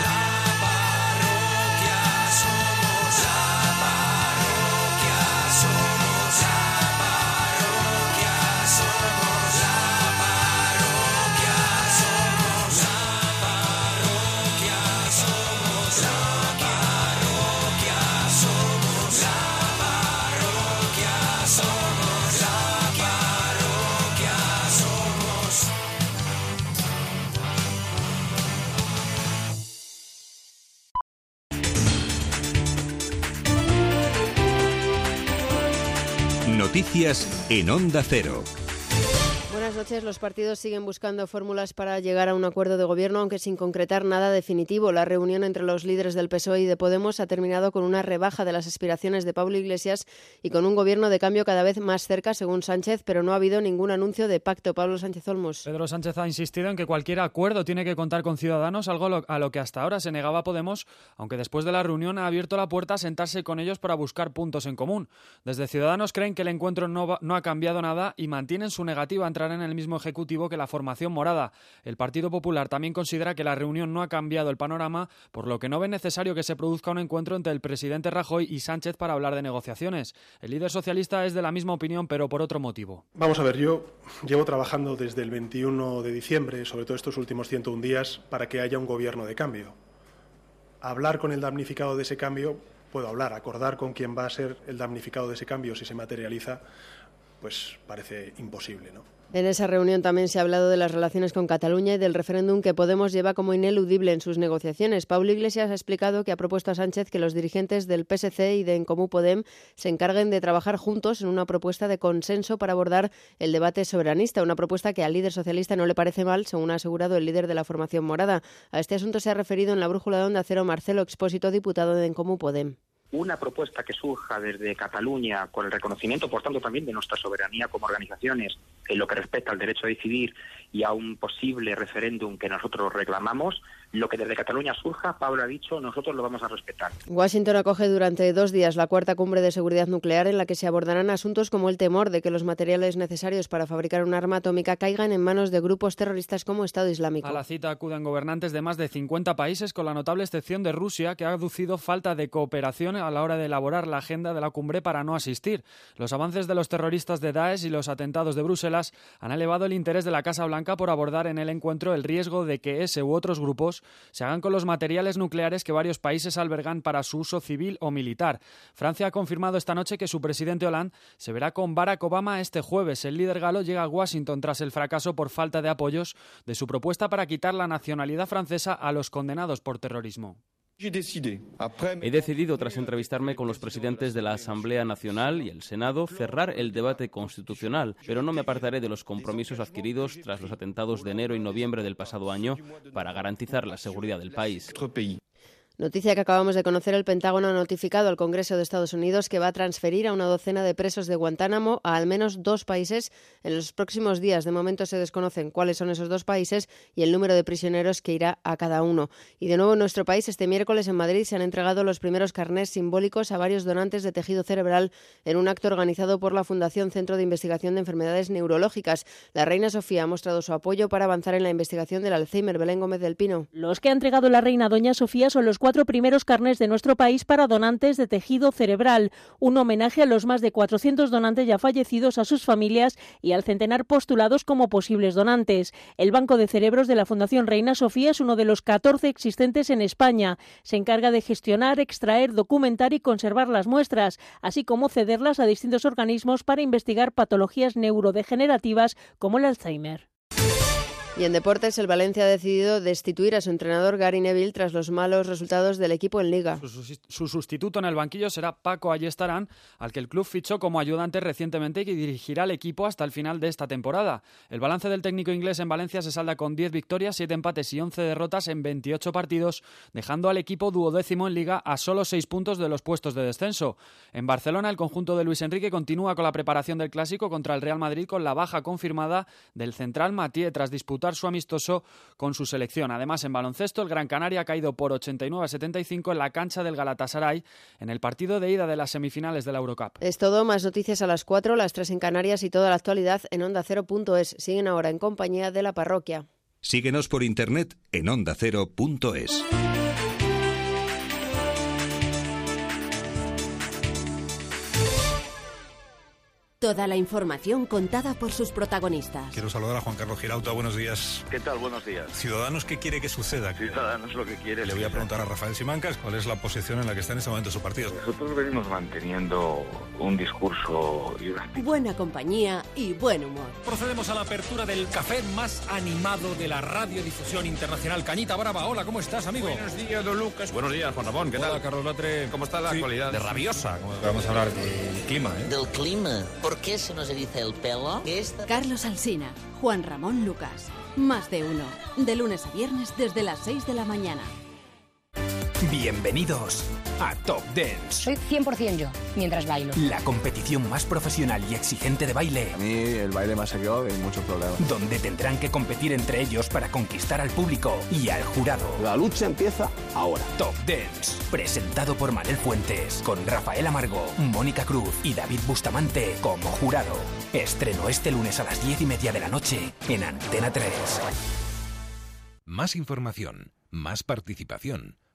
Speaker 9: La parroquia somos, la parroquia somos, la parroquia somos, la parroquia somos, la parroquia somos, la parroquia somos, la parroquia somos, la parroquia somos.
Speaker 14: Noticias en Onda Cero.
Speaker 15: Buenas noches. Los partidos siguen buscando fórmulas para llegar a un acuerdo de gobierno, aunque sin concretar nada definitivo. La reunión entre los líderes del PSOE E y de Podemos ha terminado con una rebaja de las aspiraciones de Pablo Iglesias y con un gobierno de cambio cada vez más cerca, según Sánchez, pero no ha habido ningún anuncio de pacto. Pablo Sánchez Olmos.
Speaker 16: Pedro Sánchez ha insistido en que cualquier acuerdo tiene que contar con Ciudadanos, algo a lo- a lo que hasta ahora se negaba Podemos, aunque después de la reunión ha abierto la puerta a sentarse con ellos para buscar puntos en común. Desde Ciudadanos creen que el encuentro no, va- no ha cambiado nada y mantienen su negativa a entrar en el mismo Ejecutivo que la formación morada. El Partido Popular también considera que la reunión no ha cambiado el panorama, por lo que no ve necesario que se produzca un encuentro entre el presidente Rajoy y Sánchez para hablar de negociaciones. El líder socialista es de la misma opinión, pero por otro motivo.
Speaker 17: Vamos a ver, yo llevo trabajando desde el 21 de diciembre, sobre todo estos últimos 101 días, para que haya un gobierno de cambio. Hablar con el damnificado de ese cambio puedo hablar. Acordar con quién va a ser el damnificado de ese cambio si se materializa, pues parece imposible, ¿no?
Speaker 15: En esa reunión también se ha hablado de las relaciones con Cataluña y del referéndum que Podemos lleva como ineludible en sus negociaciones. Pablo Iglesias ha explicado que ha propuesto a Sánchez que los dirigentes del PSC y de En Comú Podem se encarguen de trabajar juntos en una propuesta de consenso para abordar el debate soberanista, una propuesta que al líder socialista no le parece mal, según ha asegurado el líder de la formación morada. A este asunto se ha referido en la brújula de Onda Cero Marcelo Expósito, diputado de En Comú Podem.
Speaker 18: una propuesta que surja desde Cataluña con el reconocimiento, por tanto, también de nuestra soberanía como organizaciones en lo que respecta al derecho a decidir y a un posible referéndum que nosotros reclamamos, lo que desde Cataluña surja, Pablo ha dicho, nosotros lo vamos a respetar.
Speaker 15: Washington acoge durante dos días la cuarta cumbre de seguridad nuclear en la que se abordarán asuntos como el temor de que los materiales necesarios para fabricar un arma atómica caigan en manos de grupos terroristas como Estado Islámico.
Speaker 16: A la cita acuden gobernantes de más de 50 países, con la notable excepción de Rusia, que ha aducido falta de cooperación a la hora de elaborar la agenda de la cumbre para no asistir. Los avances de los terroristas de Daesh y los atentados de Bruselas han elevado el interés de la Casa Blanca por abordar en el encuentro el riesgo de que ese u otros grupos se hagan con los materiales nucleares que varios países albergan para su uso civil o militar. Francia ha confirmado esta noche que su presidente Hollande se verá con Barack Obama este jueves. El líder galo llega a Washington tras el fracaso por falta de apoyos de su propuesta para quitar la nacionalidad francesa a los condenados por terrorismo.
Speaker 13: He decidido, tras entrevistarme con los presidentes de la Asamblea Nacional y el Senado, cerrar el debate constitucional, pero no me apartaré de los compromisos adquiridos tras los atentados de enero y noviembre del pasado año para garantizar la seguridad del país.
Speaker 15: Noticia que acabamos de conocer, el Pentágono ha notificado al Congreso de Estados Unidos que va a transferir a una docena de presos de Guantánamo a al menos dos países en los próximos días. De momento se desconocen cuáles son esos dos países y el número de prisioneros que irá a cada uno. Y de nuevo en nuestro país, este miércoles en Madrid se han entregado los primeros carnés simbólicos a varios donantes de tejido cerebral en un acto organizado por la Fundación Centro de Investigación de Enfermedades Neurológicas. La reina Sofía ha mostrado su apoyo para avanzar en la investigación del Alzheimer. Belén Gómez del Pino.
Speaker 19: Los que ha entregado la reina Doña Sofía son los cuatro primeros carnés de nuestro país para donantes de tejido cerebral, un homenaje a los más de 400 donantes ya fallecidos, a sus familias y al centenar postulados como posibles donantes. El Banco de Cerebros de la Fundación Reina Sofía es uno de los 14 existentes en España. Se encarga de gestionar, extraer, documentar y conservar las muestras, así como cederlas a distintos organismos para investigar patologías neurodegenerativas como el Alzheimer.
Speaker 15: Y en deportes, el Valencia ha decidido destituir a su entrenador Gary Neville tras los malos resultados del equipo en Liga.
Speaker 16: Su, sus- su sustituto en el banquillo será Paco Ayestarán, al que el club fichó como ayudante recientemente y que dirigirá el equipo hasta el final de esta temporada. El balance del técnico inglés en Valencia se salda con 10 victorias, 7 empates y 11 derrotas en 28 partidos, dejando al equipo duodécimo en Liga a solo 6 puntos de los puestos de descenso. En Barcelona, el conjunto de Luis Enrique continúa con la preparación del clásico contra el Real Madrid con la baja confirmada del central Matié tras disputar su amistoso con su selección. Además, en baloncesto, el Gran Canaria ha caído por 89 a 75 en la cancha del Galatasaray en el partido de ida de las semifinales de la Eurocup.
Speaker 15: Es todo, más noticias a las 4, las 3 en Canarias y toda la actualidad en onda0.es. Siguen ahora en compañía de la parroquia.
Speaker 14: Síguenos por internet en ondacero.es.
Speaker 20: Toda la información contada por sus protagonistas.
Speaker 21: Quiero saludar a Juan Carlos Girauta. Buenos días.
Speaker 22: ¿Qué tal? Buenos días.
Speaker 21: Ciudadanos, ¿qué quiere que suceda?
Speaker 22: Ciudadanos lo que quiere.
Speaker 21: Le voy a preguntar a Rafael Simancas cuál es la posición en la que está en este momento su partido.
Speaker 22: Nosotros venimos manteniendo un discurso y una
Speaker 20: Buena compañía y buen humor.
Speaker 23: Procedemos a la apertura del café más animado de la radiodifusión internacional. Cañita Brava, hola, ¿cómo estás, amigo? Buenos días, don Lucas.
Speaker 21: Buenos días, Juan Ramón. ¿Qué tal? Carlos Latre. ¿Cómo está la actualidad? De rabiosa. Vamos a hablar del clima, ¿eh?
Speaker 24: Del clima. ¿Por qué se nos eriza el pelo? ¿Qué es?
Speaker 20: Carlos Alsina, Juan Ramón Lucas. Más de uno. De lunes a viernes desde las 6 de la mañana.
Speaker 25: Bienvenidos a Top Dance,
Speaker 26: Soy 100% yo mientras bailo.
Speaker 25: la competición más profesional y exigente de baile. A mí el baile me ha sacado de muchos problemas. Donde tendrán que competir entre ellos para conquistar al público y al jurado. La lucha empieza ahora. Top Dance, presentado por Manel Fuentes, con Rafael Amargo, Mónica Cruz y David Bustamante como jurado. Estreno este lunes a las 10 y media de la noche en Antena 3.
Speaker 27: Más información, más participación,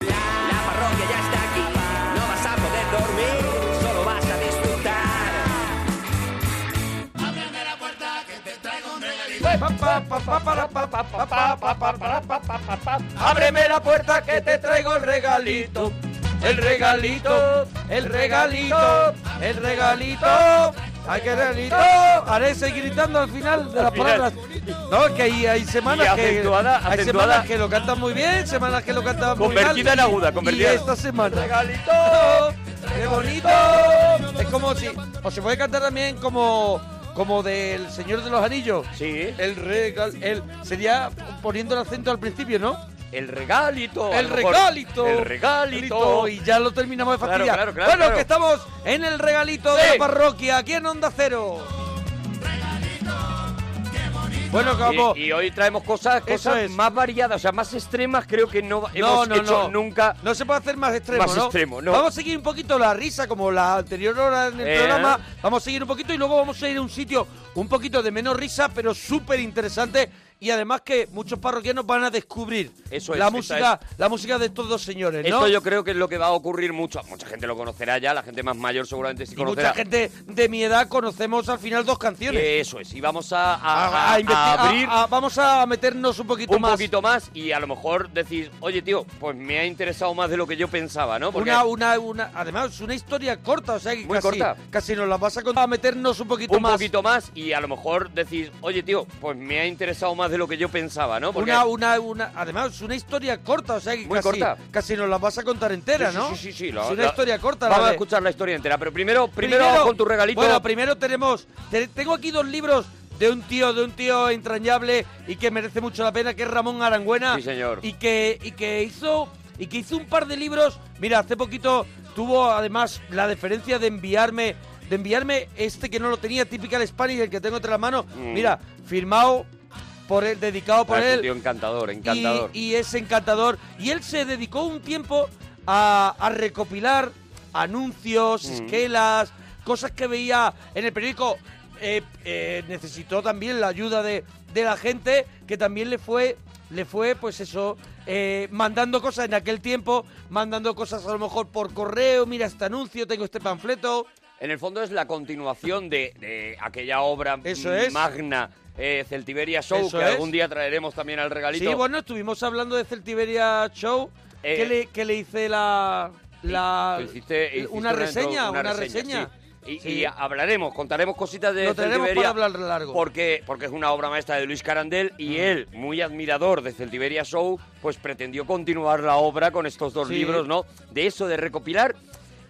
Speaker 9: La parroquia ya está aquí, no vas a poder dormir, solo vas a disfrutar. Ábreme la puerta que te traigo un
Speaker 1: Ábreme la puerta que te traigo el regalito. El regalito, el regalito, el regalito. Hay que regalito. Haré seguir gritando al final de las palabras. No, es que hay, hay semanas
Speaker 2: Y
Speaker 1: que
Speaker 2: acentuada,
Speaker 1: hay
Speaker 2: acentuada.
Speaker 1: semanas que lo cantan muy bien, semanas que lo cantan muy mal.
Speaker 2: Convertida en aguda, convertida.
Speaker 1: Y esta semana. Regalito, qué bonito. Es como si o se puede cantar también como como del Señor de los Anillos. Sí. El regal el sería poniendo el acento al principio, ¿no?
Speaker 4: El regalito. a
Speaker 1: El
Speaker 4: lo mejor.
Speaker 1: regalito.
Speaker 4: El regalito.
Speaker 1: Y ya lo terminamos de
Speaker 4: Claro,
Speaker 1: fastidiar.
Speaker 4: claro, claro,
Speaker 1: bueno,
Speaker 4: claro.
Speaker 1: que estamos en el regalito de
Speaker 4: Sí.
Speaker 1: la parroquia, aquí en Onda Cero. Bueno, como-
Speaker 4: Y, y hoy traemos cosas,
Speaker 1: Eso
Speaker 4: cosas
Speaker 1: es.
Speaker 4: más variadas, o sea, más extremas creo que no hemos hecho nunca.
Speaker 1: No se puede hacer más extremo,
Speaker 4: Más
Speaker 1: ¿no?
Speaker 4: extremo, no.
Speaker 1: Vamos a seguir un poquito la risa, como la anterior hora en el
Speaker 4: Eh.
Speaker 1: programa. Vamos a seguir un poquito y luego vamos a ir a un sitio un poquito de menos risa, pero súper interesante. Y además que muchos parroquianos van a descubrir
Speaker 4: Eso es,
Speaker 1: la
Speaker 4: esa
Speaker 1: música, la música de estos dos señores, ¿no?
Speaker 4: Esto yo creo que es lo que va a ocurrir mucho. Mucha gente lo conocerá ya, la gente más mayor seguramente sí
Speaker 1: y
Speaker 4: conocerá.
Speaker 1: mucha gente de mi edad conocemos al final dos canciones.
Speaker 4: Eso es, y vamos a,
Speaker 1: a,
Speaker 4: a- a-
Speaker 1: a investi-
Speaker 4: a
Speaker 1: a-
Speaker 4: abrir
Speaker 1: a- vamos a meternos un poquito
Speaker 4: un
Speaker 1: más.
Speaker 4: poquito más y a lo mejor decís, oye tío, pues me ha interesado más de lo que yo pensaba, ¿no? Porque
Speaker 1: Una, una, una, además, es una historia corta, o sea que
Speaker 4: Muy
Speaker 1: casi,
Speaker 4: corta.
Speaker 1: casi nos la vas a contar a meternos un poquito
Speaker 4: un
Speaker 1: más.
Speaker 4: poquito más y a lo mejor decís, oye tío, pues me ha interesado más de lo que yo pensaba, ¿no? Porque
Speaker 1: Una, una, una, además, es una historia corta, o sea que
Speaker 4: Muy
Speaker 1: casi,
Speaker 4: corta.
Speaker 1: casi nos la vas a contar entera,
Speaker 4: Sí, sí,
Speaker 1: ¿no?
Speaker 4: sí, sí, sí, la-
Speaker 1: es una
Speaker 4: la-
Speaker 1: historia corta. la
Speaker 4: Vamos a
Speaker 1: de-
Speaker 4: escuchar la historia entera, pero primero, primero, con tu regalito.
Speaker 1: Bueno, primero tenemos. te- tengo aquí dos libros de un tío, de un tío entrañable y que merece mucho la pena, que es Ramón Arangüena.
Speaker 4: Sí, señor.
Speaker 1: Y que, y que hizo. Y que hizo un par de libros. Mira, hace poquito tuvo además la deferencia de enviarme. De enviarme este que no lo tenía, Typical Spanish, el que tengo entre las manos.
Speaker 4: Mm.
Speaker 1: Mira, firmado por él, dedicado por
Speaker 4: Ah, es un
Speaker 1: él.
Speaker 4: tío encantador, encantador.
Speaker 1: Y, y es encantador. Y él se dedicó un tiempo a, a recopilar anuncios,
Speaker 4: Mm.
Speaker 1: esquelas, cosas que veía en el periódico. Eh, eh, necesitó también la ayuda de, de la gente que también le fue, le fue pues eso, eh, mandando cosas en aquel tiempo, mandando cosas a lo mejor por correo, mira este anuncio, tengo este panfleto.
Speaker 4: En el fondo es la continuación de, de aquella obra
Speaker 1: Eso
Speaker 4: mm,
Speaker 1: es.
Speaker 4: magna, eh, Celtiberia Show,
Speaker 1: Eso
Speaker 4: que
Speaker 1: es.
Speaker 4: algún día traeremos también al regalito.
Speaker 1: Sí, bueno, estuvimos hablando de Celtiberia Show,
Speaker 4: Eh,
Speaker 1: que, le, que le hice la... la
Speaker 4: Tú hiciste- hiciste
Speaker 1: una reseña,
Speaker 4: intro-
Speaker 1: una reseña.
Speaker 4: sí. Y,
Speaker 1: Sí.
Speaker 4: y hablaremos, contaremos cositas de
Speaker 1: Lo tenemos
Speaker 4: Celtiberia,
Speaker 1: para hablar largo. Ah.
Speaker 4: Porque, porque es una obra maestra de Luis Carandel y él, muy admirador de Celtiberia Show, pues pretendió continuar la obra con estos dos
Speaker 1: Sí.
Speaker 4: libros, ¿no? De eso, de recopilar...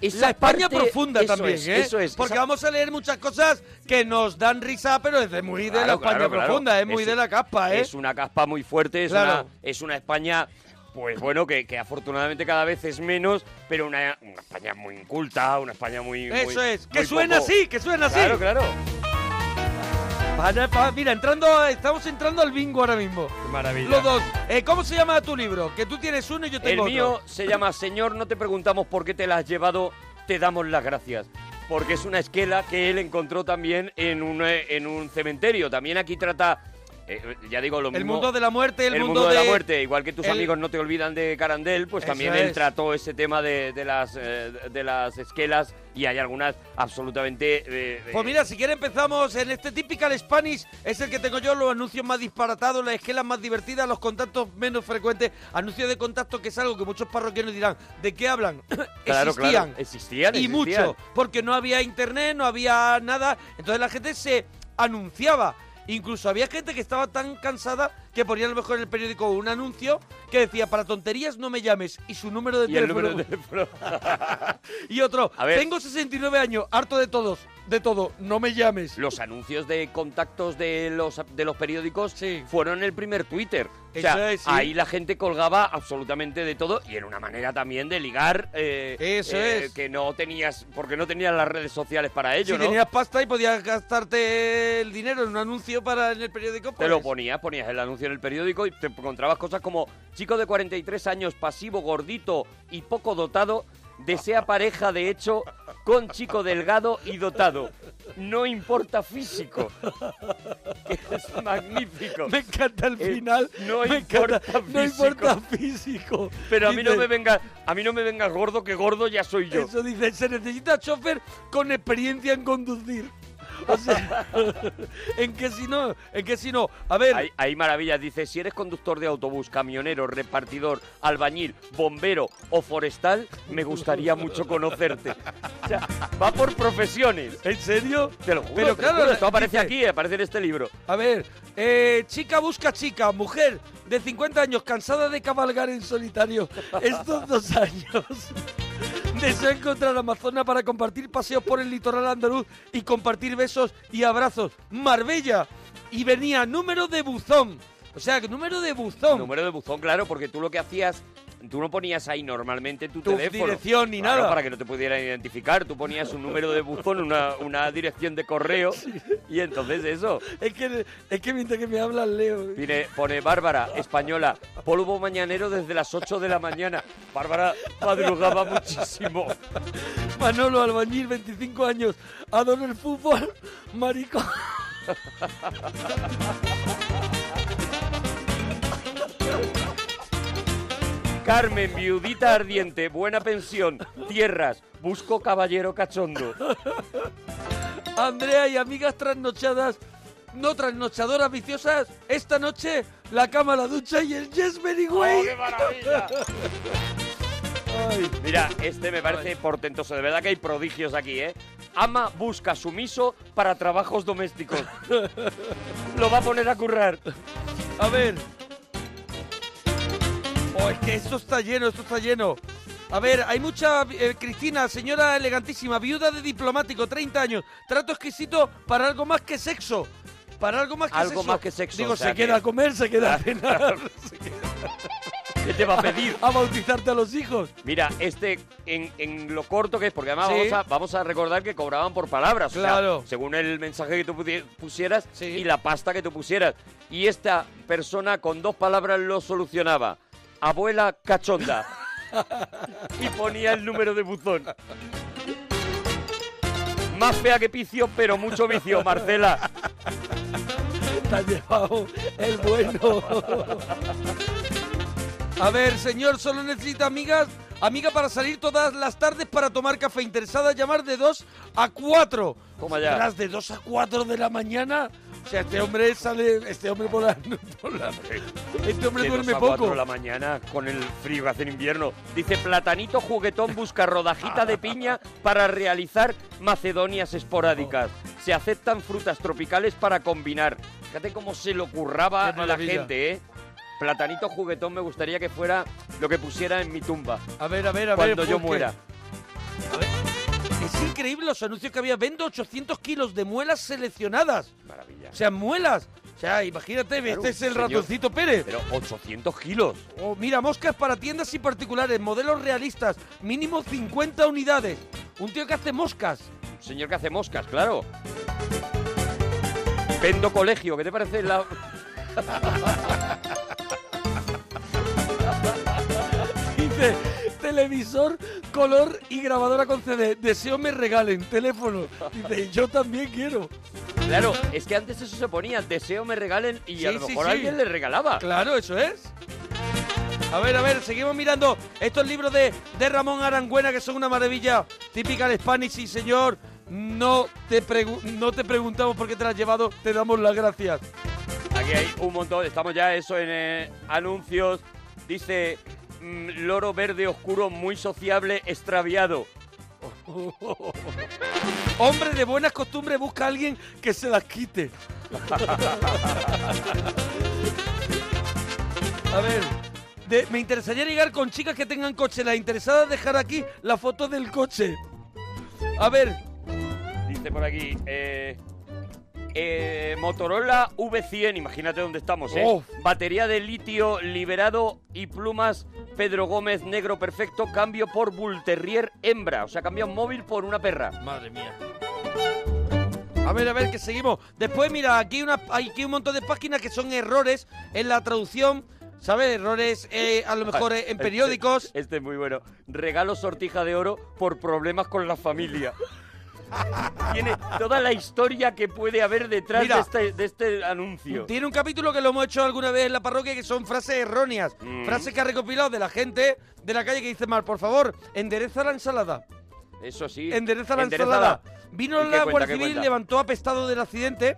Speaker 4: esa
Speaker 1: la España
Speaker 4: parte-
Speaker 1: profunda
Speaker 4: eso
Speaker 1: también,
Speaker 4: es,
Speaker 1: ¿eh?
Speaker 4: Eso es.
Speaker 1: Porque
Speaker 4: esa-
Speaker 1: vamos a leer muchas cosas que nos dan risa, pero es de muy de la
Speaker 4: Claro,
Speaker 1: España
Speaker 4: claro, claro.
Speaker 1: profunda, es muy
Speaker 4: Es
Speaker 1: de
Speaker 4: un-
Speaker 1: la capa, ¿eh?
Speaker 4: Es una capa muy fuerte, es,
Speaker 1: Claro.
Speaker 4: una, es una España, pues bueno, que, que afortunadamente cada vez es menos, pero una, una España muy inculta, una España muy... muy-
Speaker 1: Eso es, que
Speaker 4: muy
Speaker 1: suena
Speaker 4: poco-
Speaker 1: así, que suena
Speaker 4: Claro,
Speaker 1: así.
Speaker 4: claro.
Speaker 1: Para- para- Mira, entrando, estamos entrando al bingo ahora mismo.
Speaker 4: maravilla.
Speaker 1: Los dos. Eh, ¿Cómo se llama tu libro? Que tú tienes uno y yo
Speaker 4: El
Speaker 1: tengo
Speaker 4: mío
Speaker 1: otro.
Speaker 4: se llama Señor, no te preguntamos por qué te la has llevado, te damos las gracias. Porque es una esquela que él encontró también en un, eh, en un cementerio. También aquí trata, eh, ya digo, lo
Speaker 1: El
Speaker 4: mismo.
Speaker 1: mundo de la muerte, el,
Speaker 4: el, mundo, de, la
Speaker 1: de-
Speaker 4: muerte, igual que tus
Speaker 1: el-
Speaker 4: amigos no te olvidan de Carandel, pues
Speaker 1: Eso
Speaker 4: también él
Speaker 1: es.
Speaker 4: trató ese tema de, de las, eh, de las esquelas y hay algunas absolutamente... eh,
Speaker 1: Pues mira, si quieres empezamos en este Typical Spanish, es el que tengo yo, los anuncios más disparatados, las esquelas más divertidas, los contactos menos frecuentes, anuncios de contacto que es algo que muchos parroquianos dirán, ¿de qué hablan?
Speaker 4: eh, Claro, claro,
Speaker 1: existían.
Speaker 4: existían,
Speaker 1: Y
Speaker 4: existían.
Speaker 1: mucho, porque no había internet, no había nada, entonces la gente se anunciaba. Incluso había gente que estaba tan cansada que ponía a lo mejor en el periódico un anuncio que decía, para tonterías no me llames, y su número de
Speaker 4: Y el
Speaker 1: teléfono.
Speaker 4: número de teléfono.
Speaker 1: Y otro,
Speaker 4: A ver.
Speaker 1: tengo 69 años, harto de todos. de todo, no me llames.
Speaker 4: Los anuncios de contactos de los, de los periódicos fueron el primer Twitter. O sea,
Speaker 1: Eso es, sí.
Speaker 4: ahí la gente colgaba absolutamente de todo y en una manera también de ligar eh,
Speaker 1: Eso
Speaker 4: eh,
Speaker 1: es.
Speaker 4: que no tenías, porque no tenías las redes sociales para ello,
Speaker 1: si
Speaker 4: ¿no?
Speaker 1: tenías pasta y podías gastarte el dinero en un anuncio para en el periódico,
Speaker 4: Te
Speaker 1: pues,
Speaker 4: lo ponías, ponías el anuncio en el periódico y te encontrabas cosas como chico de 43 años, pasivo, gordito y poco dotado, desea pareja de hecho con chico delgado y dotado. No importa físico. Es magnífico. Eh,
Speaker 1: Me encanta el final.
Speaker 4: No
Speaker 1: me
Speaker 4: importa
Speaker 1: encanta,
Speaker 4: físico.
Speaker 1: No importa físico.
Speaker 4: Pero a mí no
Speaker 1: Dice-
Speaker 4: me venga, a mí no me vengas gordo, que gordo ya soy yo.
Speaker 1: Eso dice, se necesita chofer con experiencia en conducir. O sea, en que si no, en que si no, a ver.
Speaker 4: Hay, hay maravillas, dice, si eres conductor de autobús, camionero, repartidor, albañil, bombero o forestal, me gustaría mucho conocerte. O sea, va por profesiones.
Speaker 1: ¿En serio?
Speaker 4: Te lo juro.
Speaker 1: Pero
Speaker 4: te lo
Speaker 1: claro,
Speaker 4: juro, esto aparece
Speaker 1: dice-
Speaker 4: aquí, aparece en este libro.
Speaker 1: A ver, eh, chica busca chica, mujer de 50 años cansada de cabalgar en solitario estos dos años. Deseo encontrar Amazona para compartir paseos por el litoral andaluz y compartir besos y abrazos. Marbella. Y venía número de buzón. O sea, que número de buzón.
Speaker 4: Número de buzón, claro, porque tú lo que hacías, tú no ponías ahí normalmente tu,
Speaker 1: Tu
Speaker 4: teléfono.
Speaker 1: dirección ni
Speaker 4: Claro,
Speaker 1: nada.
Speaker 4: Para que no te pudieran identificar. Tú ponías un número de buzón, una, una dirección de correo. Y entonces eso.
Speaker 1: Es que, es que mientras que me hablan, Leo.
Speaker 4: Pone, pone Bárbara, española, polvo mañanero desde las 8 de la mañana. Bárbara madrugaba muchísimo.
Speaker 1: Manolo Albañil, 25 años. Adoro el fútbol, maricón.
Speaker 4: Carmen, viudita ardiente, buena pensión, tierras, busco caballero cachondo.
Speaker 1: Andrea y amigas trasnochadas, no trasnochadoras viciosas, esta noche la cama, la ducha y el yes, very way.
Speaker 4: Oh, qué maravilla! Mira, este me parece portentoso. De verdad que hay prodigios aquí, ¿eh? Ama busca sumiso para trabajos domésticos. Lo va a poner a currar.
Speaker 1: A ver. Oh, es que esto está lleno, esto está lleno. A ver, hay mucha... eh, Cristina, señora elegantísima, viuda de diplomático, 30 años. Trato exquisito para algo más que sexo. Para algo más que
Speaker 4: Algo
Speaker 1: sexo.
Speaker 4: más que sexo,
Speaker 1: Digo,
Speaker 4: o sea
Speaker 1: se
Speaker 4: que-
Speaker 1: queda a comer, se queda a cenar.
Speaker 4: ¿Qué te va a pedir?
Speaker 1: A bautizarte a los hijos.
Speaker 4: Mira, este, en, en lo corto que es, porque además
Speaker 1: Sí.
Speaker 4: vamos, a, vamos a recordar que cobraban por palabras. o sea,
Speaker 1: Claro.
Speaker 4: según el mensaje que tú pudi- pusieras y la pasta que tú pusieras. Y esta persona con dos palabras lo solucionaba. Abuela cachonda. y ponía el número de buzón. Más fea que picio, pero mucho vicio, Marcela.
Speaker 1: Te has llevado el bueno. A ver, señor, solo necesita amigas. Amiga para salir todas las tardes para tomar café. Interesada llamar de 2 a 4.
Speaker 4: Toma ya.
Speaker 1: Ostras, de 2 a 4 de la mañana. O sea, este hombre sale. Este hombre por la. por la- este hombre
Speaker 4: De
Speaker 1: duerme
Speaker 4: dos a
Speaker 1: poco.
Speaker 4: cuatro de la mañana con el frío que hace en invierno. Dice platanito juguetón busca rodajita de piña para realizar macedonias esporádicas. Se aceptan frutas tropicales para combinar. Fíjate cómo se lo curraba
Speaker 1: Qué
Speaker 4: a la
Speaker 1: maravilla.
Speaker 4: gente, ¿eh? Platanito juguetón me gustaría que fuera lo que pusiera en mi tumba.
Speaker 1: A ver, a ver, a ver,
Speaker 4: Cuando yo
Speaker 1: porque-
Speaker 4: muera.
Speaker 1: Es increíble los anuncios que había. Vendo 800 kilos de muelas seleccionadas.
Speaker 4: Maravilla.
Speaker 1: O sea, muelas. O sea, imagínate, este es el
Speaker 4: señor.
Speaker 1: ratoncito Pérez.
Speaker 4: Pero 800 kilos.
Speaker 1: Oh, mira, moscas para tiendas y particulares, modelos realistas, mínimo 50 unidades. Un tío que hace moscas.
Speaker 4: Un señor que hace moscas, claro. Vendo colegio, ¿qué te parece la...?
Speaker 1: Dice, televisor, color y grabadora con CD. Deseo me regalen, teléfono. Dice, yo también quiero.
Speaker 4: Claro, es que antes eso se ponía, deseo me regalen y a
Speaker 1: Sí,
Speaker 4: lo
Speaker 1: sí,
Speaker 4: mejor
Speaker 1: sí.
Speaker 4: alguien le regalaba.
Speaker 1: Claro, eso es. A ver, a ver, seguimos mirando estos libros de, de Ramón Arangüena que son una maravilla típica de Spanish. Sí, señor, no te, pregu- no te preguntamos por qué te las has llevado, te damos las gracias.
Speaker 4: Aquí hay un montón, estamos ya eso en eh, anuncios. Dice mm, loro verde oscuro muy sociable extraviado.
Speaker 1: Hombre de buenas costumbres busca a alguien que se las quite. A ver, de- me interesaría llegar con chicas que tengan coche. La interesada es dejar aquí la foto del coche. A ver,
Speaker 4: Dice dice por aquí. eh, eh, Motorola V100, imagínate dónde estamos, ¿eh?
Speaker 1: Oh.
Speaker 4: Batería de litio liberado y plumas Pedro Gómez negro perfecto, cambio por Bull Terrier hembra. O sea, cambia un móvil por una perra.
Speaker 1: Madre mía. A ver, a ver, que seguimos. Después, mira, aquí una, hay aquí un montón de páginas que son errores en la traducción, ¿sabes? Errores eh, a lo mejor
Speaker 4: Ah,
Speaker 1: eh, en periódicos.
Speaker 4: Este, este es muy bueno. Regalo sortija de oro por problemas con la familia. Tiene toda la historia que puede haber detrás
Speaker 1: Mira.
Speaker 4: de, este, de este anuncio.
Speaker 1: Tiene un capítulo que lo hemos hecho alguna vez en la parroquia que son frases erróneas.
Speaker 4: Mm.
Speaker 1: Frases que ha recopilado de la gente de la calle que dice mal, por favor, endereza la ensalada.
Speaker 4: Eso sí.
Speaker 1: Endereza la
Speaker 4: Enderezada.
Speaker 1: ensalada. Vino
Speaker 4: ¿Y qué
Speaker 1: la
Speaker 4: cuenta,
Speaker 1: Guardia
Speaker 4: qué
Speaker 1: Civil,
Speaker 4: cuenta?
Speaker 1: levantó apestado del accidente.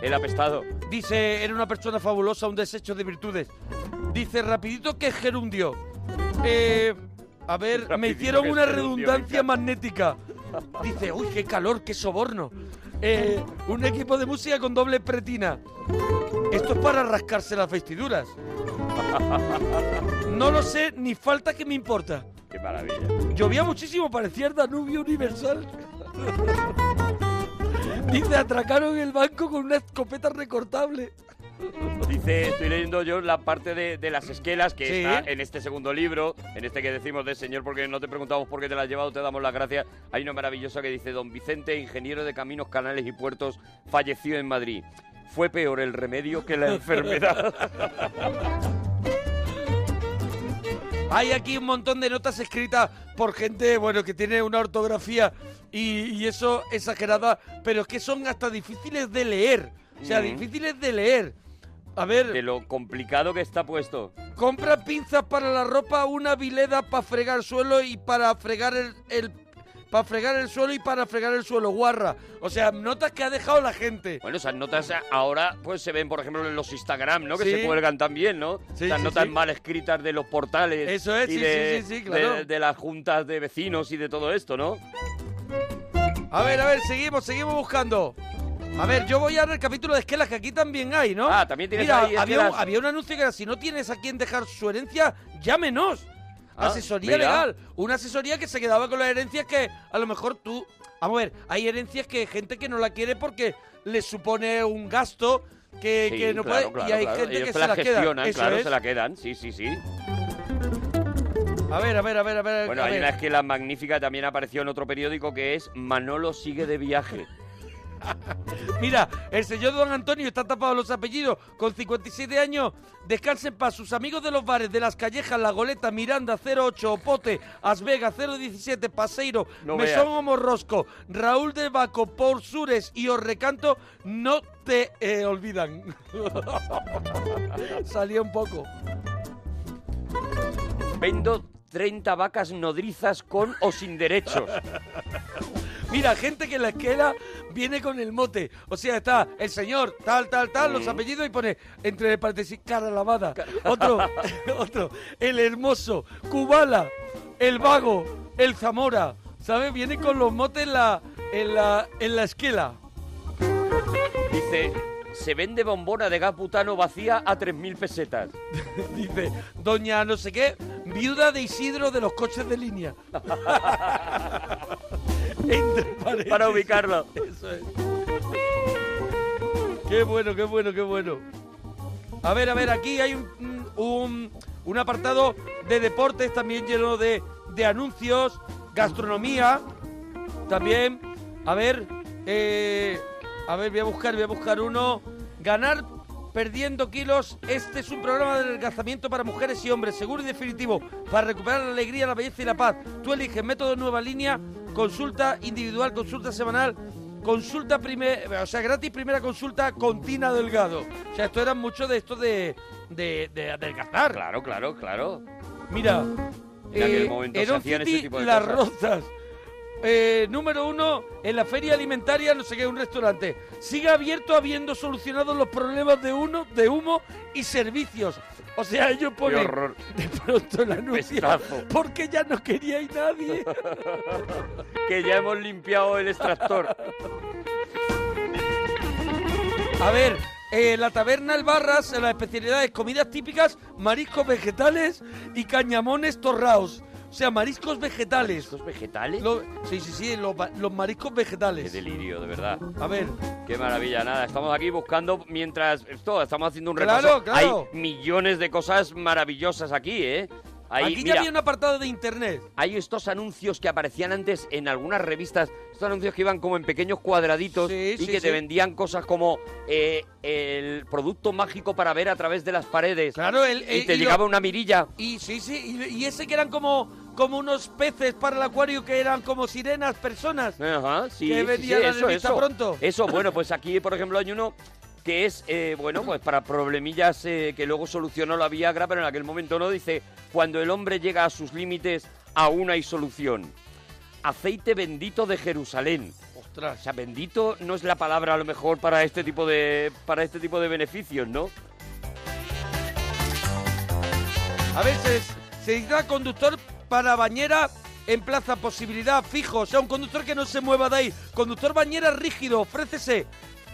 Speaker 4: El apestado.
Speaker 1: Dice, era una persona fabulosa, un desecho de virtudes. Dice, rapidito que gerundio. Eh, a ver, me
Speaker 4: Rapidito
Speaker 1: hicieron
Speaker 4: que
Speaker 1: una
Speaker 4: gerundio, me
Speaker 1: redundancia magnética. Dice, uy, qué calor, qué soborno. Eh, un equipo de música con doble pretina. Esto es para rascarse las vestiduras. No lo sé, ni falta que me importa.
Speaker 4: Qué maravilla.
Speaker 1: Llovía muchísimo, parecía el Danubio Universal. Dice, atracaron el banco con una escopeta recortable.
Speaker 4: Dice, estoy leyendo yo la parte de, de las esquelas que
Speaker 1: Sí.
Speaker 4: está en este segundo libro, en este que decimos de señor, porque no te preguntamos por qué te la has llevado, te damos las gracias. Hay una maravillosa que dice, don Vicente, ingeniero de caminos, canales y puertos, falleció en Madrid. Fue peor el remedio que la enfermedad.
Speaker 1: Hay aquí un montón de notas escritas por gente, bueno, que tiene una ortografía y, y eso exagerada, pero es que son hasta difíciles de leer. O sea,
Speaker 4: Mm.
Speaker 1: difíciles de leer. A ver.
Speaker 4: De lo complicado que está puesto.
Speaker 1: Compra pinzas para la ropa, una vileda para fregar suelo y para fregar el, para fregar el suelo y para fregar el suelo, guarra. O sea, notas que ha dejado la gente.
Speaker 4: Bueno, esas notas ahora pues se ven, por ejemplo, en los Instagram, ¿no? Que
Speaker 1: Sí.
Speaker 4: se cuelgan también, ¿no?
Speaker 1: Sí,
Speaker 4: Esas
Speaker 1: sí,
Speaker 4: notas
Speaker 1: sí.
Speaker 4: mal escritas de los portales.
Speaker 1: Eso es,
Speaker 4: y
Speaker 1: sí,
Speaker 4: de-
Speaker 1: sí, sí, sí, claro.
Speaker 4: de- de las juntas de vecinos y de todo esto, ¿no?
Speaker 1: A ver, a ver, seguimos, seguimos buscando. A ver, yo voy a ver el capítulo de esquelas que aquí también hay, ¿no? Ah, también
Speaker 4: tienes
Speaker 1: Mira,
Speaker 4: ahí
Speaker 1: había, un,
Speaker 4: esquelas.
Speaker 1: había un anuncio que era, si no tienes a quién dejar su herencia, llámenos.
Speaker 4: Ah,
Speaker 1: asesoría
Speaker 4: mira.
Speaker 1: legal. Una asesoría que se quedaba con las herencias que a lo mejor tú... Vamos a ver, hay herencias que gente que no la quiere porque le supone un gasto que,
Speaker 4: Sí,
Speaker 1: que no
Speaker 4: claro,
Speaker 1: puede...
Speaker 4: claro,
Speaker 1: y hay
Speaker 4: claro.
Speaker 1: gente
Speaker 4: Ellos
Speaker 1: que se
Speaker 4: se la
Speaker 1: la queda.
Speaker 4: gestionan,
Speaker 1: Eso
Speaker 4: claro,
Speaker 1: es.
Speaker 4: se la quedan. Sí, sí, sí.
Speaker 1: A ver, a ver, a ver, a ver.
Speaker 4: Bueno,
Speaker 1: a
Speaker 4: hay
Speaker 1: ver.
Speaker 4: una esquela magnífica también apareció en otro periódico que es Manolo sigue de viaje.
Speaker 1: Mira, el señor Don Antonio está tapado los apellidos con 57 años. Descansen para sus amigos de los bares de Las Callejas, La Goleta, Miranda 08, Pote, Asvega 017, Paseiro,
Speaker 4: No
Speaker 1: Mesón
Speaker 4: veas.
Speaker 1: Homorrosco, Raúl del Baco, Por Sures y Orrecanto no te eh, olvidan. Salía un poco.
Speaker 4: Vendo 30 vacas nodrizas con o sin derechos.
Speaker 1: Mira, gente que en la esquela viene con el mote. O sea, está el señor, tal, tal, tal, los apellidos y pone entre paréntesis cara lavada. Otro, otro, el hermoso, Cubala, el vago, el Zamora. ¿Sabes? Viene con los motes en la, en la, en la esquela.
Speaker 4: Dice, se vende bombona de gas butano vacía a 3.000 pesetas.
Speaker 1: Dice, doña no sé qué, viuda de Isidro de los coches de línea. Entre paréntesis.
Speaker 4: Para ubicarlo.
Speaker 1: Eso es. Qué bueno, qué bueno, qué bueno. A ver, a ver, aquí hay un, un, un apartado de deportes también lleno de, de anuncios, gastronomía, también. A ver, eh, a ver, voy a buscar, voy a buscar uno. Ganar perdiendo kilos. Este es un programa de adelgazamiento para mujeres y hombres, seguro y definitivo, para recuperar la alegría, la belleza y la paz. Tú eliges método nueva línea, consulta individual, consulta semanal. Consulta primera, o sea, gratis primera consulta con Tina Delgado. O sea, esto eran muchos de estos de, de, de adelgazar.
Speaker 4: Claro, claro, claro.
Speaker 1: Mira,
Speaker 4: En aquel
Speaker 1: eh,
Speaker 4: momento se
Speaker 1: Heron
Speaker 4: hacían
Speaker 1: City,
Speaker 4: ese tipo de
Speaker 1: Las
Speaker 4: cosas.
Speaker 1: Rozas. Eh, número uno, en la feria alimentaria, no sé qué, un restaurante. Sigue abierto habiendo solucionado los problemas de uno, de humo y servicios. O sea, ellos ponen
Speaker 4: horror.
Speaker 1: de pronto el anuncio.
Speaker 4: Pestazo.
Speaker 1: Porque ya no queríais nadie.
Speaker 4: Que ya hemos limpiado el extractor.
Speaker 1: A ver, eh, la taberna El Barras, eh, las especialidades, comidas típicas, mariscos, vegetales y cañamones torraos. O sea, mariscos vegetales. ¿Mariscos
Speaker 4: vegetales?
Speaker 1: sí, sí, sí, los, va- los mariscos vegetales.
Speaker 4: Qué delirio, de verdad.
Speaker 1: A ver.
Speaker 4: Qué maravilla, nada. Estamos aquí buscando mientras. Esto, estamos haciendo un
Speaker 1: Claro,
Speaker 4: repaso.
Speaker 1: claro.
Speaker 4: Hay millones de cosas maravillosas aquí, ¿eh? Hay,
Speaker 1: Aquí ya
Speaker 4: mira,
Speaker 1: había un apartado de internet.
Speaker 4: Hay estos anuncios que aparecían antes en algunas revistas, estos anuncios que iban como en pequeños cuadraditos y
Speaker 1: sí,
Speaker 4: que te
Speaker 1: sí.
Speaker 4: vendían cosas como eh, el producto mágico para ver a través de las paredes.
Speaker 1: Claro, el-
Speaker 4: y
Speaker 1: eh,
Speaker 4: te
Speaker 1: y lo-
Speaker 4: llegaba una mirilla.
Speaker 1: Y sí, sí, y, y ese que eran como, como unos peces para el acuario que eran como sirenas, personas.
Speaker 4: Ajá, sí,
Speaker 1: Que
Speaker 4: sí,
Speaker 1: venía
Speaker 4: sí,
Speaker 1: la
Speaker 4: eso,
Speaker 1: revista
Speaker 4: eso.
Speaker 1: pronto.
Speaker 4: Eso, bueno, pues aquí, por ejemplo, hay uno que es, eh, bueno, pues para problemillas eh, que luego solucionó la Viagra, pero en aquel momento no, dice, cuando el hombre llega a sus límites, aún hay solución. Aceite bendito de Jerusalén.
Speaker 1: Ostras.
Speaker 4: O sea, bendito no es la palabra a lo mejor para este tipo de, para este tipo de beneficios, ¿no?
Speaker 1: A veces se necesita conductor para bañera en plaza, posibilidad fijo. O sea, un conductor que no se mueva de ahí. Conductor bañera rígido, ofrécese.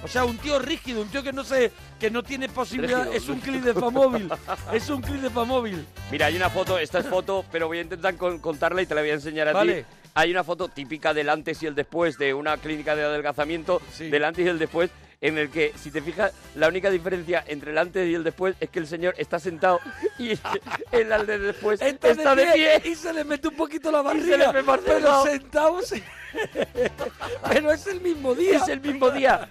Speaker 1: O sea, un tío rígido, un tío que no se, que no tiene posibilidad.
Speaker 4: Rígido.
Speaker 1: Es un clic de famóvil. es un clic de famóvil.
Speaker 4: Mira, hay una foto, esta es foto, pero voy a intentar con- contarla y te la voy a enseñar a
Speaker 1: Vale.
Speaker 4: ti. Hay una foto típica del antes y el después de una clínica de adelgazamiento, del antes y el después, en el que, si te fijas, la única diferencia entre el antes y el después es que el señor está sentado y el al de después está, de pie.
Speaker 1: y se le mete un poquito la
Speaker 4: Y se
Speaker 1: barriga.
Speaker 4: le ve más
Speaker 1: pero
Speaker 4: delgado.
Speaker 1: sentados. pero es el mismo día.
Speaker 4: Es el mismo día.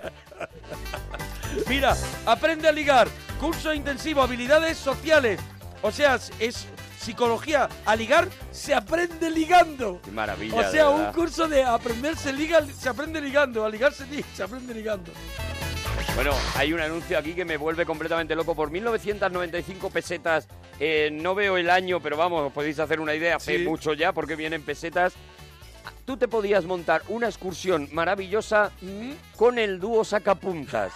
Speaker 1: Mira, aprende a ligar. Curso intensivo, habilidades sociales. O sea, es- es psicología. A ligar se aprende ligando.
Speaker 4: Qué maravilla.
Speaker 1: O
Speaker 4: de
Speaker 1: sea, un
Speaker 4: verdad.
Speaker 1: curso de aprenderse liga, se aprende ligando, a ligarse li- se aprende ligando.
Speaker 4: Bueno, hay un anuncio aquí que me vuelve completamente loco. Por 1995 pesetas, eh, no veo el año, pero vamos, os podéis hacer una idea, hace
Speaker 1: Sí.
Speaker 4: mucho ya, porque vienen pesetas. Tú te podías montar una excursión maravillosa con el dúo Sacapuntas.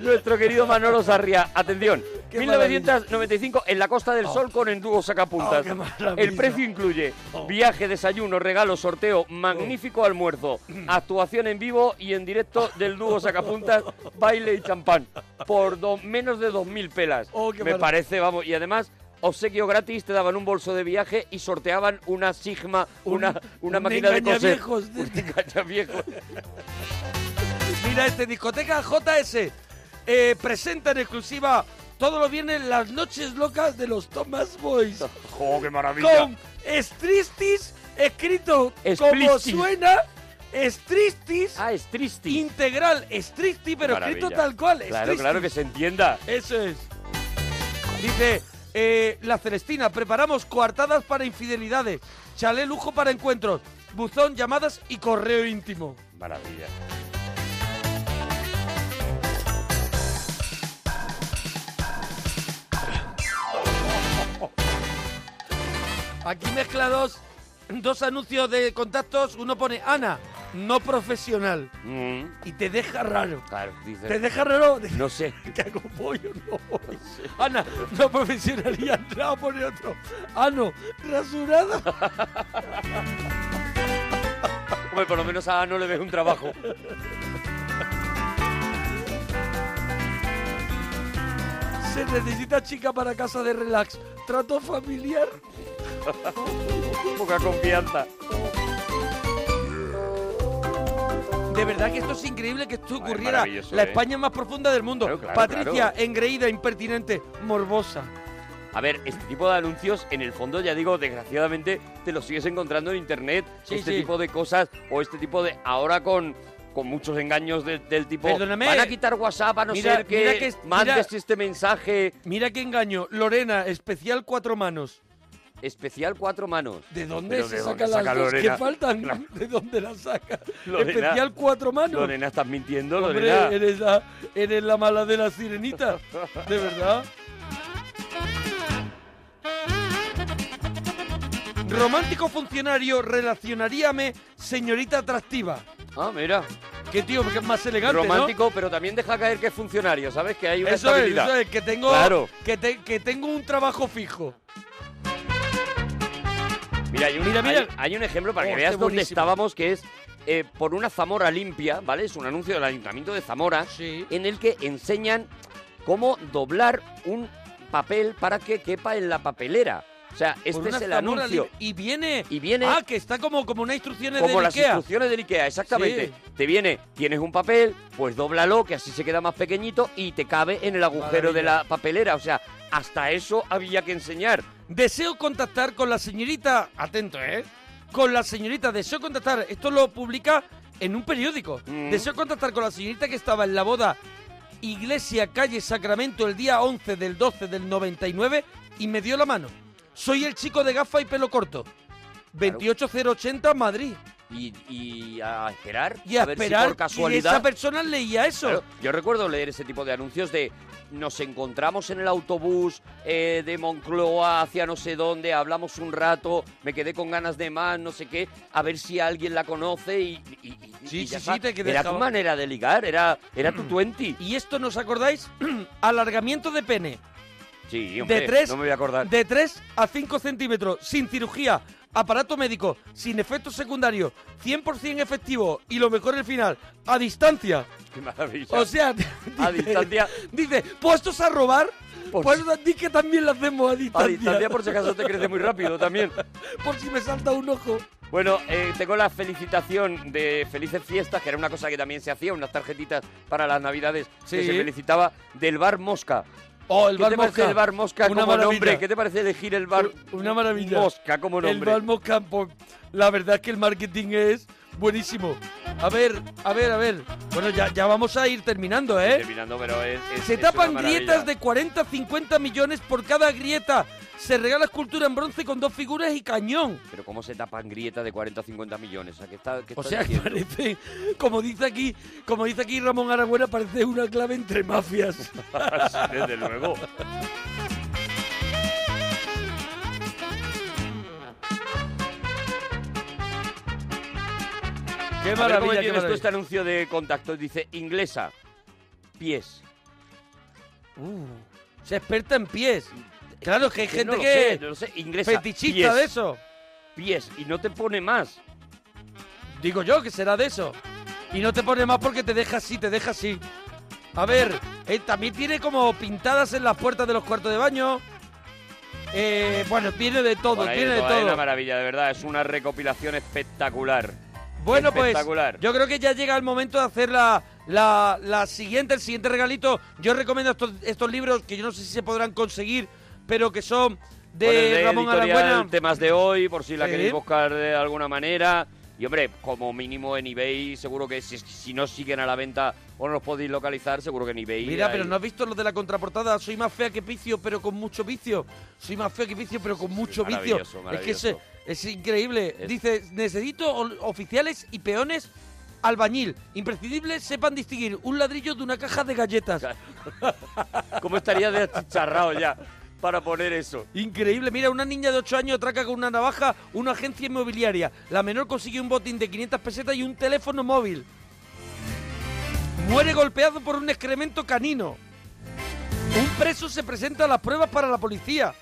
Speaker 4: Nuestro querido Manolo Sarria, atención,
Speaker 1: Qué
Speaker 4: 1995 en la Costa del
Speaker 1: Oh.
Speaker 4: Sol con el dúo
Speaker 1: Oh,
Speaker 4: Sacapuntas.
Speaker 1: qué maravilla. Oh.
Speaker 4: el precio incluye viaje, desayuno, regalo, sorteo, magnífico almuerzo, actuación en vivo y en directo del dúo Sacapuntas, baile y champán, por do- menos de 2.000 pelas.
Speaker 1: Oh, qué
Speaker 4: Me
Speaker 1: maravilla.
Speaker 4: parece, vamos, y además... Obsequio gratis, te daban un bolso de viaje y sorteaban una Sigma, una, una
Speaker 1: un
Speaker 4: máquina de coser.
Speaker 1: engañaviejos.
Speaker 4: Un engañaviejos.
Speaker 1: Mira, este discoteca JS eh, presenta en exclusiva todos los viernes las noches locas de los Thomas Boys.
Speaker 4: ¡Oh, qué maravilla!
Speaker 1: Con Stristis escrito como
Speaker 4: Esplistis.
Speaker 1: suena. Stristis.
Speaker 4: Ah, Stristis.
Speaker 1: Integral, Stristis, pero escrito
Speaker 4: Maravilla.
Speaker 1: tal cual.
Speaker 4: Claro, claro, que
Speaker 1: Stristis.
Speaker 4: se entienda.
Speaker 1: Eso es. Dice, eh, la Celestina, preparamos coartadas para infidelidades, chalé lujo para encuentros, buzón, llamadas y correo íntimo.
Speaker 4: Maravilla.
Speaker 1: Aquí mezcla dos, dos anuncios de contactos, uno pone Ana, no profesional, y te deja raro.
Speaker 4: Mm. Claro, dice.
Speaker 1: Te deja raro.
Speaker 4: No sé.
Speaker 1: ¿Qué hago pollo? No. voy. Ana, no profesional y ha entrado por el otro. Ah, no, rasurada.
Speaker 4: Hombre, por lo menos a no le ves un trabajo.
Speaker 1: Se necesita chica para casa de relax. Trato familiar.
Speaker 4: Poca confianza.
Speaker 1: De verdad que esto es increíble que esto ocurriera.
Speaker 4: maravilloso,
Speaker 1: La
Speaker 4: ¿eh?
Speaker 1: España más profunda del mundo.
Speaker 4: Claro, claro,
Speaker 1: Patricia,
Speaker 4: claro.
Speaker 1: engreída, impertinente, morbosa.
Speaker 4: A ver, este tipo de anuncios, en el fondo, ya digo, desgraciadamente, te los sigues encontrando en internet.
Speaker 1: Sí,
Speaker 4: este
Speaker 1: sí.
Speaker 4: tipo de cosas o este tipo de. Ahora con. Con muchos engaños de- del tipo.
Speaker 1: Perdóname.
Speaker 4: Van a quitar WhatsApp a no
Speaker 1: Mira-
Speaker 4: ser que,
Speaker 1: mira que es-
Speaker 4: mandes
Speaker 1: mira-
Speaker 4: este mensaje.
Speaker 1: Mira qué engaño. Lorena, especial cuatro manos.
Speaker 4: Especial cuatro manos.
Speaker 1: ¿De dónde
Speaker 4: Pero
Speaker 1: se
Speaker 4: ¿de
Speaker 1: saca
Speaker 4: dónde
Speaker 1: las
Speaker 4: saca
Speaker 1: dos
Speaker 4: Lorena?
Speaker 1: que faltan? ¿De dónde las saca?
Speaker 4: Lorena.
Speaker 1: Especial cuatro manos.
Speaker 4: Lorena, estás mintiendo,
Speaker 1: Hombre,
Speaker 4: Lorena.
Speaker 1: eres la, eres la mala de la sirenita. De verdad. Romántico funcionario, relacionaríame señorita atractiva.
Speaker 4: Ah, mira.
Speaker 1: Qué tío, porque es más elegante, ¿no?
Speaker 4: Romántico, pero también deja caer que es funcionario, ¿sabes? Que hay una
Speaker 1: Eso es,
Speaker 4: estabilidad.
Speaker 1: eso es, que tengo,
Speaker 4: Claro.
Speaker 1: que, te- que tengo un trabajo fijo.
Speaker 4: Mira, hay un,
Speaker 1: Mira, mira.
Speaker 4: hay- hay un ejemplo para
Speaker 1: Oh,
Speaker 4: que
Speaker 1: este
Speaker 4: veas dónde
Speaker 1: buenísimo.
Speaker 4: estábamos, que es eh, por una Zamora limpia, ¿vale? Es un anuncio del Ayuntamiento de Zamora, en el que enseñan cómo doblar un papel para que quepa en la papelera. O sea, este
Speaker 1: una
Speaker 4: es el
Speaker 1: zamarra
Speaker 4: anuncio.
Speaker 1: libre. Y viene.
Speaker 4: Y viene.
Speaker 1: Ah, que está como, como una instrucciones
Speaker 4: como
Speaker 1: de
Speaker 4: las
Speaker 1: Ikea.
Speaker 4: instrucciones del Ikea, exactamente.
Speaker 1: Sí.
Speaker 4: Te viene, tienes un papel, pues dóblalo, que así se queda más pequeñito y te cabe en el agujero de
Speaker 1: Maravilla.
Speaker 4: la papelera. O sea, hasta eso había que enseñar.
Speaker 1: Deseo contactar con la señorita. Atento, ¿eh? Con la señorita. Deseo contactar. Esto lo publica en un periódico.
Speaker 4: Mm.
Speaker 1: Deseo contactar con la señorita que estaba en la boda Iglesia Calle Sacramento el día 11 del 12 del 99 y me dio la mano. Soy el chico de gafa y pelo corto. 28080 Madrid.
Speaker 4: Y, y a esperar,
Speaker 1: Y a,
Speaker 4: ver si
Speaker 1: esperar.
Speaker 4: por casualidad.
Speaker 1: Y esa persona leía eso.
Speaker 4: Claro, yo recuerdo leer ese tipo de anuncios de nos encontramos en el autobús eh, de Moncloa hacia no sé dónde, hablamos un rato, me quedé con ganas de más, no sé qué, a ver si alguien la conoce y, y- y- y
Speaker 1: Sí,
Speaker 4: ya
Speaker 1: sí,
Speaker 4: está.
Speaker 1: sí, te
Speaker 4: Era tu
Speaker 1: dejaba-
Speaker 4: manera de ligar, era, era tu 20.
Speaker 1: Y esto, ¿nos acordáis? Alargamiento de pene.
Speaker 4: Sí, hombre,
Speaker 1: de 3,
Speaker 4: no me voy a acordar.
Speaker 1: De 3 a 5 centímetros, sin cirugía, aparato médico, sin efectos secundarios, 100% efectivo y lo mejor el final, a distancia.
Speaker 4: Qué maravilla.
Speaker 1: O sea,
Speaker 4: A
Speaker 1: dice-
Speaker 4: distancia.
Speaker 1: Dice, puestos a robar, puestos a- di que también lo hacemos a distancia.
Speaker 4: A distancia, por si acaso, te crece muy rápido también.
Speaker 1: Por si me salta un ojo.
Speaker 4: Bueno, eh, tengo la felicitación de Felices Fiestas, que era una cosa que también se hacía, unas tarjetitas para las Navidades que
Speaker 1: Sí.
Speaker 4: se felicitaba del bar Mosca.
Speaker 1: Oh, el
Speaker 4: ¿Qué
Speaker 1: bar
Speaker 4: te parece
Speaker 1: Mosca?
Speaker 4: el bar Mosca
Speaker 1: Una
Speaker 4: como
Speaker 1: maravilla.
Speaker 4: nombre? ¿Qué te parece elegir el bar
Speaker 1: Una maravilla.
Speaker 4: Mosca como
Speaker 1: El
Speaker 4: nombre?
Speaker 1: Bar Mosca, por- la verdad es que el marketing es buenísimo. A ver, a ver, a ver. Bueno, ya, ya vamos a ir terminando, ¿eh?
Speaker 4: Terminando, pero es, es-
Speaker 1: Se
Speaker 4: es
Speaker 1: tapan
Speaker 4: una maravilla.
Speaker 1: grietas de 40 50 millones por cada grieta. Se regala escultura en bronce con dos figuras y cañón.
Speaker 4: Pero ¿cómo se tapan grietas de 40 o 50 millones? O sea, ¿qué está, qué
Speaker 1: O
Speaker 4: está
Speaker 1: sea, que
Speaker 4: diciendo?
Speaker 1: parece, como dice aquí, como dice aquí Ramón Aragüera, parece una clave entre mafias.
Speaker 4: Sí, Desde luego.
Speaker 1: Qué
Speaker 4: A ver
Speaker 1: maravilla,
Speaker 4: ¿Cómo
Speaker 1: qué
Speaker 4: tienes tú
Speaker 1: maravilla.
Speaker 4: este anuncio de contacto? Dice, inglesa, pies.
Speaker 1: Uh, se experta en pies. Claro, que hay
Speaker 4: Que
Speaker 1: gente
Speaker 4: no lo
Speaker 1: que
Speaker 4: sé, no lo sé, inglesa,
Speaker 1: fetichista
Speaker 4: pies.
Speaker 1: de eso.
Speaker 4: Pies, y no te pone más.
Speaker 1: Digo yo que será de eso. Y no te pone más porque te deja así, te deja así. A ver, eh, también tiene como pintadas en las puertas de los cuartos de baño. Eh, bueno, tiene de todo,
Speaker 4: Bueno, ahí
Speaker 1: tiene de
Speaker 4: hay una
Speaker 1: todo.
Speaker 4: maravilla, de verdad. Es una recopilación espectacular.
Speaker 1: Bueno, pues
Speaker 4: espectacular.
Speaker 1: yo creo que ya llega el momento de hacer la, la, la siguiente, el siguiente regalito. Yo recomiendo estos, estos libros que yo no sé si se podrán conseguir, pero que son de
Speaker 4: Bueno, el
Speaker 1: Ramón
Speaker 4: editorial,
Speaker 1: Aragüena.
Speaker 4: temas de hoy, por si la
Speaker 1: Sí.
Speaker 4: queréis buscar de alguna manera. Y hombre, como mínimo en eBay, seguro que si, si no siguen a la venta o no los podéis localizar, seguro que en eBay.
Speaker 1: Mira,
Speaker 4: hay-
Speaker 1: pero ¿no has visto lo de la contraportada? Soy más fea que Picio, pero con mucho vicio. Soy más fea que Picio, pero con mucho vicio.
Speaker 4: maravilloso,
Speaker 1: Es que ese-
Speaker 4: maravilloso.
Speaker 1: es, increíble.
Speaker 4: Es-
Speaker 1: Dice, necesito ol- oficiales y peones albañil. Imprescindible sepan distinguir un ladrillo de una caja de galletas.
Speaker 4: ¿Cómo estaría de achicharrado ya para poner eso?
Speaker 1: Increíble, mira, una niña de 8 años atraca con una navaja una agencia inmobiliaria. La menor consigue un botín de 500 pesetas y un teléfono móvil. Muere golpeado por un excremento canino. Un preso se presenta a las pruebas para la policía.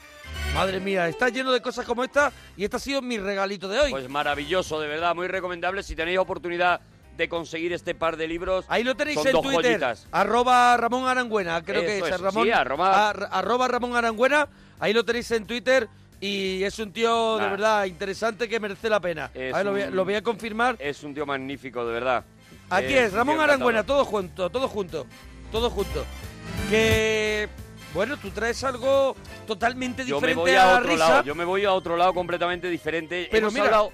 Speaker 1: Madre mía, está lleno de cosas como esta y este ha sido mi regalito de hoy.
Speaker 4: Pues maravilloso, de verdad, muy recomendable. Si tenéis oportunidad de conseguir este par de libros,
Speaker 1: Ahí lo tenéis
Speaker 4: son
Speaker 1: en
Speaker 4: dos
Speaker 1: Twitter.
Speaker 4: joyitas.
Speaker 1: Arroba Ramón Arangüena, creo que
Speaker 4: Eso
Speaker 1: es,
Speaker 4: es,
Speaker 1: Ramón.
Speaker 4: sí, arroba-
Speaker 1: ar- arroba Ramón Arangüena. Ahí lo tenéis en Twitter. Y es un tío de
Speaker 4: Nah.
Speaker 1: verdad interesante que merece la pena.
Speaker 4: Es
Speaker 1: A ver, lo, voy a,
Speaker 4: un-
Speaker 1: lo voy a confirmar.
Speaker 4: Es un tío magnífico, de verdad.
Speaker 1: Aquí
Speaker 4: Eh,
Speaker 1: es, Ramón
Speaker 4: encantador.
Speaker 1: Arangüena, todo junto, todo junto, todo junto. Que bueno, tú traes algo totalmente
Speaker 4: Yo
Speaker 1: diferente
Speaker 4: me voy
Speaker 1: a,
Speaker 4: a
Speaker 1: la
Speaker 4: otro
Speaker 1: risa.
Speaker 4: lado, yo me voy a otro lado completamente diferente.
Speaker 1: Pero
Speaker 4: Hemos
Speaker 1: mira-
Speaker 4: hablado-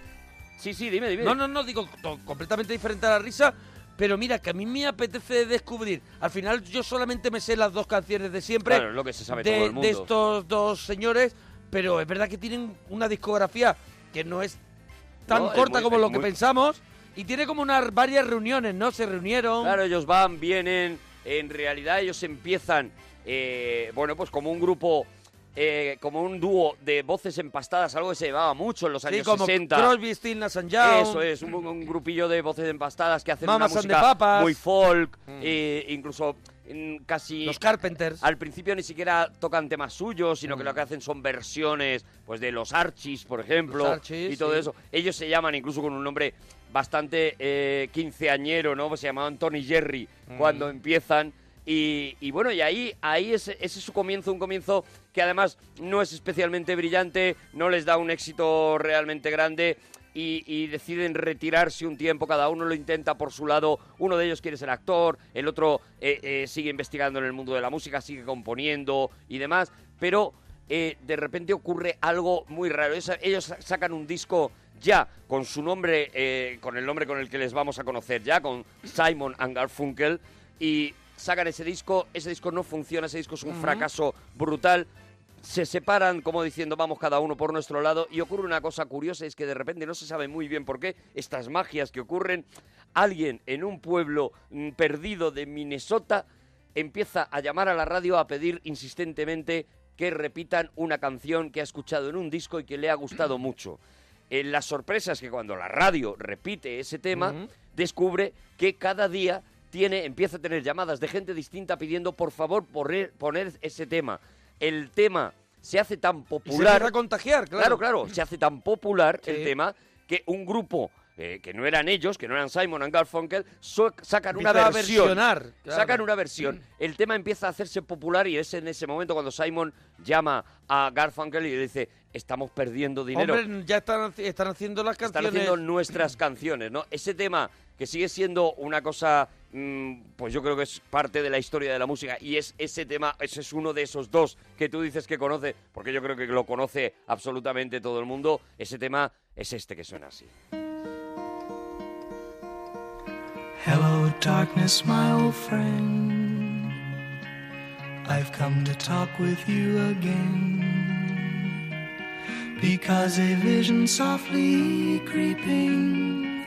Speaker 4: Sí, sí, dime, dime.
Speaker 1: No, no, no, digo to- completamente diferente a la risa. Pero mira, que a mí me apetece descubrir. Al final yo solamente me sé las dos canciones de siempre.
Speaker 4: Claro, es lo que se sabe
Speaker 1: de,
Speaker 4: todo el mundo.
Speaker 1: de estos dos señores. Pero es verdad que tienen una discografía que no es tan
Speaker 4: No, es
Speaker 1: corta
Speaker 4: muy-
Speaker 1: como
Speaker 4: es
Speaker 1: lo que
Speaker 4: muy-
Speaker 1: pensamos. Y tiene como unas varias reuniones, ¿no? Se reunieron.
Speaker 4: Claro, ellos van, vienen. En realidad ellos empiezan, eh, bueno, pues como un grupo, eh, como un dúo de voces empastadas, algo que se llevaba mucho en los
Speaker 1: Sí,
Speaker 4: años
Speaker 1: como
Speaker 4: 60.
Speaker 1: Crosby, Stills, Nash and Young.
Speaker 4: Eso es, un, un grupillo de voces empastadas que hacen
Speaker 1: Mamas
Speaker 4: una
Speaker 1: and the
Speaker 4: música
Speaker 1: Papas.
Speaker 4: muy folk,
Speaker 1: Mm.
Speaker 4: eh, incluso mm, casi...
Speaker 1: Los Carpenters. Mm.
Speaker 4: Al principio ni siquiera tocan temas suyos, sino que lo que hacen son versiones pues de los Archies, por ejemplo,
Speaker 1: Los Archies,
Speaker 4: y todo
Speaker 1: sí.
Speaker 4: eso. Ellos se llaman incluso con un nombre bastante eh, quinceañero, ¿no? Se Pues llamaban Tony Jerry
Speaker 1: Mm.
Speaker 4: cuando empiezan. Y, y bueno, y ahí, ahí es- ese es su comienzo, un comienzo que además no es especialmente brillante, no les da un éxito realmente grande y, y deciden retirarse un tiempo, cada uno lo intenta por su lado, uno de ellos quiere ser actor, el otro eh, eh, sigue investigando en el mundo de la música, sigue componiendo y demás, pero eh, de repente ocurre algo muy raro. Esa- Ellos sa- sacan un disco ya con su nombre, eh, con el nombre con el que les vamos a conocer ya, con Simon and Garfunkel, y sacan ese disco, ese disco no funciona, ese disco es un
Speaker 16: Ujú.
Speaker 4: fracaso brutal, se separan como diciendo vamos cada uno por nuestro lado y ocurre una cosa curiosa es que de repente no se sabe muy bien por qué estas magias que ocurren alguien en un pueblo mm, perdido de Minnesota empieza a llamar a la radio a pedir insistentemente que repitan una canción que ha escuchado en un disco y que le ha gustado mucho. Eh, la sorpresa es que cuando la radio repite ese tema,
Speaker 16: Ujú.
Speaker 4: descubre que cada día tiene, empieza a tener llamadas de gente distinta pidiendo por favor porre- poner ese tema. El tema se hace tan popular.
Speaker 1: empieza a contagiar, claro.
Speaker 4: Claro, claro, se hace tan popular el
Speaker 1: Sí.
Speaker 4: tema que un grupo eh, que no eran ellos, que no eran Simon and Garfunkel, so- sacan una
Speaker 1: Empieza a
Speaker 4: versión.
Speaker 1: versionar, claro.
Speaker 4: Sacan una versión. El tema empieza a hacerse popular y es en ese momento cuando Simon llama a Garfunkel y le dice, estamos perdiendo dinero
Speaker 1: Hombre, ya están, haci- están haciendo las
Speaker 4: están
Speaker 1: canciones.
Speaker 4: haciendo nuestras canciones, ¿no? Ese tema que sigue siendo una cosa, mm, pues yo creo que es parte de la historia de la música y es ese tema, ese es uno de esos dos que tú dices que conoce, porque yo creo que lo conoce absolutamente todo el mundo. Ese tema es este que suena así.
Speaker 5: Hello, darkness, my old friend. I've come to talk with you again. Because a vision softly creeping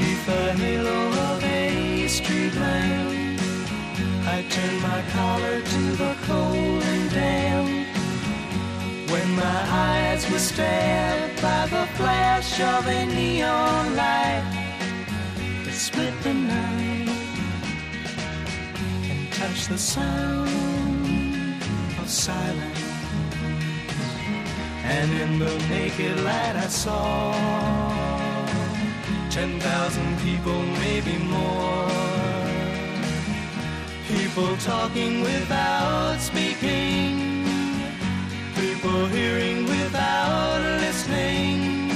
Speaker 5: neath the halo of a street lamp. I turned my collar to the cold and damp. When my eyes were stabbed by the flash of a neon light that split the night and touched the sound of silence. And in the naked light I saw 10,000 people, maybe more. People talking without speaking. People hearing without listening.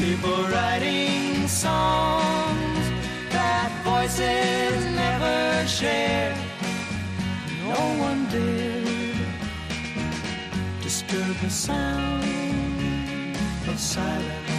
Speaker 5: People writing songs that voices never shared. No one dared disturb the sound of silence.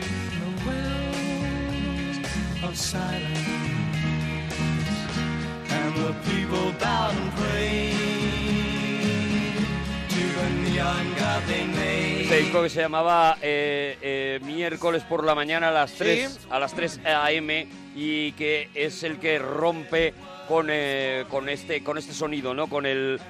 Speaker 5: the wells of silence. And the people bowed and prayed to the neon god they made.
Speaker 4: Este disco que se llamaba eh, eh, Miércoles por la mañana a las 3, a las 3 AM y que es el que rompe con, eh, con, este, con este sonido, ¿no? Con el,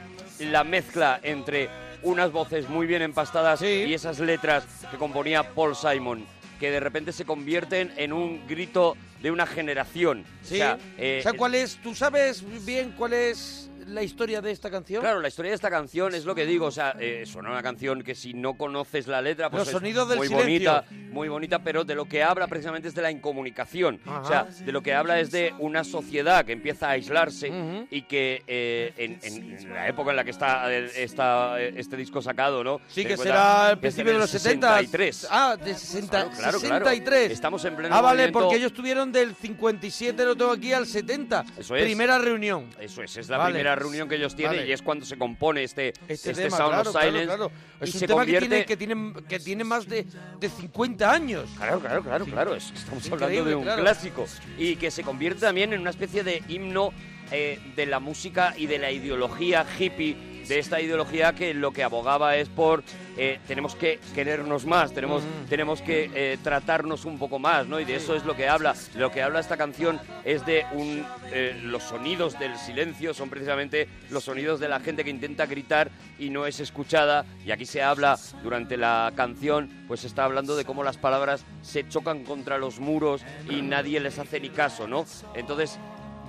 Speaker 4: la mezcla entre unas voces muy bien empastadas y esas letras que componía Paul Simon, que de repente se convierten en un grito de una generación. eh,
Speaker 1: Sí. O sea, ¿cuál es? ¿Tú sabes bien cuál es la historia de esta canción?
Speaker 4: Claro, la historia de esta canción es lo que digo, o sea, eh, suena una canción que si no conoces la letra, pues
Speaker 1: Los
Speaker 4: es
Speaker 1: sonidos del
Speaker 4: muy
Speaker 1: silencio.
Speaker 4: bonita, muy bonita, pero de lo que habla precisamente es de la incomunicación, o sea,
Speaker 1: Ajá.
Speaker 4: de lo que habla es de una sociedad que empieza a aislarse
Speaker 1: Ujú.
Speaker 4: y que eh, en, en- en la época en la que está, eh, está, eh, este disco sacado, ¿no?
Speaker 1: Sí,
Speaker 4: Ten
Speaker 1: que
Speaker 4: en cuenta
Speaker 1: será al
Speaker 4: es
Speaker 1: principio
Speaker 4: en
Speaker 1: de
Speaker 4: el
Speaker 1: los 70.
Speaker 4: 63.
Speaker 1: Ah, de 60,
Speaker 4: Claro, claro, claro.
Speaker 1: 63.
Speaker 4: Estamos en pleno
Speaker 1: Ah, vale,
Speaker 4: movimiento-
Speaker 1: porque ellos tuvieron del 57, lo tengo aquí, al 70.
Speaker 4: Eso es.
Speaker 1: Primera reunión.
Speaker 4: Eso es, es la
Speaker 1: Vale.
Speaker 4: primera reunión que ellos tienen
Speaker 1: Vale.
Speaker 4: y es cuando se compone este,
Speaker 1: Este,
Speaker 4: este,
Speaker 1: tema,
Speaker 4: Sound
Speaker 1: claro,
Speaker 4: of
Speaker 1: claro,
Speaker 4: Silence.
Speaker 1: claro.
Speaker 4: Y
Speaker 1: Es un
Speaker 4: se
Speaker 1: tema que
Speaker 4: convierte...
Speaker 1: tiene, que tiene, que tiene más de, de 50 años.
Speaker 4: Claro, claro, claro, claro. es que estamos
Speaker 1: Increíble,
Speaker 4: hablando de un
Speaker 1: claro.
Speaker 4: clásico. Y que se convierte también en una especie de himno eh, de la música y de la ideología hippie. De esta ideología que lo que abogaba es por eh, tenemos que querernos más, tenemos,
Speaker 1: Mm.
Speaker 4: tenemos que eh, tratarnos un poco más, ¿no? Y de eso es lo que habla. Lo que habla esta canción es de un. eh, los sonidos del silencio son precisamente los sonidos de la gente que intenta gritar y no es escuchada. Y aquí se habla durante la canción, pues se está hablando de cómo las palabras se chocan contra los muros y nadie les hace ni caso, ¿no? Entonces,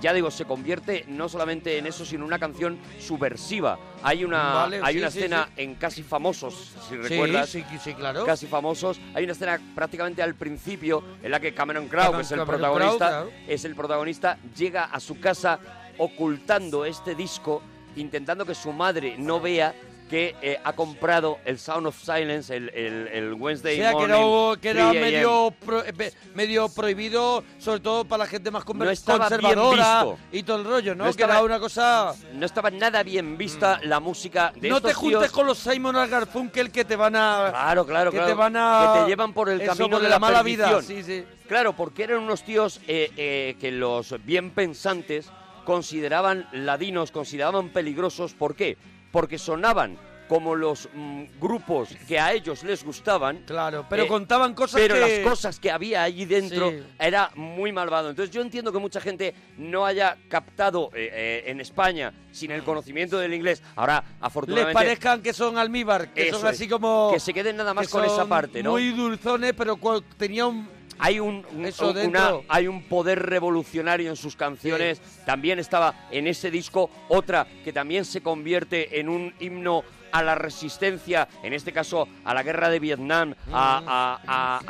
Speaker 4: ya digo, se convierte no solamente en eso, sino en una canción subversiva. Hay una,
Speaker 1: Vale,
Speaker 4: hay
Speaker 1: sí,
Speaker 4: una
Speaker 1: sí,
Speaker 4: escena
Speaker 1: sí.
Speaker 4: en Casi Famosos, si recuerdas.
Speaker 1: Sí, sí, sí, claro.
Speaker 4: Casi famosos. Hay una escena prácticamente al principio en la que Cameron Crowe,
Speaker 1: Cameron-
Speaker 4: que es el
Speaker 1: Cameron
Speaker 4: protagonista,
Speaker 1: Crowe, claro.
Speaker 4: es el protagonista, llega a su casa ocultando este disco, intentando que su madre no vea que eh, ha comprado el Sound of Silence, el, el- el Wednesday
Speaker 1: o sea, que
Speaker 4: morning.
Speaker 1: era, que era
Speaker 4: 3 a.m..
Speaker 1: medio, pro- eh, pe- medio prohibido, sobre todo para la gente más conver-
Speaker 4: No estaba bien
Speaker 1: conservadora
Speaker 4: visto.
Speaker 1: y todo el rollo, ¿no?
Speaker 4: No
Speaker 1: que era
Speaker 4: estaba-
Speaker 1: una cosa... Mm.
Speaker 4: No estaba nada bien vista la música de
Speaker 1: no
Speaker 4: estos
Speaker 1: te juntes
Speaker 4: tíos.
Speaker 1: con los Simon and Garfunkel que te van a...
Speaker 4: Claro, claro,
Speaker 1: que
Speaker 4: claro.
Speaker 1: te van a...
Speaker 4: Que te llevan por el
Speaker 1: eso,
Speaker 4: camino
Speaker 1: por
Speaker 4: de
Speaker 1: la
Speaker 4: la
Speaker 1: mala vida. Sí,
Speaker 4: perdición.
Speaker 1: sí.
Speaker 4: Claro, porque eran unos tíos eh, eh, que los bien pensantes consideraban ladinos, consideraban peligrosos. ¿Por qué? Porque sonaban como los mm, grupos que a ellos les gustaban. Eh,
Speaker 1: Claro, pero contaban cosas
Speaker 4: pero
Speaker 1: que-
Speaker 4: las cosas que había allí dentro
Speaker 1: Sí.
Speaker 4: era muy malvado. Entonces yo entiendo que mucha gente no haya captado eh, eh, en España, sin el conocimiento del inglés, ahora
Speaker 1: Les
Speaker 4: afortunadamente...
Speaker 1: parezcan que son almíbar, que
Speaker 4: Eso
Speaker 1: son
Speaker 4: es.
Speaker 1: así como...
Speaker 4: Que se queden nada más
Speaker 1: que
Speaker 4: con esa
Speaker 1: son
Speaker 4: parte, ¿no?
Speaker 1: Muy dulzones, pero cual- tenía un...
Speaker 4: Hay un, un-
Speaker 1: Eso
Speaker 4: una-
Speaker 1: dentro.
Speaker 4: hay un poder revolucionario en sus canciones. También estaba en ese disco otra que también se convierte en un himno a la resistencia, en este caso a la guerra de Vietnam,
Speaker 1: Mm.
Speaker 4: a, a-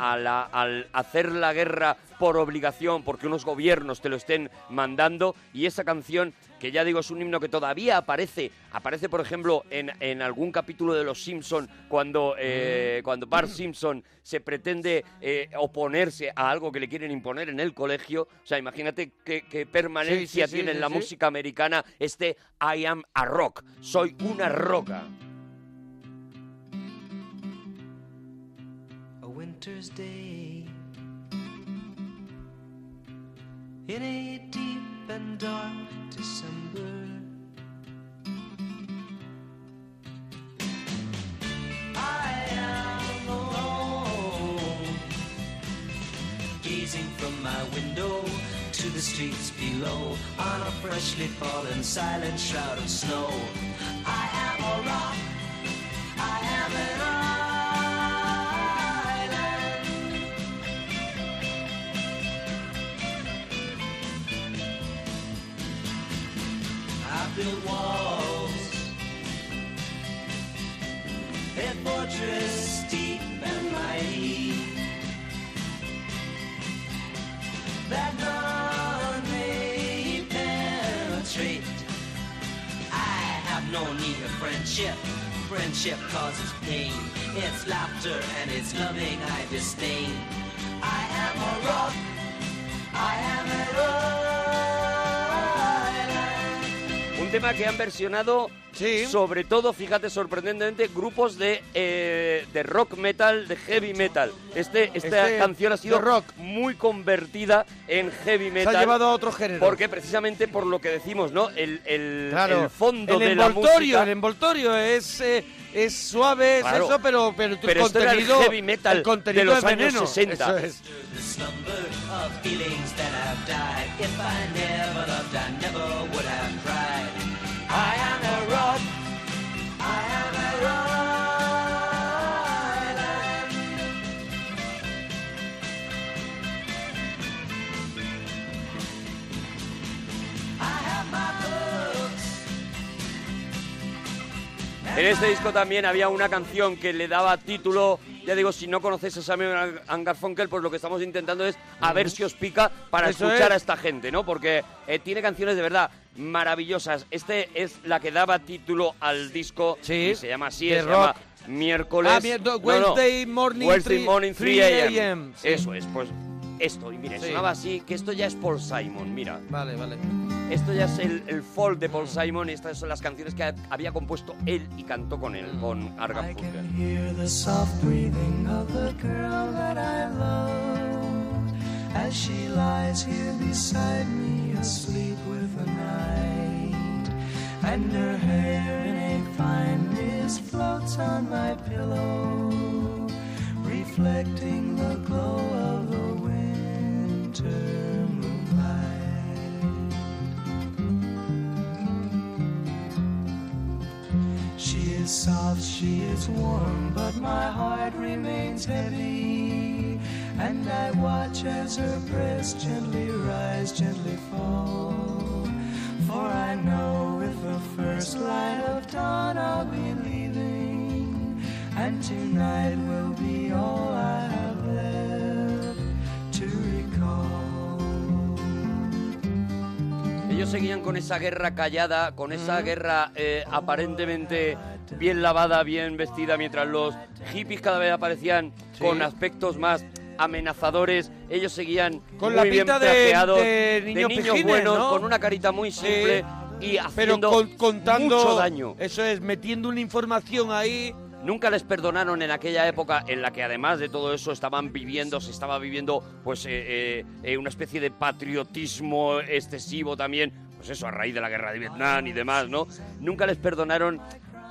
Speaker 4: a- a la- al hacer la guerra por obligación, porque unos gobiernos te lo estén mandando. Y esa canción, que ya digo, es un himno que todavía aparece. Aparece, por ejemplo, en, en algún capítulo de Los Simpson cuando, eh, cuando Bart Simpson se pretende eh, oponerse a algo que le quieren imponer en el colegio. O sea, imagínate qué, qué
Speaker 1: Sí, sí,
Speaker 4: permanencia
Speaker 1: sí,
Speaker 4: tiene en
Speaker 1: sí,
Speaker 4: la
Speaker 1: sí.
Speaker 4: música americana este I am a rock. Soy una roca.
Speaker 5: a winter's day. In a deep and dark December, I am alone, gazing from my window to the streets below on a freshly fallen silent shroud of snow. I am a rock, I am an I built walls, a fortress deep and mighty that none may penetrate. I have no need of friendship. Friendship causes pain. It's laughter and it's loving I disdain. I am a rock. I am an island.
Speaker 4: Un tema que han versionado, sobre todo, fíjate, sorprendentemente, grupos de, eh, de rock metal, de heavy metal. Este, esta
Speaker 1: Este,
Speaker 4: canción ha sido
Speaker 1: de rock.
Speaker 4: muy convertida en heavy metal.
Speaker 1: llevado a otro género.
Speaker 4: Porque precisamente por lo que decimos, ¿no? El, el-
Speaker 1: Claro.
Speaker 4: el fondo
Speaker 1: El
Speaker 4: de
Speaker 1: envoltorio,
Speaker 4: la música.
Speaker 1: el envoltorio es, eh, es suave, es
Speaker 4: Claro.
Speaker 1: eso, pero, pero, tu
Speaker 4: Pero esto era el
Speaker 1: contenido,
Speaker 4: heavy metal
Speaker 1: el contenido
Speaker 4: de los
Speaker 1: es
Speaker 4: años
Speaker 1: veneno.
Speaker 4: 60.
Speaker 1: Eso es.
Speaker 5: The slumber of feelings that I've died. If I never loved, I never would have cried. I am a rock. I am a rock. I have my books.
Speaker 4: En este disco también había una canción que le daba título, ya digo, si no conoces a Samuel and Garfunkel, pues lo que estamos intentando es a ver si os pica para
Speaker 1: Eso
Speaker 4: escuchar
Speaker 1: es.
Speaker 4: a esta gente, ¿no? Porque eh, tiene canciones de verdad maravillosas. Este es la que daba título al disco y se llama así,
Speaker 1: de
Speaker 4: se
Speaker 1: rock.
Speaker 4: llama Miércoles.
Speaker 1: Ah, mier- no,
Speaker 4: no, no,
Speaker 1: Wednesday morning
Speaker 4: Wednesday
Speaker 1: three-
Speaker 4: morning 3
Speaker 1: 3
Speaker 4: 3
Speaker 1: a.m., sí.
Speaker 4: Eso es, pues esto, y mira,
Speaker 1: Sí.
Speaker 4: sonaba así, que esto ya es Paul Simon, mira.
Speaker 1: Vale, vale.
Speaker 4: Esto ya es el, el folk de Paul Simon y estas son las canciones que ha- había compuesto él y cantó con
Speaker 1: Mm.
Speaker 4: él, con Argan Funkel.
Speaker 5: Hear the soft breathing of the girl that I love as she lies here beside me, asleep with the night. And her hair in a fine mist floats on my pillow, reflecting the glow of the winter moonlight. She is soft, she is warm, but my heart remains heavy. And I watch as her breast gently rise, gently fall. For I know with the first light of dawn I'll be leaving. And tonight will be all I have left to recall.
Speaker 4: Ellos seguían con esa guerra callada, con esa
Speaker 1: Mm.
Speaker 4: guerra eh, aparentemente bien lavada, bien vestida, mientras los hippies cada vez aparecían
Speaker 1: Sí.
Speaker 4: con aspectos más amenazadores. Ellos seguían
Speaker 1: Con
Speaker 4: muy
Speaker 1: la
Speaker 4: bien
Speaker 1: pinta de-
Speaker 4: trajeados,
Speaker 1: de niños pijines,
Speaker 4: buenos,
Speaker 1: ¿no?
Speaker 4: con una carita muy simple y
Speaker 1: Pero
Speaker 4: haciendo
Speaker 1: con- contando. eh,
Speaker 4: mucho daño.
Speaker 1: Eso es, metiendo una información ahí.
Speaker 4: Nunca les perdonaron en aquella época en la que además de todo eso estaban viviendo, se estaba viviendo pues eh, eh, eh, una especie de patriotismo excesivo también, pues eso a raíz de la guerra de Vietnam y demás, ¿no? Nunca les perdonaron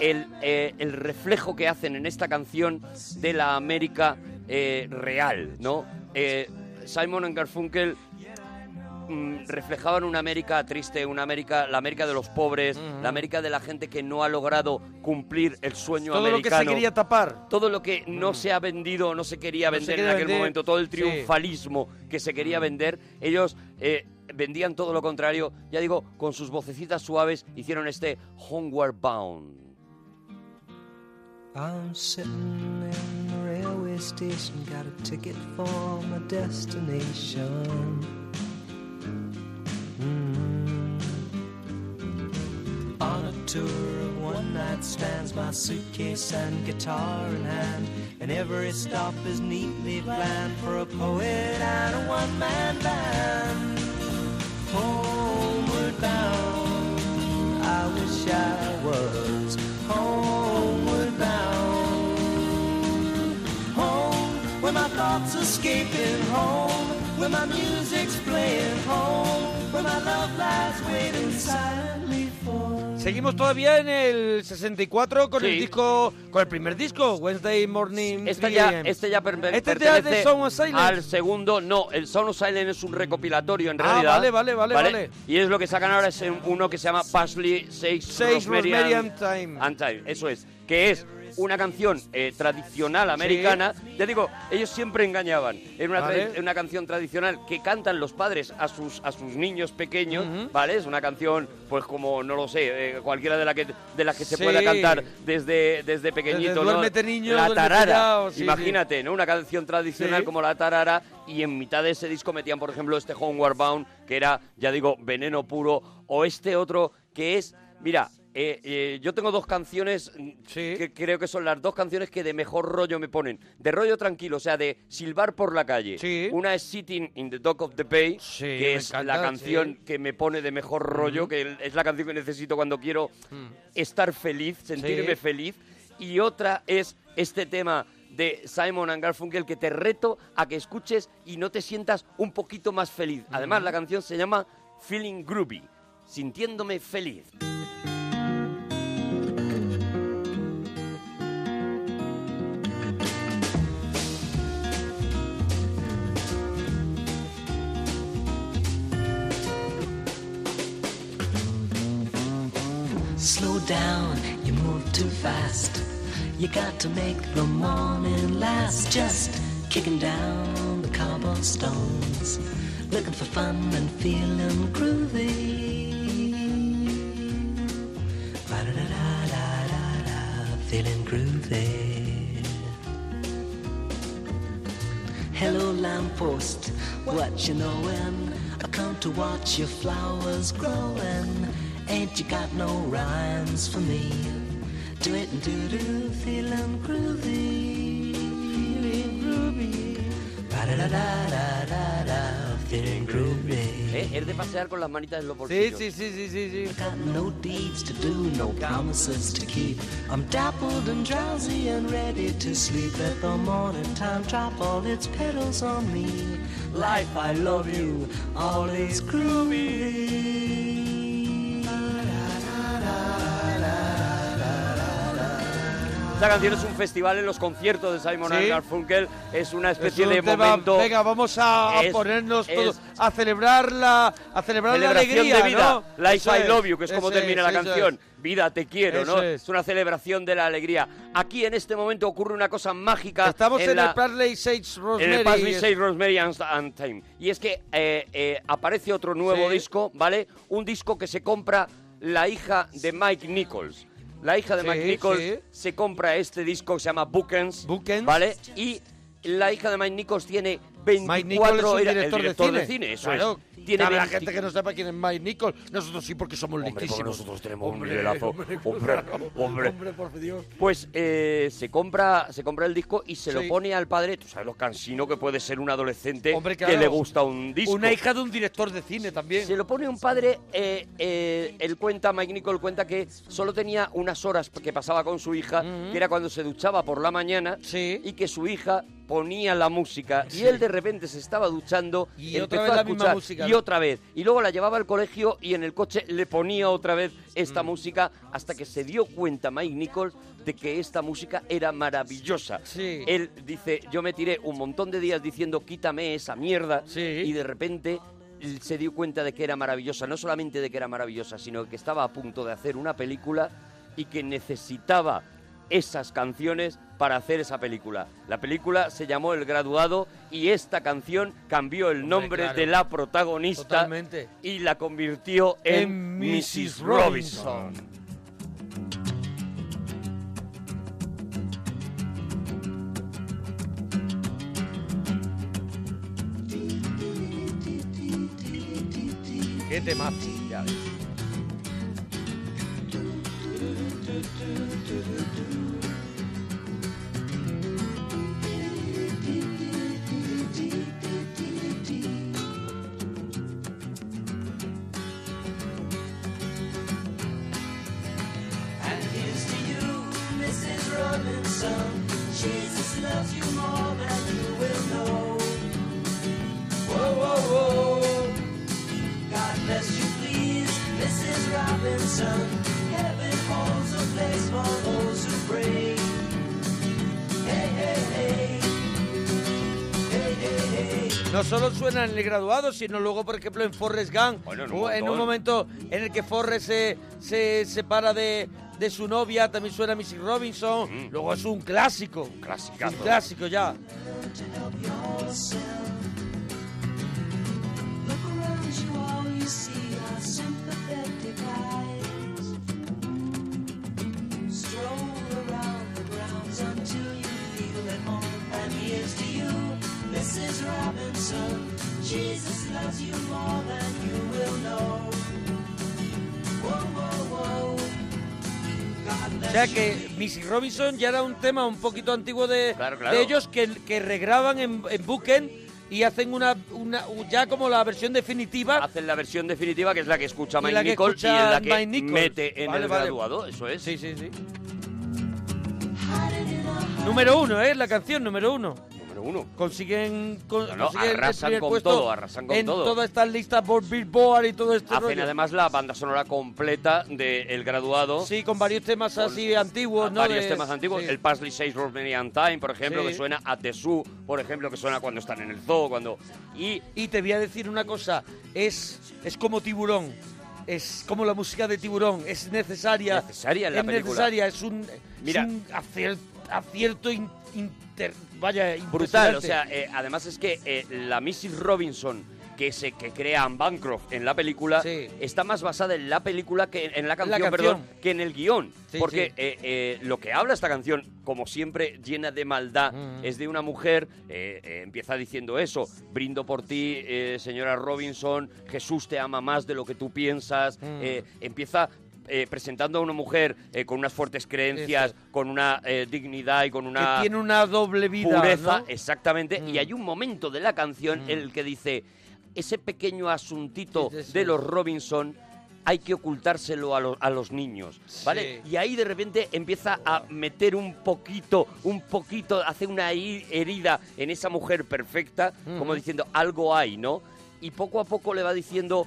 Speaker 4: el, eh, el reflejo que hacen en esta canción de la América eh, real, ¿no? Eh, Simon and Garfunkel mm, reflejaban una América triste, una América, la América de los pobres, la América de la gente que no ha logrado cumplir el sueño
Speaker 1: Todo lo que
Speaker 4: americano.
Speaker 1: se quería tapar.
Speaker 4: Todo lo que no se ha vendido, no se quería
Speaker 1: No se
Speaker 4: vender en
Speaker 1: quería
Speaker 4: aquel
Speaker 1: vender,
Speaker 4: momento, todo el
Speaker 1: sí. Mm.
Speaker 4: triunfalismo que se quería vender, ellos eh, vendían todo lo contrario. Ya digo, con sus vocecitas suaves hicieron este Homeward Bound.
Speaker 5: I'm sitting in the railway station, got a ticket for my destination. Mm. On a tour of one night stands, my suitcase and guitar in hand, and every stop is neatly planned for a poet and a one man band. Homeward bound, I wish I was homeward bound. Home, where my thoughts escaping, home, where my music's playing, home, where my love lies waiting silently for.
Speaker 1: Seguimos todavía en el 64 con el
Speaker 4: Sí.
Speaker 1: disco, con el primer disco, Wednesday Morning.
Speaker 4: Este
Speaker 1: 3
Speaker 4: ya,
Speaker 1: AM.
Speaker 4: este ya per-
Speaker 1: Este ya es
Speaker 4: pertenece
Speaker 1: de Sound of Silence.
Speaker 4: al segundo. No, el Sound of Silence es un recopilatorio en
Speaker 1: Ah,
Speaker 4: realidad.
Speaker 1: vale, vale, vale, vale.
Speaker 4: Y es lo que sacan ahora es en uno que se llama Parsley 6
Speaker 1: Seis Rosemary and
Speaker 4: Time. Eso es, que es una canción eh, tradicional americana. Ya digo, ellos siempre engañaban. Era una,
Speaker 1: Vale.
Speaker 4: tra- una canción tradicional que cantan los padres a sus, a sus niños pequeños, ¿vale? Es una canción, pues como, no lo sé, eh, cualquiera de, la que, de las que se
Speaker 1: Sí.
Speaker 4: pueda cantar desde, desde pequeñito, ¿no?
Speaker 1: duérmete, niño,
Speaker 4: la
Speaker 1: duérmete
Speaker 4: tarara.
Speaker 1: ya, o sí, sí.
Speaker 4: Imagínate, ¿no? Una canción tradicional
Speaker 1: Sí.
Speaker 4: como la tarara y en mitad de ese disco metían, por ejemplo, este Homeward Bound, que era, ya digo, veneno puro, o este otro que es, mira, eh, eh, yo tengo dos canciones mm, que creo que son las dos canciones que de mejor rollo me ponen, de rollo tranquilo, o sea, de silbar por la calle. Una es Sitting in the Dock of the Bay, que
Speaker 1: me
Speaker 4: es
Speaker 1: encanta,
Speaker 4: la canción
Speaker 1: sí.
Speaker 4: que me pone de mejor rollo,
Speaker 1: Ujú. Mm.
Speaker 4: que es la canción que necesito cuando quiero estar feliz, sentirme
Speaker 1: Sí.
Speaker 4: feliz. Y otra es este tema de Simon and Garfunkel que te reto a que escuches y no te sientas un poquito más feliz. Además, la canción se llama Feeling Groovy, sintiéndome feliz.
Speaker 5: Slow down, you move too fast. You got to make the morning last. Just kicking down the cobblestones, looking for fun and feeling groovy. Ba-da-da-da-da-da-da. Hello, lamppost, what you knowin'? I come to watch your flowers growin'. Ain't you got no rhymes for me? Do it and do do, feelin' groovy, feelin' groovy. Ba-da-da-da-da-da, feeling groovy.
Speaker 28: ¿Eh? Es de pasear con las manitas en los
Speaker 1: Sí,
Speaker 28: bolsillos.
Speaker 1: sí, sí, sí, sí, sí.
Speaker 5: No deeds to do, no promises to keep. I'm dappled and drowsy and ready to sleep. Let the morning time drop all its petals on me. Life, I love you, always groovy.
Speaker 4: Esta canción es un festival en los conciertos de Simon
Speaker 1: Sí.
Speaker 4: and Garfunkel. Es una especie
Speaker 1: Es un
Speaker 4: de
Speaker 1: tema-
Speaker 4: momento.
Speaker 1: Venga, vamos a, a
Speaker 4: Es-
Speaker 1: ponernos
Speaker 4: es-
Speaker 1: todos a celebrar la, a celebrar la
Speaker 4: Celebración
Speaker 1: alegría,
Speaker 4: de vida,
Speaker 1: ¿no?
Speaker 4: Life
Speaker 1: Eso
Speaker 4: I Love You, que es como
Speaker 1: eso
Speaker 4: termina
Speaker 1: es,
Speaker 4: la
Speaker 1: eso
Speaker 4: canción. Vida, te quiero,
Speaker 1: Eso
Speaker 4: ¿no?
Speaker 1: es.
Speaker 4: Es. una celebración de la alegría. Aquí en este momento ocurre una cosa mágica.
Speaker 1: Estamos en,
Speaker 4: la-
Speaker 1: el Parley Sage Rosemary.
Speaker 4: en el Pass Me
Speaker 1: es-
Speaker 4: Say Rosemary and, and Time. Y es que eh, eh, aparece otro nuevo
Speaker 1: Sí.
Speaker 4: disco, ¿vale? Un disco que se compra la hija de Mike Nichols. La hija de
Speaker 1: Sí,
Speaker 4: Mike Nichols
Speaker 1: sí.
Speaker 4: se compra este disco que se llama Bookends, ¿vale? Y la hija de Mike Nichols tiene 24
Speaker 1: Mike Nichols es un
Speaker 4: era-
Speaker 1: director,
Speaker 4: el director de cine, eso
Speaker 1: Claro,
Speaker 4: es. Tiene
Speaker 1: habrá
Speaker 4: 20
Speaker 1: gente que no sepa quién es Mike Nichols. Nosotros sí, porque somos
Speaker 4: porque
Speaker 1: lentísimos.
Speaker 4: nosotros tenemos un
Speaker 1: Hombre,
Speaker 4: nivelazo.
Speaker 1: hombre,
Speaker 4: Hombre,
Speaker 1: claro.
Speaker 4: hombre.
Speaker 1: Hombre, por Dios.
Speaker 4: Pues eh, se compra se compra el disco y se
Speaker 1: Sí.
Speaker 4: lo pone al padre. Tú sabes lo cansino que puede ser un adolescente que
Speaker 1: claro.
Speaker 4: le gusta un disco.
Speaker 1: Una hija de un director de cine también.
Speaker 4: Se lo pone un padre, eh, eh, él cuenta, Mike Nichol cuenta que solo tenía unas horas que pasaba con su hija, que era cuando se duchaba por la mañana, y que su hija ponía la música y él de repente se estaba duchando
Speaker 1: Y
Speaker 4: empezó
Speaker 1: otra vez
Speaker 4: a
Speaker 1: la misma
Speaker 4: escuchar
Speaker 1: música,
Speaker 4: y
Speaker 1: ¿no?
Speaker 4: otra vez y luego la llevaba al colegio y en el coche le ponía otra vez esta música hasta que se dio cuenta Mike Nichols de que esta música era maravillosa
Speaker 1: Sí.
Speaker 4: él dice, yo me tiré un montón de días diciendo, quítame esa mierda. Y de repente él se dio cuenta de que era maravillosa. No solamente de que era maravillosa, sino que estaba a punto de hacer una película y que necesitaba esas canciones para hacer esa película. La película se llamó El Graduado y esta canción cambió el nombre
Speaker 1: claro.
Speaker 4: de la protagonista
Speaker 1: Totalmente.
Speaker 4: y la convirtió en, Mrs. Robinson.
Speaker 1: Qué temazo.
Speaker 4: Ya ves.
Speaker 5: And here's to you, Mrs. Robinson. Jesus loves you more than you will know. Whoa, whoa, whoa. God bless you, please, Mrs. Robinson. Heaven holds a place for those who pray. Hey, hey, hey. Hey, hey, hey.
Speaker 1: No solo suena en el graduado, sino luego, por ejemplo, en Forrest Gump.
Speaker 4: Bueno, en un
Speaker 1: o en un
Speaker 4: montón.
Speaker 1: momento en el que Forrest se, se separa de, de su novia, también suena Mrs. Robinson. Luego es un clásico. Un
Speaker 4: Mm. clasicazo.
Speaker 1: Un clásico ya.
Speaker 5: to help yourself. Look around you, all you see are sympathetic eyes. Stroll around the grounds until you feel at home. And here's to you, Mrs. Robinson. Jesus loves you more than you will know. Whoa, whoa, whoa. God
Speaker 1: O
Speaker 5: bless
Speaker 1: sea
Speaker 5: you.
Speaker 1: que Mrs. Robinson ya era un tema un poquito antiguo de,
Speaker 4: claro.
Speaker 1: de ellos que, que regraban en, en Bookend y hacen una, una ya como la versión definitiva.
Speaker 4: Hacen la versión definitiva que es la que escucha Mike
Speaker 1: la que
Speaker 4: Nichols y
Speaker 1: escucha
Speaker 4: es la que
Speaker 1: Mike Nichols.
Speaker 4: mete en
Speaker 1: Vale,
Speaker 4: el
Speaker 1: vale.
Speaker 4: graduado, eso es.
Speaker 1: Sí, sí, sí. Número uno, ¿eh? La canción número uno.
Speaker 4: Número uno.
Speaker 1: Consiguen, con-
Speaker 4: No, no,
Speaker 1: consiguen el
Speaker 4: arrasan
Speaker 1: primer
Speaker 4: con
Speaker 1: puesto
Speaker 4: todo, arrasan con
Speaker 1: en
Speaker 4: todo.
Speaker 1: todas estas listas por Billboard y todo este esto.
Speaker 4: Hacen además la banda sonora completa de El Graduado.
Speaker 1: Sí, con varios temas así antiguos, ¿no?
Speaker 4: varios
Speaker 1: De-
Speaker 4: temas antiguos.
Speaker 1: sí.
Speaker 4: El Parsley 6 Rosemary and Time, por ejemplo,
Speaker 1: Sí.
Speaker 4: que suena a Tesú, por ejemplo, que suena cuando están en el zoo, cuando... Y,
Speaker 1: y te voy a decir una cosa, es, es como tiburón, es como la música de tiburón, es necesaria.
Speaker 4: Necesaria en la
Speaker 1: es
Speaker 4: película.
Speaker 1: necesaria, es un, es
Speaker 4: Mira.
Speaker 1: un acier- acierto in- inter- vaya,
Speaker 4: brutal. O
Speaker 1: impresionante.
Speaker 4: sea, eh, además es que eh, la Mrs. Robinson que se que crea Anne Bancroft en la película está más basada en la película que en la canción,
Speaker 1: canción.
Speaker 4: perdón, que en el guión.
Speaker 1: Sí,
Speaker 4: porque
Speaker 1: sí.
Speaker 4: eh, eh, lo que habla esta canción, como siempre llena de maldad,
Speaker 1: Mm.
Speaker 4: es de una mujer, eh, eh, empieza diciendo eso, brindo por ti, eh, señora Robinson, Jesús te ama más de lo que tú piensas,
Speaker 1: Mm.
Speaker 4: eh, empieza... eh, presentando a una mujer eh, con unas fuertes creencias, con una eh, dignidad y con una
Speaker 1: que tiene una doble vida.
Speaker 4: pureza,
Speaker 1: ¿no? Mm.
Speaker 4: exactamente. Y hay un momento de la canción en el que dice, ese pequeño asuntito
Speaker 1: Sí, sí, sí.
Speaker 4: de los Robinson hay que ocultárselo a, lo- a los niños, ¿vale? Y ahí de repente empieza a meter un poquito, un poquito, hace una hi- herida en esa mujer perfecta, como
Speaker 1: Mm.
Speaker 4: diciendo, algo hay, ¿no? Y poco a poco le va diciendo...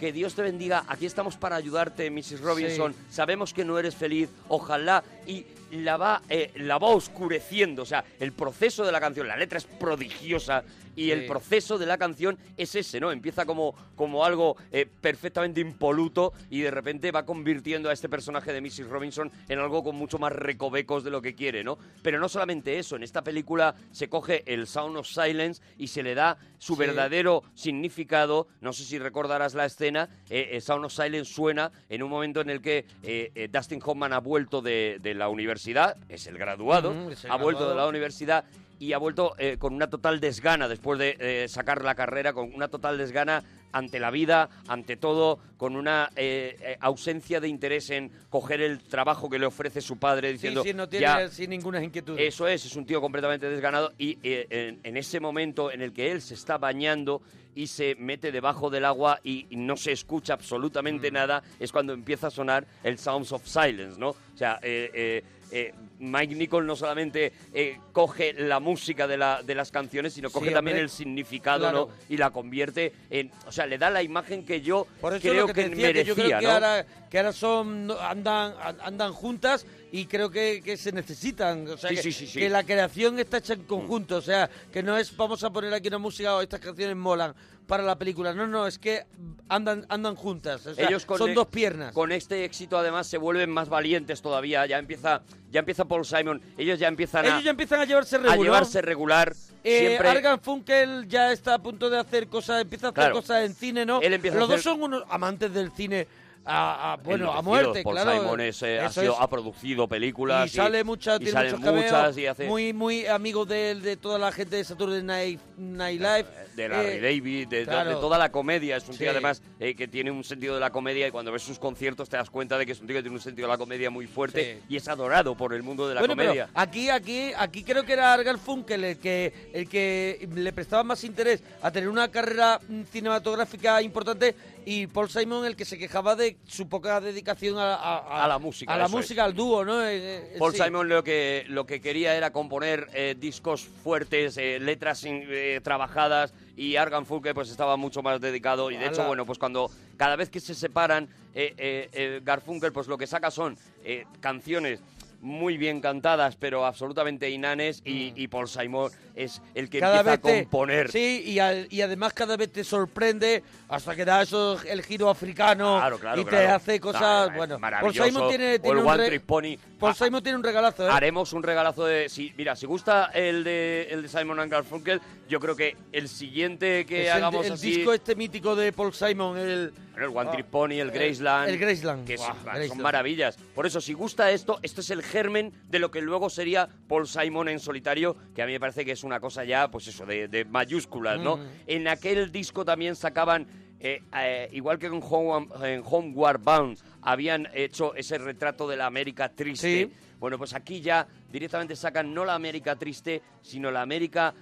Speaker 4: Que Dios te bendiga, aquí estamos para ayudarte, Mrs. Robinson.
Speaker 1: Sí.
Speaker 4: Sabemos que no eres feliz, ojalá. Y la va, eh, la va oscureciendo. O sea, el proceso de la canción, la letra es prodigiosa y el
Speaker 1: Sí.
Speaker 4: proceso de la canción es ese, ¿no? Empieza como, como algo eh, perfectamente impoluto y de repente va convirtiendo a este personaje de Mrs. Robinson en algo con mucho más recovecos de lo que quiere, ¿no? Pero no solamente eso, en esta película se coge el Sound of Silence y se le da su
Speaker 1: Sí.
Speaker 4: verdadero significado. No sé si recordarás la escena, eh, eh, Sound of Silence suena en un momento en el que eh, eh, Dustin Hoffman ha vuelto de, de la universidad, es el graduado,
Speaker 1: Ujú, es el
Speaker 4: ha vuelto de la
Speaker 1: graduado.
Speaker 4: universidad y ha vuelto eh, con una total desgana después de eh, sacar la carrera, con una total desgana ante la vida, ante todo, con una eh, eh, ausencia de interés en coger el trabajo que le ofrece su padre,
Speaker 1: Sí,
Speaker 4: diciendo
Speaker 1: sí, no
Speaker 4: "Ya,
Speaker 1: tiene sin ninguna inquietud.
Speaker 4: eso es, es un tío completamente desganado y eh, en, en ese momento en el que él se está bañando y se mete debajo del agua y, y no se escucha absolutamente
Speaker 1: Mm.
Speaker 4: nada, es cuando empieza a sonar el Sounds of Silence, ¿no? O sea, eh, eh, eh, Mike Nichol no solamente eh, coge la música de, la- de las canciones, sino
Speaker 1: Sí,
Speaker 4: coge también
Speaker 1: hombre.
Speaker 4: el significado,
Speaker 1: Claro.
Speaker 4: ¿no? Y la convierte en... O sea, le da la imagen que yo
Speaker 1: Por eso lo
Speaker 4: creo
Speaker 1: que, te
Speaker 4: que,
Speaker 1: decía, que
Speaker 4: merecía,
Speaker 1: yo creo que
Speaker 4: ¿no?
Speaker 1: ahora, que ahora son no, andan an- andan juntas y creo que, que se necesitan. O sea,
Speaker 4: Sí,
Speaker 1: que,
Speaker 4: sí, sí, sí. Mm.
Speaker 1: que la creación está hecha en conjunto. O sea, que no es vamos a poner aquí una música o estas canciones molan para la película. No, no, es que andan andan juntas. O sea,
Speaker 4: Ellos con
Speaker 1: son
Speaker 4: e-
Speaker 1: dos piernas.
Speaker 4: Con este éxito además se vuelven más valientes todavía. Ya empieza, ya empieza Paul Simon. Ellos ya empiezan a,
Speaker 1: Ellos ya empiezan a llevarse
Speaker 4: a
Speaker 1: regular.
Speaker 4: llevarse regular.
Speaker 1: Eh,
Speaker 4: siempre
Speaker 1: Argan Funkel ya está a punto de hacer cosas, empieza a hacer
Speaker 4: Claro.
Speaker 1: cosas en cine, ¿no?
Speaker 4: Él empieza a
Speaker 1: Los dos
Speaker 4: hacer-
Speaker 1: son unos amantes del cine, a, a- bueno, a
Speaker 4: enloquecidos.
Speaker 1: muerte,
Speaker 4: Paul
Speaker 1: claro.
Speaker 4: Simon es, eh, ha,
Speaker 1: Eso
Speaker 4: sido-
Speaker 1: es.
Speaker 4: ha producido películas
Speaker 1: y sale muchas,
Speaker 4: Ah, y
Speaker 1: tiene
Speaker 4: salen
Speaker 1: muchos cameos,
Speaker 4: muchas y hace
Speaker 1: muy muy amigo de, de toda la gente de Saturday Night, Night Live,
Speaker 4: de Larry
Speaker 1: eh,
Speaker 4: David, de, de-
Speaker 1: claro.
Speaker 4: de toda la comedia. Es un
Speaker 1: Sí.
Speaker 4: tío, además, eh, que tiene un sentido de la comedia y cuando ves sus conciertos te das cuenta de que es un tío que tiene un sentido de la comedia muy fuerte y es adorado por el mundo de la
Speaker 1: bueno,
Speaker 4: comedia.
Speaker 1: pero aquí, aquí, aquí creo que era Argal Funkel el que, el que le prestaba más interés a tener una carrera mm, cinematográfica importante y Paul Simon el que se quejaba de su poca dedicación a,
Speaker 4: A la música,
Speaker 1: a la
Speaker 4: eso es.
Speaker 1: música, al dúo, ¿no? Eh, eh,
Speaker 4: Paul
Speaker 1: sí.
Speaker 4: Simon lo que, lo que quería era componer eh, discos fuertes, eh, letras sin- eh, trabajadas y Argan Funke pues estaba mucho más dedicado y de hecho
Speaker 1: Ala.
Speaker 4: bueno pues cuando cada vez que se separan eh, eh, eh, Garfunkel pues lo que saca son eh, canciones muy bien cantadas pero absolutamente inanes y, y Paul Simon es el que empieza a
Speaker 1: Mm. te-
Speaker 4: componer.
Speaker 1: sí, y, al- y además cada vez te sorprende hasta que da eso, el giro africano
Speaker 4: Claro, claro,
Speaker 1: y te
Speaker 4: claro.
Speaker 1: hace
Speaker 4: Ah,
Speaker 1: cosas,
Speaker 4: es
Speaker 1: bueno. Paul
Speaker 4: maravilloso.
Speaker 1: Simon tiene,
Speaker 4: O el
Speaker 1: tiene un
Speaker 4: One
Speaker 1: re-
Speaker 4: Trick Pony.
Speaker 1: Paul Simon tiene un regalazo, ¿eh?
Speaker 4: Haremos un regalazo de. si- mira, si gusta el de, el de Simon and Garfunkel, yo creo que el siguiente que
Speaker 1: Es el-
Speaker 4: hagamos
Speaker 1: el,
Speaker 4: así.
Speaker 1: disco este mítico de Paul Simon, el
Speaker 4: bueno, el One
Speaker 1: Ah,
Speaker 4: Trip Pony, el
Speaker 1: eh,
Speaker 4: Graceland.
Speaker 1: el Graceland.
Speaker 4: Que son-
Speaker 1: Buah,
Speaker 4: son,
Speaker 1: Graceland.
Speaker 4: maravillas. Por eso, si gusta esto, esto es el germen de lo que luego sería Paul Simon en solitario, que a mí me parece que es una cosa ya, pues eso, de, de mayúsculas, ¿no?
Speaker 1: Mm.
Speaker 4: En aquel disco también sacaban, eh, eh, igual que en, Home, en Homeward Bound, habían hecho ese retrato de la América triste. Bueno, pues aquí ya directamente sacan no la América triste, sino la América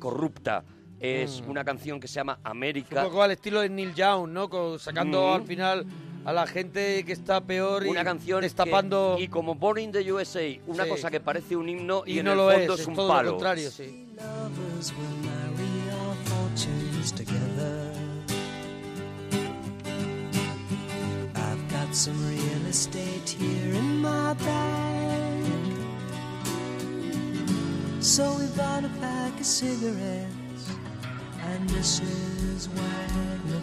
Speaker 4: corrupta. Es
Speaker 1: Mm.
Speaker 4: una canción que se llama
Speaker 1: un
Speaker 4: América.
Speaker 1: poco al estilo de Neil Young, ¿no? Con- sacando
Speaker 4: Mm.
Speaker 1: al final a la gente que está peor
Speaker 4: Una
Speaker 1: y
Speaker 4: canción que-
Speaker 1: destapando
Speaker 4: y como Born in the USA, una
Speaker 1: Sí.
Speaker 4: cosa que parece un himno y,
Speaker 1: y
Speaker 4: en
Speaker 1: no
Speaker 4: el
Speaker 1: lo es,
Speaker 4: fondo es,
Speaker 1: es
Speaker 4: un
Speaker 1: todo
Speaker 4: palo.
Speaker 1: lo contrario, sí.
Speaker 5: lovers will marry our fortunes together. I've got some real estate here in my bag. So we bought a pack of cigarettes and Mrs. Wagner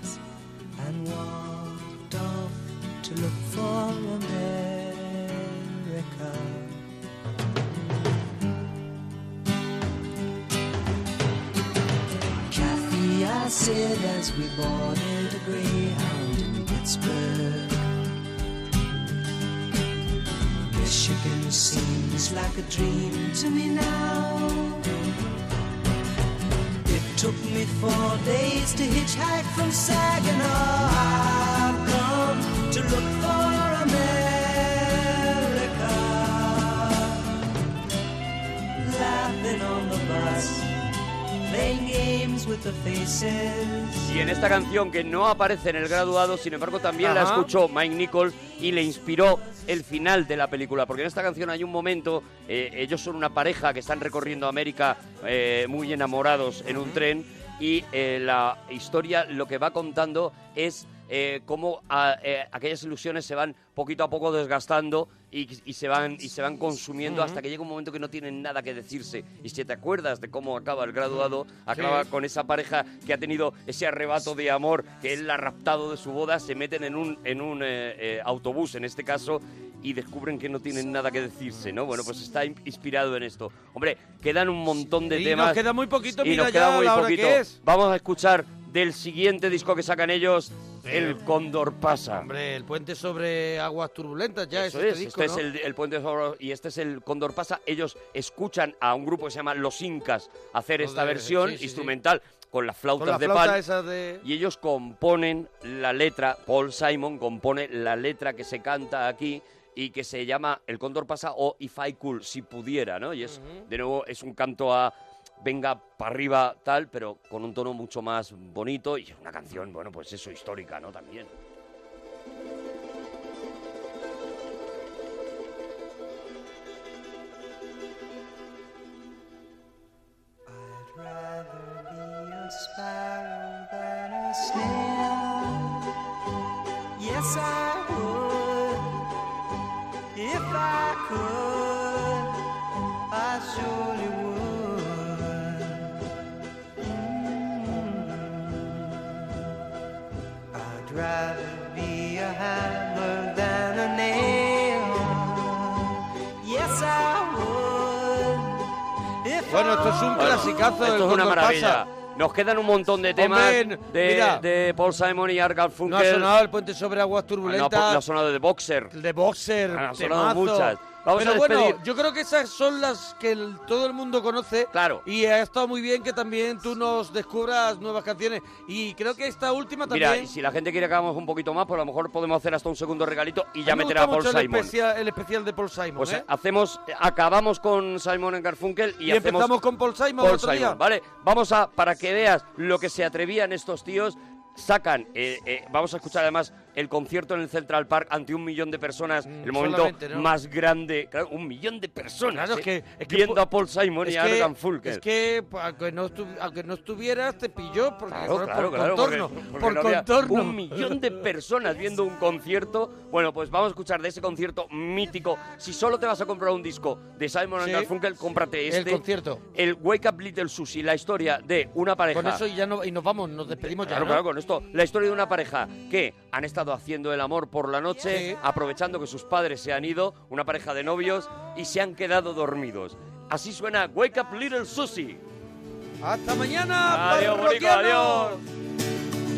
Speaker 5: pies and walked off to look for America. Kathy I said as we boarded a Greyhound in Pittsburgh. Michigan seems like a dream to me now. It took me four days to hitchhike from Saginaw. I've come to look for America. Laughing on the bus, playing games with the faces.
Speaker 4: Y en esta canción que no aparece en el graduado, sin embargo también la
Speaker 12: Ajá.
Speaker 4: escuchó Mike Nichols y le inspiró el final de la película, porque en esta canción hay un momento, eh, ellos son una pareja que están recorriendo América eh, muy enamorados en un tren y eh, la historia lo que va contando es eh, cómo a- eh, aquellas ilusiones se van poquito a poco desgastando y, y se van y se van consumiendo
Speaker 12: Ujú.
Speaker 4: hasta que llega un momento que no tienen nada que decirse y si te acuerdas de cómo acaba el graduado acaba
Speaker 12: Sí.
Speaker 4: con esa pareja que ha tenido ese arrebato de amor que él la ha raptado de su boda se meten en un en un eh, eh, autobús en este caso y descubren que no tienen nada que decirse no bueno pues está in- inspirado en esto hombre quedan un montón de
Speaker 1: Y nos
Speaker 4: temas
Speaker 1: queda muy poquito,
Speaker 4: y
Speaker 1: mira
Speaker 4: nos queda
Speaker 1: ya
Speaker 4: muy
Speaker 1: la hora
Speaker 4: poquito.
Speaker 1: que es.
Speaker 4: vamos a escuchar del siguiente disco que sacan ellos el cóndor pasa
Speaker 1: Hombre, el puente sobre aguas turbulentas ya
Speaker 4: eso
Speaker 1: es este
Speaker 4: es,
Speaker 1: disco,
Speaker 4: este
Speaker 1: ¿no?
Speaker 4: es el, el Puente de Zorro y este es el Cóndor Pasa. Ellos escuchan a un grupo que se llama Los Incas hacer esta
Speaker 1: Joder,
Speaker 4: versión
Speaker 1: sí, sí, sí.
Speaker 4: instrumental con las flautas
Speaker 1: Con la
Speaker 4: de
Speaker 1: flauta
Speaker 4: pan.
Speaker 1: esa de...
Speaker 4: Y ellos componen la letra, Paul Simon compone la letra que se canta aquí y que se llama El Cóndor Pasa o If I Could, si pudiera, ¿no? Y es, de nuevo, es un canto a venga para arriba tal, pero con un tono mucho más bonito y es una canción, bueno, pues eso, histórica, ¿no? También.
Speaker 5: rather be a sparrow than a snail. Yes, I would. If I could, I surely would. Mm. I'd rather be a hammer than a nail. Yes, I would. If
Speaker 1: Bueno, esto
Speaker 5: I
Speaker 1: es un
Speaker 5: would.
Speaker 1: clasicazo del
Speaker 4: Esto es una
Speaker 1: Cóndor
Speaker 4: maravilla.
Speaker 1: Pasa.
Speaker 4: Nos quedan un montón de temas
Speaker 1: Hombre,
Speaker 4: de,
Speaker 1: mira.
Speaker 4: de Paul Simon y Argal
Speaker 1: No ha
Speaker 4: Funkel.
Speaker 1: sonado el puente sobre aguas
Speaker 4: Ah, no,
Speaker 1: turbulentas.
Speaker 4: ha sonado de Boxer.
Speaker 1: De Boxer,
Speaker 4: Han sonado
Speaker 1: temazo.
Speaker 4: muchas. Vamos
Speaker 1: Pero
Speaker 4: a despedir.
Speaker 1: bueno, yo creo que esas son las que el- todo el mundo conoce.
Speaker 4: Claro.
Speaker 1: Y ha estado muy bien que también tú nos descubras nuevas canciones. Y creo que esta última también.
Speaker 4: Mira, y si la gente quiere que hagamos un poquito más, pues a lo mejor podemos hacer hasta un segundo regalito y ya
Speaker 1: me
Speaker 4: meter a
Speaker 1: gusta
Speaker 4: Paul
Speaker 1: mucho el
Speaker 4: Simon.
Speaker 1: especial, el especial de Paul Simon.
Speaker 4: Pues
Speaker 1: ¿eh?
Speaker 4: hacemos, acabamos con Simon and Garfunkel y,
Speaker 1: Y
Speaker 4: hacemos
Speaker 1: empezamos con Paul Simon
Speaker 4: Paul
Speaker 1: otro día.
Speaker 4: Simon, ¿vale? Vamos a, para que veas lo que se atrevían estos tíos, sacan, eh, eh, vamos a escuchar además el concierto en el Central Park ante un millón de personas, el momento
Speaker 1: Mm, solamente, ¿no?
Speaker 4: más grande, claro, un millón de personas
Speaker 1: Claro, es
Speaker 4: eh,
Speaker 1: que- es que
Speaker 4: viendo
Speaker 1: po-
Speaker 4: a Paul Simon y
Speaker 1: es
Speaker 4: a
Speaker 1: que-
Speaker 4: Argan Funkel.
Speaker 1: Es que pa- aunque no, estu- aunque no estuvieras, te pilló porque
Speaker 4: Claro,
Speaker 1: por,
Speaker 4: claro,
Speaker 1: por
Speaker 4: claro, porque-
Speaker 1: contorno.
Speaker 4: porque
Speaker 1: por
Speaker 4: no había
Speaker 1: contorno.
Speaker 4: Un millón de personas viendo un concierto. Bueno, pues vamos a escuchar de ese concierto mítico. Si solo te vas a comprar un disco de Simon
Speaker 1: Sí.
Speaker 4: and Garfunkel, cómprate
Speaker 1: El
Speaker 4: este.
Speaker 1: concierto.
Speaker 4: El Wake Up Little Susie, la historia de una pareja.
Speaker 1: Con eso y ya no, y nos vamos, nos despedimos ya.
Speaker 4: Claro,
Speaker 1: ¿no?
Speaker 4: claro, con esto. La historia de una pareja que han estado haciendo el amor por la noche, aprovechando que sus padres se han ido, una pareja de novios, y se han quedado dormidos. Así suena Wake Up Little Susie.
Speaker 1: Hasta mañana,
Speaker 4: Adiós, bonito,
Speaker 1: parroquianos.
Speaker 4: adiós.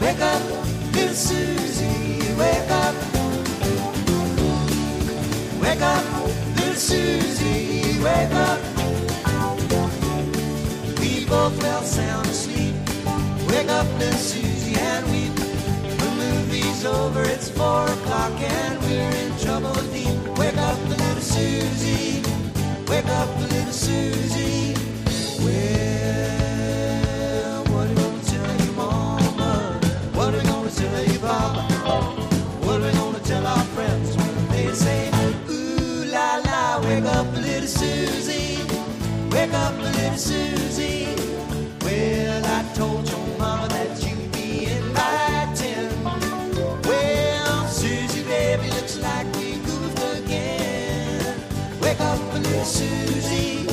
Speaker 5: Wake up, little Susie, wake up. Wake up, little Susie, wake up. We both fell sound asleep. Wake up, little Susie, and weep. The movie's over, it's four o'clock, and we're in trouble deep. Wake up, little Susie, wake up, little Susie. Well, what are you gonna tell your mama? What are we gonna tell your papa? What are we gonna tell our friends when they say, Ooh la la, wake up, little Susie, wake up, little Susie. Well, I told your mama that you'd be inviting. Well, Susie, baby, looks like we goofed again. Wake up, little Susie,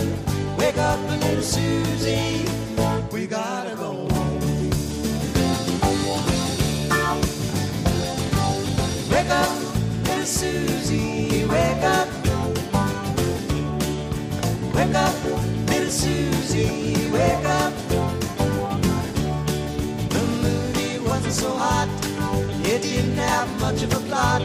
Speaker 5: so hot. It didn't have much of a plot.